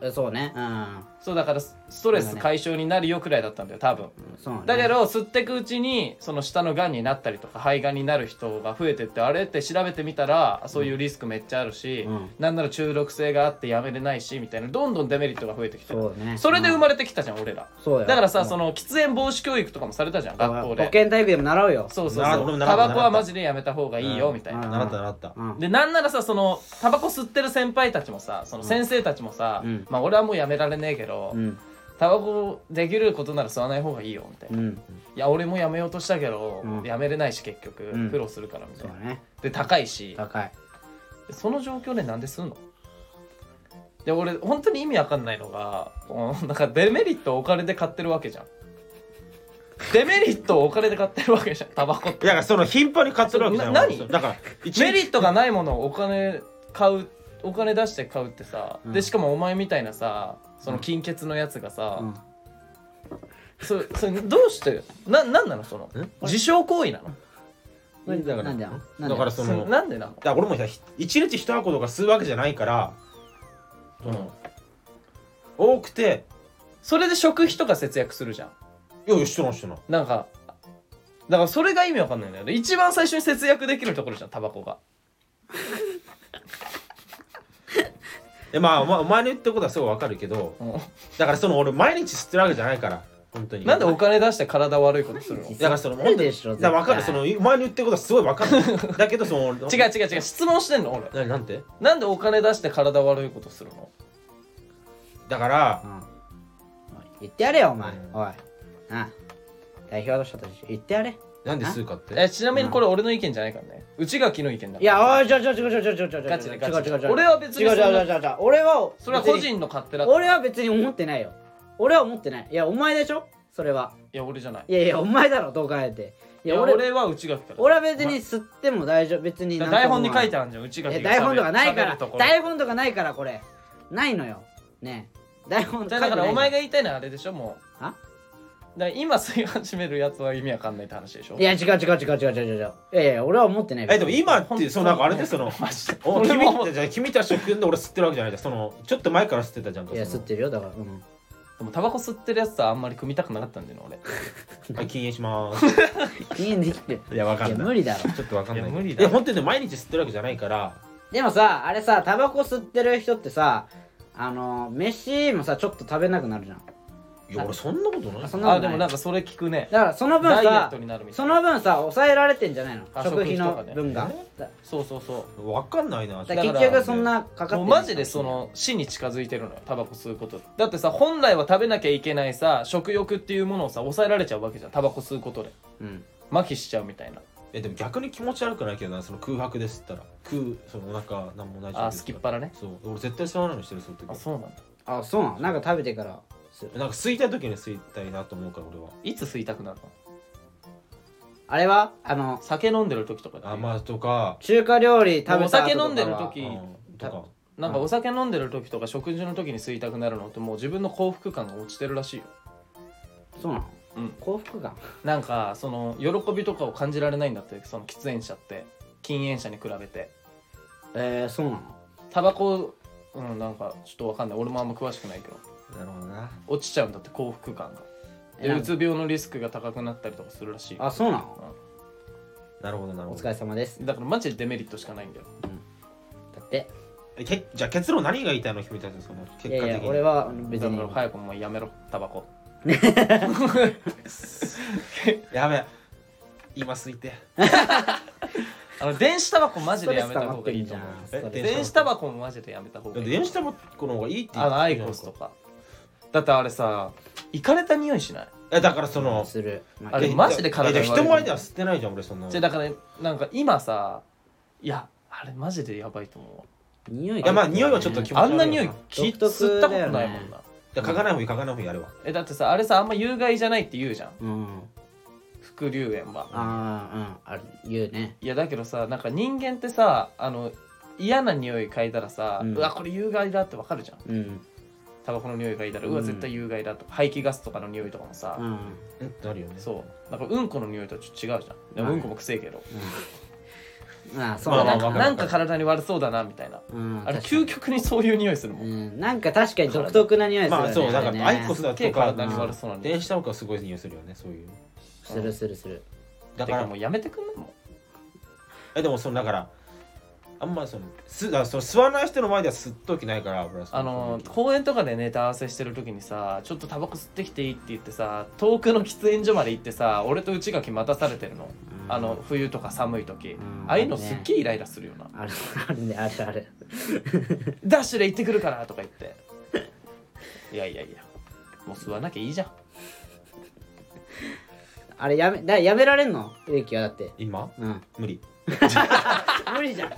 [SPEAKER 1] るえそうねうん
[SPEAKER 2] そうだからスストレス解消になるよくらいだったんだよ多分
[SPEAKER 1] そうね
[SPEAKER 2] だけど吸ってくうちにその下のがんになったりとか肺がんになる人が増えてってあれって調べてみたらそういうリスクめっちゃあるし、
[SPEAKER 1] うん
[SPEAKER 2] なんなら中毒性があってやめれないしみたいなどんどんデメリットが増えてきてる
[SPEAKER 1] そうね
[SPEAKER 2] それで生
[SPEAKER 1] れ
[SPEAKER 2] まれてきたじゃん俺ら
[SPEAKER 1] そう
[SPEAKER 2] だ
[SPEAKER 1] よ
[SPEAKER 2] からさ
[SPEAKER 1] うん
[SPEAKER 2] その喫煙防止教育とかもされたじゃん学校
[SPEAKER 1] 保
[SPEAKER 2] で
[SPEAKER 1] 健体育でも習うよ
[SPEAKER 2] そうそう
[SPEAKER 4] なるほ
[SPEAKER 2] そ
[SPEAKER 4] ど
[SPEAKER 2] う
[SPEAKER 4] なる
[SPEAKER 2] タ
[SPEAKER 4] ほど
[SPEAKER 2] バコはマジでやめた方がいいよみたいな
[SPEAKER 1] うん
[SPEAKER 4] 習った習った
[SPEAKER 1] うん
[SPEAKER 2] でなんならさそのタバコ吸ってる先輩たちもさその先生たちもさ、
[SPEAKER 1] うん
[SPEAKER 2] まあ俺はもうやめられねえけど、
[SPEAKER 1] うん
[SPEAKER 2] タバコできることなら吸わない方がいいよみたいな、
[SPEAKER 1] う
[SPEAKER 2] い
[SPEAKER 1] ん
[SPEAKER 2] や俺もやめようとしたけど、
[SPEAKER 1] うん
[SPEAKER 2] やめれないし結局、
[SPEAKER 1] うん
[SPEAKER 2] 苦労するからみた
[SPEAKER 1] そ
[SPEAKER 2] いうな
[SPEAKER 1] ね
[SPEAKER 2] で高いし
[SPEAKER 1] 高い
[SPEAKER 2] その状況でなんですんので俺本当に意味わかんないのがこうなんかデメリットをお金で買ってるわけじゃんデメリットをお金で買ってるわけじゃんタバコっ
[SPEAKER 4] いや
[SPEAKER 2] て
[SPEAKER 4] だからその頻繁に買ってるわけじゃん
[SPEAKER 2] な何
[SPEAKER 4] だから 一
[SPEAKER 2] メ
[SPEAKER 4] 日
[SPEAKER 2] リットがないものをお金買うお金出して買うってさ、
[SPEAKER 1] うん
[SPEAKER 2] でしかもお前みたいなさその金欠のやつがさ、
[SPEAKER 1] うん
[SPEAKER 2] そそれどうしてななんなのその
[SPEAKER 4] ん
[SPEAKER 2] 自傷行為なの
[SPEAKER 1] なんだよな
[SPEAKER 4] なんん
[SPEAKER 1] だ
[SPEAKER 4] だ
[SPEAKER 1] よ
[SPEAKER 4] よ
[SPEAKER 1] なんだ
[SPEAKER 4] だ
[SPEAKER 1] よ
[SPEAKER 4] からそ
[SPEAKER 2] そ
[SPEAKER 4] の
[SPEAKER 2] なんでなの
[SPEAKER 4] だから俺もさひ一日一箱とか吸うわけじゃないからその多くて
[SPEAKER 2] それで食費とか節約するじゃん
[SPEAKER 4] いやいやしてないしてない
[SPEAKER 2] なんかだからそれが意味わかんないんだよね一番最初に節約できるところじゃんタバコが
[SPEAKER 4] えまあお前お前の言ってることはすごいわかるけどだからその俺毎日吸ってるわけじゃないから本当に
[SPEAKER 2] なんでお金出して体悪いことするの違う
[SPEAKER 4] だからその
[SPEAKER 1] 吸ってるでしょ
[SPEAKER 4] 本当にだからわかるそ
[SPEAKER 1] 絶
[SPEAKER 4] のお前の言ってることはすごいわかるだけどその俺
[SPEAKER 2] 違う違う質問してんの俺
[SPEAKER 4] ななんて
[SPEAKER 2] なんでお金出して体悪いことするの
[SPEAKER 4] だから
[SPEAKER 1] うんおい言ってやれよお前
[SPEAKER 4] うん
[SPEAKER 1] おいなあ代表として言ってやれ
[SPEAKER 4] なんで吸うかって
[SPEAKER 2] えちなみにこれ俺の意見じゃないからね内垣の意見だから
[SPEAKER 1] いやおいちょちょちょちょちょちょちょ
[SPEAKER 2] ガチで
[SPEAKER 1] ちょ
[SPEAKER 2] ガチで
[SPEAKER 1] 違う違う違う
[SPEAKER 2] 俺は別に
[SPEAKER 1] 違う
[SPEAKER 2] そんな
[SPEAKER 1] 違う違う違う俺は
[SPEAKER 2] それは個人の勝手だから
[SPEAKER 1] 俺は別に思ってないよ俺は思ってないいやお前でしょそれはい
[SPEAKER 2] や俺じゃない
[SPEAKER 1] いやいやお前だろどう考えてい
[SPEAKER 2] いや
[SPEAKER 1] や俺
[SPEAKER 2] 俺は内垣から
[SPEAKER 1] 俺は別に吸っても大丈夫別に
[SPEAKER 2] だ
[SPEAKER 1] 何
[SPEAKER 2] か
[SPEAKER 1] とも
[SPEAKER 2] ら台
[SPEAKER 1] 思わ
[SPEAKER 2] 本に書いて
[SPEAKER 1] あ
[SPEAKER 2] あるじゃん内垣が
[SPEAKER 1] 台本とかないか
[SPEAKER 2] 喋る
[SPEAKER 1] ら
[SPEAKER 2] ところ
[SPEAKER 1] 台本とかないからこれないのよねえ台本
[SPEAKER 2] じゃあだからお前
[SPEAKER 1] が
[SPEAKER 2] が言いたいのはあれでしょもうから今吸い始めるやつは意味わかんないって話でしょ
[SPEAKER 1] いや違う違う違う違う違う違う違ういやいや俺は思ってない
[SPEAKER 3] えでも今ってそうなんかあれでその
[SPEAKER 2] マジで
[SPEAKER 3] お
[SPEAKER 2] 俺
[SPEAKER 3] 君
[SPEAKER 2] も思う
[SPEAKER 3] じゃあ君たちを組んで俺吸ってるわけじゃないじゃんそのちょっと前から吸ってたじゃんか
[SPEAKER 1] いや
[SPEAKER 3] そ
[SPEAKER 1] 吸
[SPEAKER 3] の
[SPEAKER 1] ってるよだから、うん、
[SPEAKER 2] でもタバコ吸ってるやつとはあんまり組みたくなかったんだよね
[SPEAKER 3] はい禁煙します
[SPEAKER 1] いいねできてる
[SPEAKER 3] いやわか
[SPEAKER 1] いや
[SPEAKER 3] ん
[SPEAKER 1] 無
[SPEAKER 3] ない
[SPEAKER 1] 理だろ
[SPEAKER 3] ちょっとわかんないけ
[SPEAKER 2] いや
[SPEAKER 3] ど
[SPEAKER 2] 無理
[SPEAKER 3] い
[SPEAKER 2] だ
[SPEAKER 3] や本当にね毎日吸ってるわけじゃないから
[SPEAKER 1] でもさあれさタバコ吸ってる人ってさあの飯もさちょっと食べなくなるじゃん
[SPEAKER 3] いや俺そんなことない
[SPEAKER 1] あそん
[SPEAKER 2] 俺
[SPEAKER 1] な
[SPEAKER 2] あ
[SPEAKER 1] こと
[SPEAKER 2] で
[SPEAKER 1] ない
[SPEAKER 2] もなんかそれ聞くね
[SPEAKER 1] だからその分
[SPEAKER 2] ダイエッ
[SPEAKER 1] さ
[SPEAKER 2] トになるみた
[SPEAKER 1] そ
[SPEAKER 2] いな
[SPEAKER 1] の分さ抑えられてんじゃないの
[SPEAKER 2] あ
[SPEAKER 1] 食費
[SPEAKER 2] 食費と
[SPEAKER 1] の
[SPEAKER 2] かね
[SPEAKER 1] 分が、
[SPEAKER 2] そうそうそう
[SPEAKER 3] わかんないな
[SPEAKER 1] だ
[SPEAKER 2] だから
[SPEAKER 1] 結局そんなかかって
[SPEAKER 2] もうマジでその死に近づいてるのよタバコ吸うことだってさ本来は食べなきゃいけないさ食欲っていうものをさ抑えられちゃうわけじゃんタバコ吸うことで
[SPEAKER 1] うん
[SPEAKER 2] 麻痺しちゃうみたいな
[SPEAKER 3] えでも逆に気持ち悪くないけどなその空白で吸ったら空そのお腹なんもない状態
[SPEAKER 2] あすきっ腹ね
[SPEAKER 3] そう俺絶対吸わないのしてるその時
[SPEAKER 2] あそうなんだ
[SPEAKER 1] あそうなのなんか食べてからする
[SPEAKER 3] なんか吸いたい時に吸いたいなと思うから俺はい
[SPEAKER 2] つ吸いたくなるの
[SPEAKER 1] あれはあの
[SPEAKER 2] 酒飲んでる時とかだよ
[SPEAKER 3] あまあとか
[SPEAKER 1] 中華料理食べた後
[SPEAKER 2] お酒飲んでる
[SPEAKER 1] とかは
[SPEAKER 2] 時
[SPEAKER 3] うんとか
[SPEAKER 2] なんかお酒飲んでる時とか食事の時に吸いたくなるのってもう自分の幸福感が落ちてるらしいよ
[SPEAKER 1] そうなの、
[SPEAKER 2] うん
[SPEAKER 1] 幸福感
[SPEAKER 2] なんかその喜びとかを感じられないんだってその喫煙者って禁煙者に比べて
[SPEAKER 1] えー、そうなの
[SPEAKER 2] タバコうんなんかちょっとわかんない俺もあんま詳しくないけど
[SPEAKER 3] なるほどな
[SPEAKER 2] 落ちちゃうんだって幸福感が
[SPEAKER 1] え
[SPEAKER 2] で
[SPEAKER 1] なん
[SPEAKER 2] うつ病のリスクが高くなったりとかするらしいよ
[SPEAKER 1] あそうなの
[SPEAKER 3] なるほどなる
[SPEAKER 1] お
[SPEAKER 3] ほ
[SPEAKER 1] 疲
[SPEAKER 3] ど
[SPEAKER 1] れ様です
[SPEAKER 2] だからマジでデメリットしかないんだよ
[SPEAKER 1] だって
[SPEAKER 3] えけじゃあ結論何が言いたいの君たちのその結果的
[SPEAKER 1] い
[SPEAKER 3] に
[SPEAKER 1] やいや俺は別
[SPEAKER 2] だ
[SPEAKER 1] に
[SPEAKER 2] から早くもうやめろタバコ
[SPEAKER 3] やべえ今吸いて
[SPEAKER 2] あの電子タバコマ
[SPEAKER 1] ス
[SPEAKER 2] ジ
[SPEAKER 1] ト
[SPEAKER 2] で
[SPEAKER 1] レ
[SPEAKER 2] や
[SPEAKER 1] ス
[SPEAKER 2] め
[SPEAKER 1] 溜
[SPEAKER 2] た
[SPEAKER 1] ま
[SPEAKER 2] 方
[SPEAKER 1] っ
[SPEAKER 2] が
[SPEAKER 1] て
[SPEAKER 2] い
[SPEAKER 1] る
[SPEAKER 2] い
[SPEAKER 1] じ
[SPEAKER 2] と
[SPEAKER 1] ゃん
[SPEAKER 2] 思う
[SPEAKER 3] え
[SPEAKER 1] ストレス
[SPEAKER 2] 電子タバコもマジでやめた方がいい
[SPEAKER 3] 電子タバコの方がいいって言
[SPEAKER 2] あ
[SPEAKER 3] って
[SPEAKER 2] のアイコスとかだってあれさ行かれた匂いしない
[SPEAKER 3] えだからその
[SPEAKER 1] するま
[SPEAKER 2] あれ
[SPEAKER 3] え
[SPEAKER 2] マジで体が
[SPEAKER 3] え
[SPEAKER 2] 悪い
[SPEAKER 3] じゃあ人前では吸ってないじゃん俺その
[SPEAKER 2] じゃあだからなんか今さいやあれマジでやばいと思
[SPEAKER 1] 匂い
[SPEAKER 3] いやまあ匂いはちょっと気持ち悪い
[SPEAKER 2] わあんな匂い
[SPEAKER 3] い
[SPEAKER 1] 独
[SPEAKER 2] き
[SPEAKER 1] 特
[SPEAKER 2] 吸ったこと
[SPEAKER 1] だ
[SPEAKER 2] ない
[SPEAKER 1] よ
[SPEAKER 2] も
[SPEAKER 1] ね
[SPEAKER 2] んな
[SPEAKER 3] や嗅がない方がいい嗅がない方がいいやれば
[SPEAKER 2] えだってさあれさあんま有害じゃないって言うじゃん
[SPEAKER 1] うん
[SPEAKER 2] 副流煙は
[SPEAKER 1] ああうんあれ言うね
[SPEAKER 2] いやだけどさなんか人間ってさあの嫌な匂い嗅いだらさ、
[SPEAKER 1] う
[SPEAKER 2] うんわこれ有害だってわかるじゃん
[SPEAKER 1] うん
[SPEAKER 2] タバコの匂い嗅いだら、う
[SPEAKER 1] う
[SPEAKER 2] わ
[SPEAKER 1] ん
[SPEAKER 2] 絶対有害だとか排気ガスとかの匂いとかもさ、
[SPEAKER 1] うん、うん、
[SPEAKER 3] うんってなるよね
[SPEAKER 2] そうなんかうんこの匂いとはちょっと違うじゃんでも
[SPEAKER 1] はい
[SPEAKER 2] うんこもくせえけど、
[SPEAKER 1] まあそう
[SPEAKER 3] ま
[SPEAKER 1] だ
[SPEAKER 3] あまあ
[SPEAKER 2] なんか
[SPEAKER 3] わかる
[SPEAKER 2] なんか体に悪そうだなみたいな、
[SPEAKER 1] うん
[SPEAKER 2] あれ
[SPEAKER 1] 確かに
[SPEAKER 2] 究極にそういう匂いするも
[SPEAKER 1] う
[SPEAKER 2] ん、
[SPEAKER 1] ん、なんか確かに独特な匂いするよ
[SPEAKER 3] ま
[SPEAKER 1] ね
[SPEAKER 3] あそうだか
[SPEAKER 1] れね
[SPEAKER 3] らアイコスだ
[SPEAKER 2] すっげえ
[SPEAKER 3] とか
[SPEAKER 2] 体に悪そうな匂い
[SPEAKER 3] 電子タバコはすごい匂いするよねそういう
[SPEAKER 1] するするする
[SPEAKER 3] だか
[SPEAKER 2] だから
[SPEAKER 3] ら
[SPEAKER 2] もうやめてくんないもん
[SPEAKER 3] えでもそのだからあんまそのすだからその吸わない人の前では吸っときないから俺はそ
[SPEAKER 2] あの公園とかでネタ合わせしてる時にさちょっとタバコ吸ってきていいって言ってさ遠くの喫煙所まで行ってさ俺と内垣待たされてるの
[SPEAKER 1] うん
[SPEAKER 2] あの冬とか寒い時
[SPEAKER 1] ん
[SPEAKER 2] ああいうのすっげえイライラするよな
[SPEAKER 1] あるあるねあるある
[SPEAKER 2] ダッシュで行ってくるからとか言っていやいやいやもう吸わなきゃいいじゃん
[SPEAKER 1] あれやめだやめられんの植木はだって
[SPEAKER 3] 今
[SPEAKER 1] うん
[SPEAKER 3] 無理
[SPEAKER 1] 無理じゃんい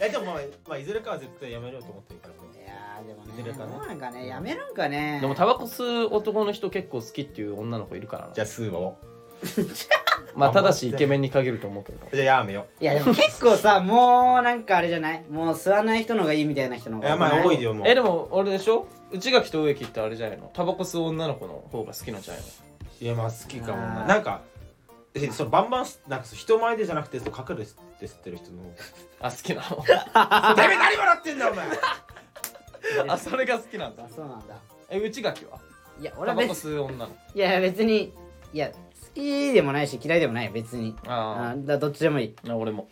[SPEAKER 3] えでもまあ、まあ、いずれかは絶対やめようと思ってるからね
[SPEAKER 1] やーでも
[SPEAKER 3] いずれ
[SPEAKER 1] ね
[SPEAKER 3] かね
[SPEAKER 1] どうなんかねやめるんかね
[SPEAKER 2] でもタバコ吸う男の人結構好きっていう女の子いるからな
[SPEAKER 3] じゃあ吸うわ
[SPEAKER 2] まあただしイケメンに限ると思うけど
[SPEAKER 3] じゃあやめよ
[SPEAKER 1] いやでも結構さもうなんかあれじゃないもう吸わない人の方がいいみたいな人の
[SPEAKER 3] う
[SPEAKER 1] 方
[SPEAKER 3] いや
[SPEAKER 1] が
[SPEAKER 3] まあ
[SPEAKER 1] 多
[SPEAKER 3] 多
[SPEAKER 1] い
[SPEAKER 3] いよもう
[SPEAKER 2] えでも俺でしょ内垣と植木ってあれじゃないのタバコ吸う女の子の方が好きなんじゃないの
[SPEAKER 3] いやまあ好きかも
[SPEAKER 1] あ
[SPEAKER 3] な
[SPEAKER 1] ー
[SPEAKER 3] なんかえそのバンバン吸なんかそう人前でじゃなくてそう隠れて吸ってる人の
[SPEAKER 2] あ好きなの
[SPEAKER 3] ダメ何笑ってんだお前
[SPEAKER 2] あそれが好きなんだ
[SPEAKER 1] あそうなんだ
[SPEAKER 2] え内垣はい
[SPEAKER 1] や俺は
[SPEAKER 2] タバコ
[SPEAKER 1] 別
[SPEAKER 2] 吸う女の
[SPEAKER 1] いや別にいや好きでもないし嫌いでもない別にあ
[SPEAKER 2] あ
[SPEAKER 1] だどっちでもいい
[SPEAKER 2] あ俺も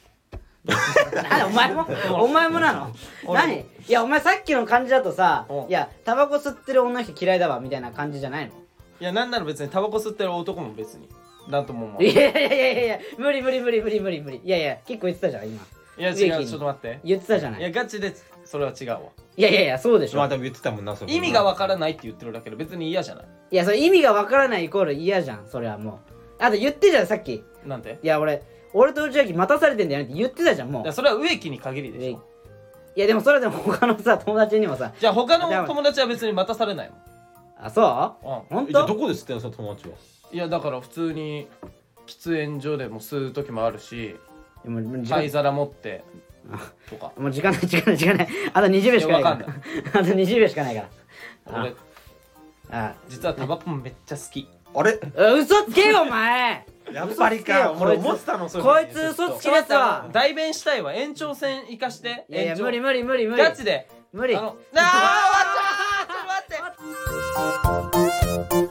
[SPEAKER 1] なんでお前 もお前もなの
[SPEAKER 2] 俺も
[SPEAKER 1] 何いやお前さっきの感じだとさ
[SPEAKER 2] うん
[SPEAKER 1] いやタバコ吸ってる女の人嫌いだわみたいな感じじゃないの
[SPEAKER 2] いやなんなら別にタバコ吸ってる男も別になんとも思わない
[SPEAKER 1] いやいやいやいやいや無理無理無理無理無理無理いやいや結構言ってたじゃん今
[SPEAKER 2] いや
[SPEAKER 1] 植木
[SPEAKER 2] 違う
[SPEAKER 1] に
[SPEAKER 2] ちょっと待って
[SPEAKER 1] 言ってたじゃない
[SPEAKER 2] いや
[SPEAKER 1] い
[SPEAKER 2] ガチでそれは違うわ
[SPEAKER 1] やいやいやそうでし
[SPEAKER 3] ま
[SPEAKER 1] ょ
[SPEAKER 3] あでも言ってたもんなそれ
[SPEAKER 2] 意味がわからないって言ってるだけで別に嫌じゃない
[SPEAKER 1] いやそれ意味がわからないイコール嫌じゃんそれはもうあと言ってたじゃんさっき
[SPEAKER 2] なんで
[SPEAKER 1] いや俺俺と内垣待たされてんだよねって言ってたじゃんも
[SPEAKER 2] いうやそれは植木に限りでし
[SPEAKER 1] い
[SPEAKER 2] ょ
[SPEAKER 1] やでもそれでも他のさ友達にもさ
[SPEAKER 2] じゃあ他の友達は別に待たされない
[SPEAKER 1] あそ
[SPEAKER 2] もん、
[SPEAKER 1] う本
[SPEAKER 3] えじゃあど
[SPEAKER 1] 当
[SPEAKER 3] こで吸ってんのその友達は
[SPEAKER 2] うん、いやだから普通に喫煙所でも吸う時もあるし
[SPEAKER 1] でももう時間
[SPEAKER 2] 灰皿持ってとか
[SPEAKER 1] もう時間ない時間ない時間ないあと20秒しかないから
[SPEAKER 2] いやわか
[SPEAKER 1] あと20秒しかないからあ
[SPEAKER 2] 俺
[SPEAKER 1] あ
[SPEAKER 2] 実はタバコもめっちゃ好き
[SPEAKER 3] あれ
[SPEAKER 1] あ嘘つけよお前
[SPEAKER 4] やっぱりか
[SPEAKER 1] 嘘つけよ
[SPEAKER 4] 俺思ってたのそ
[SPEAKER 1] こいつ嘘つきだったわ
[SPEAKER 2] 代弁したいわ延長戦生かして
[SPEAKER 1] いやいや
[SPEAKER 2] 延長
[SPEAKER 1] 無理無理無理無理
[SPEAKER 2] ガチで
[SPEAKER 1] 無理
[SPEAKER 2] あのあー終わったちょっと待って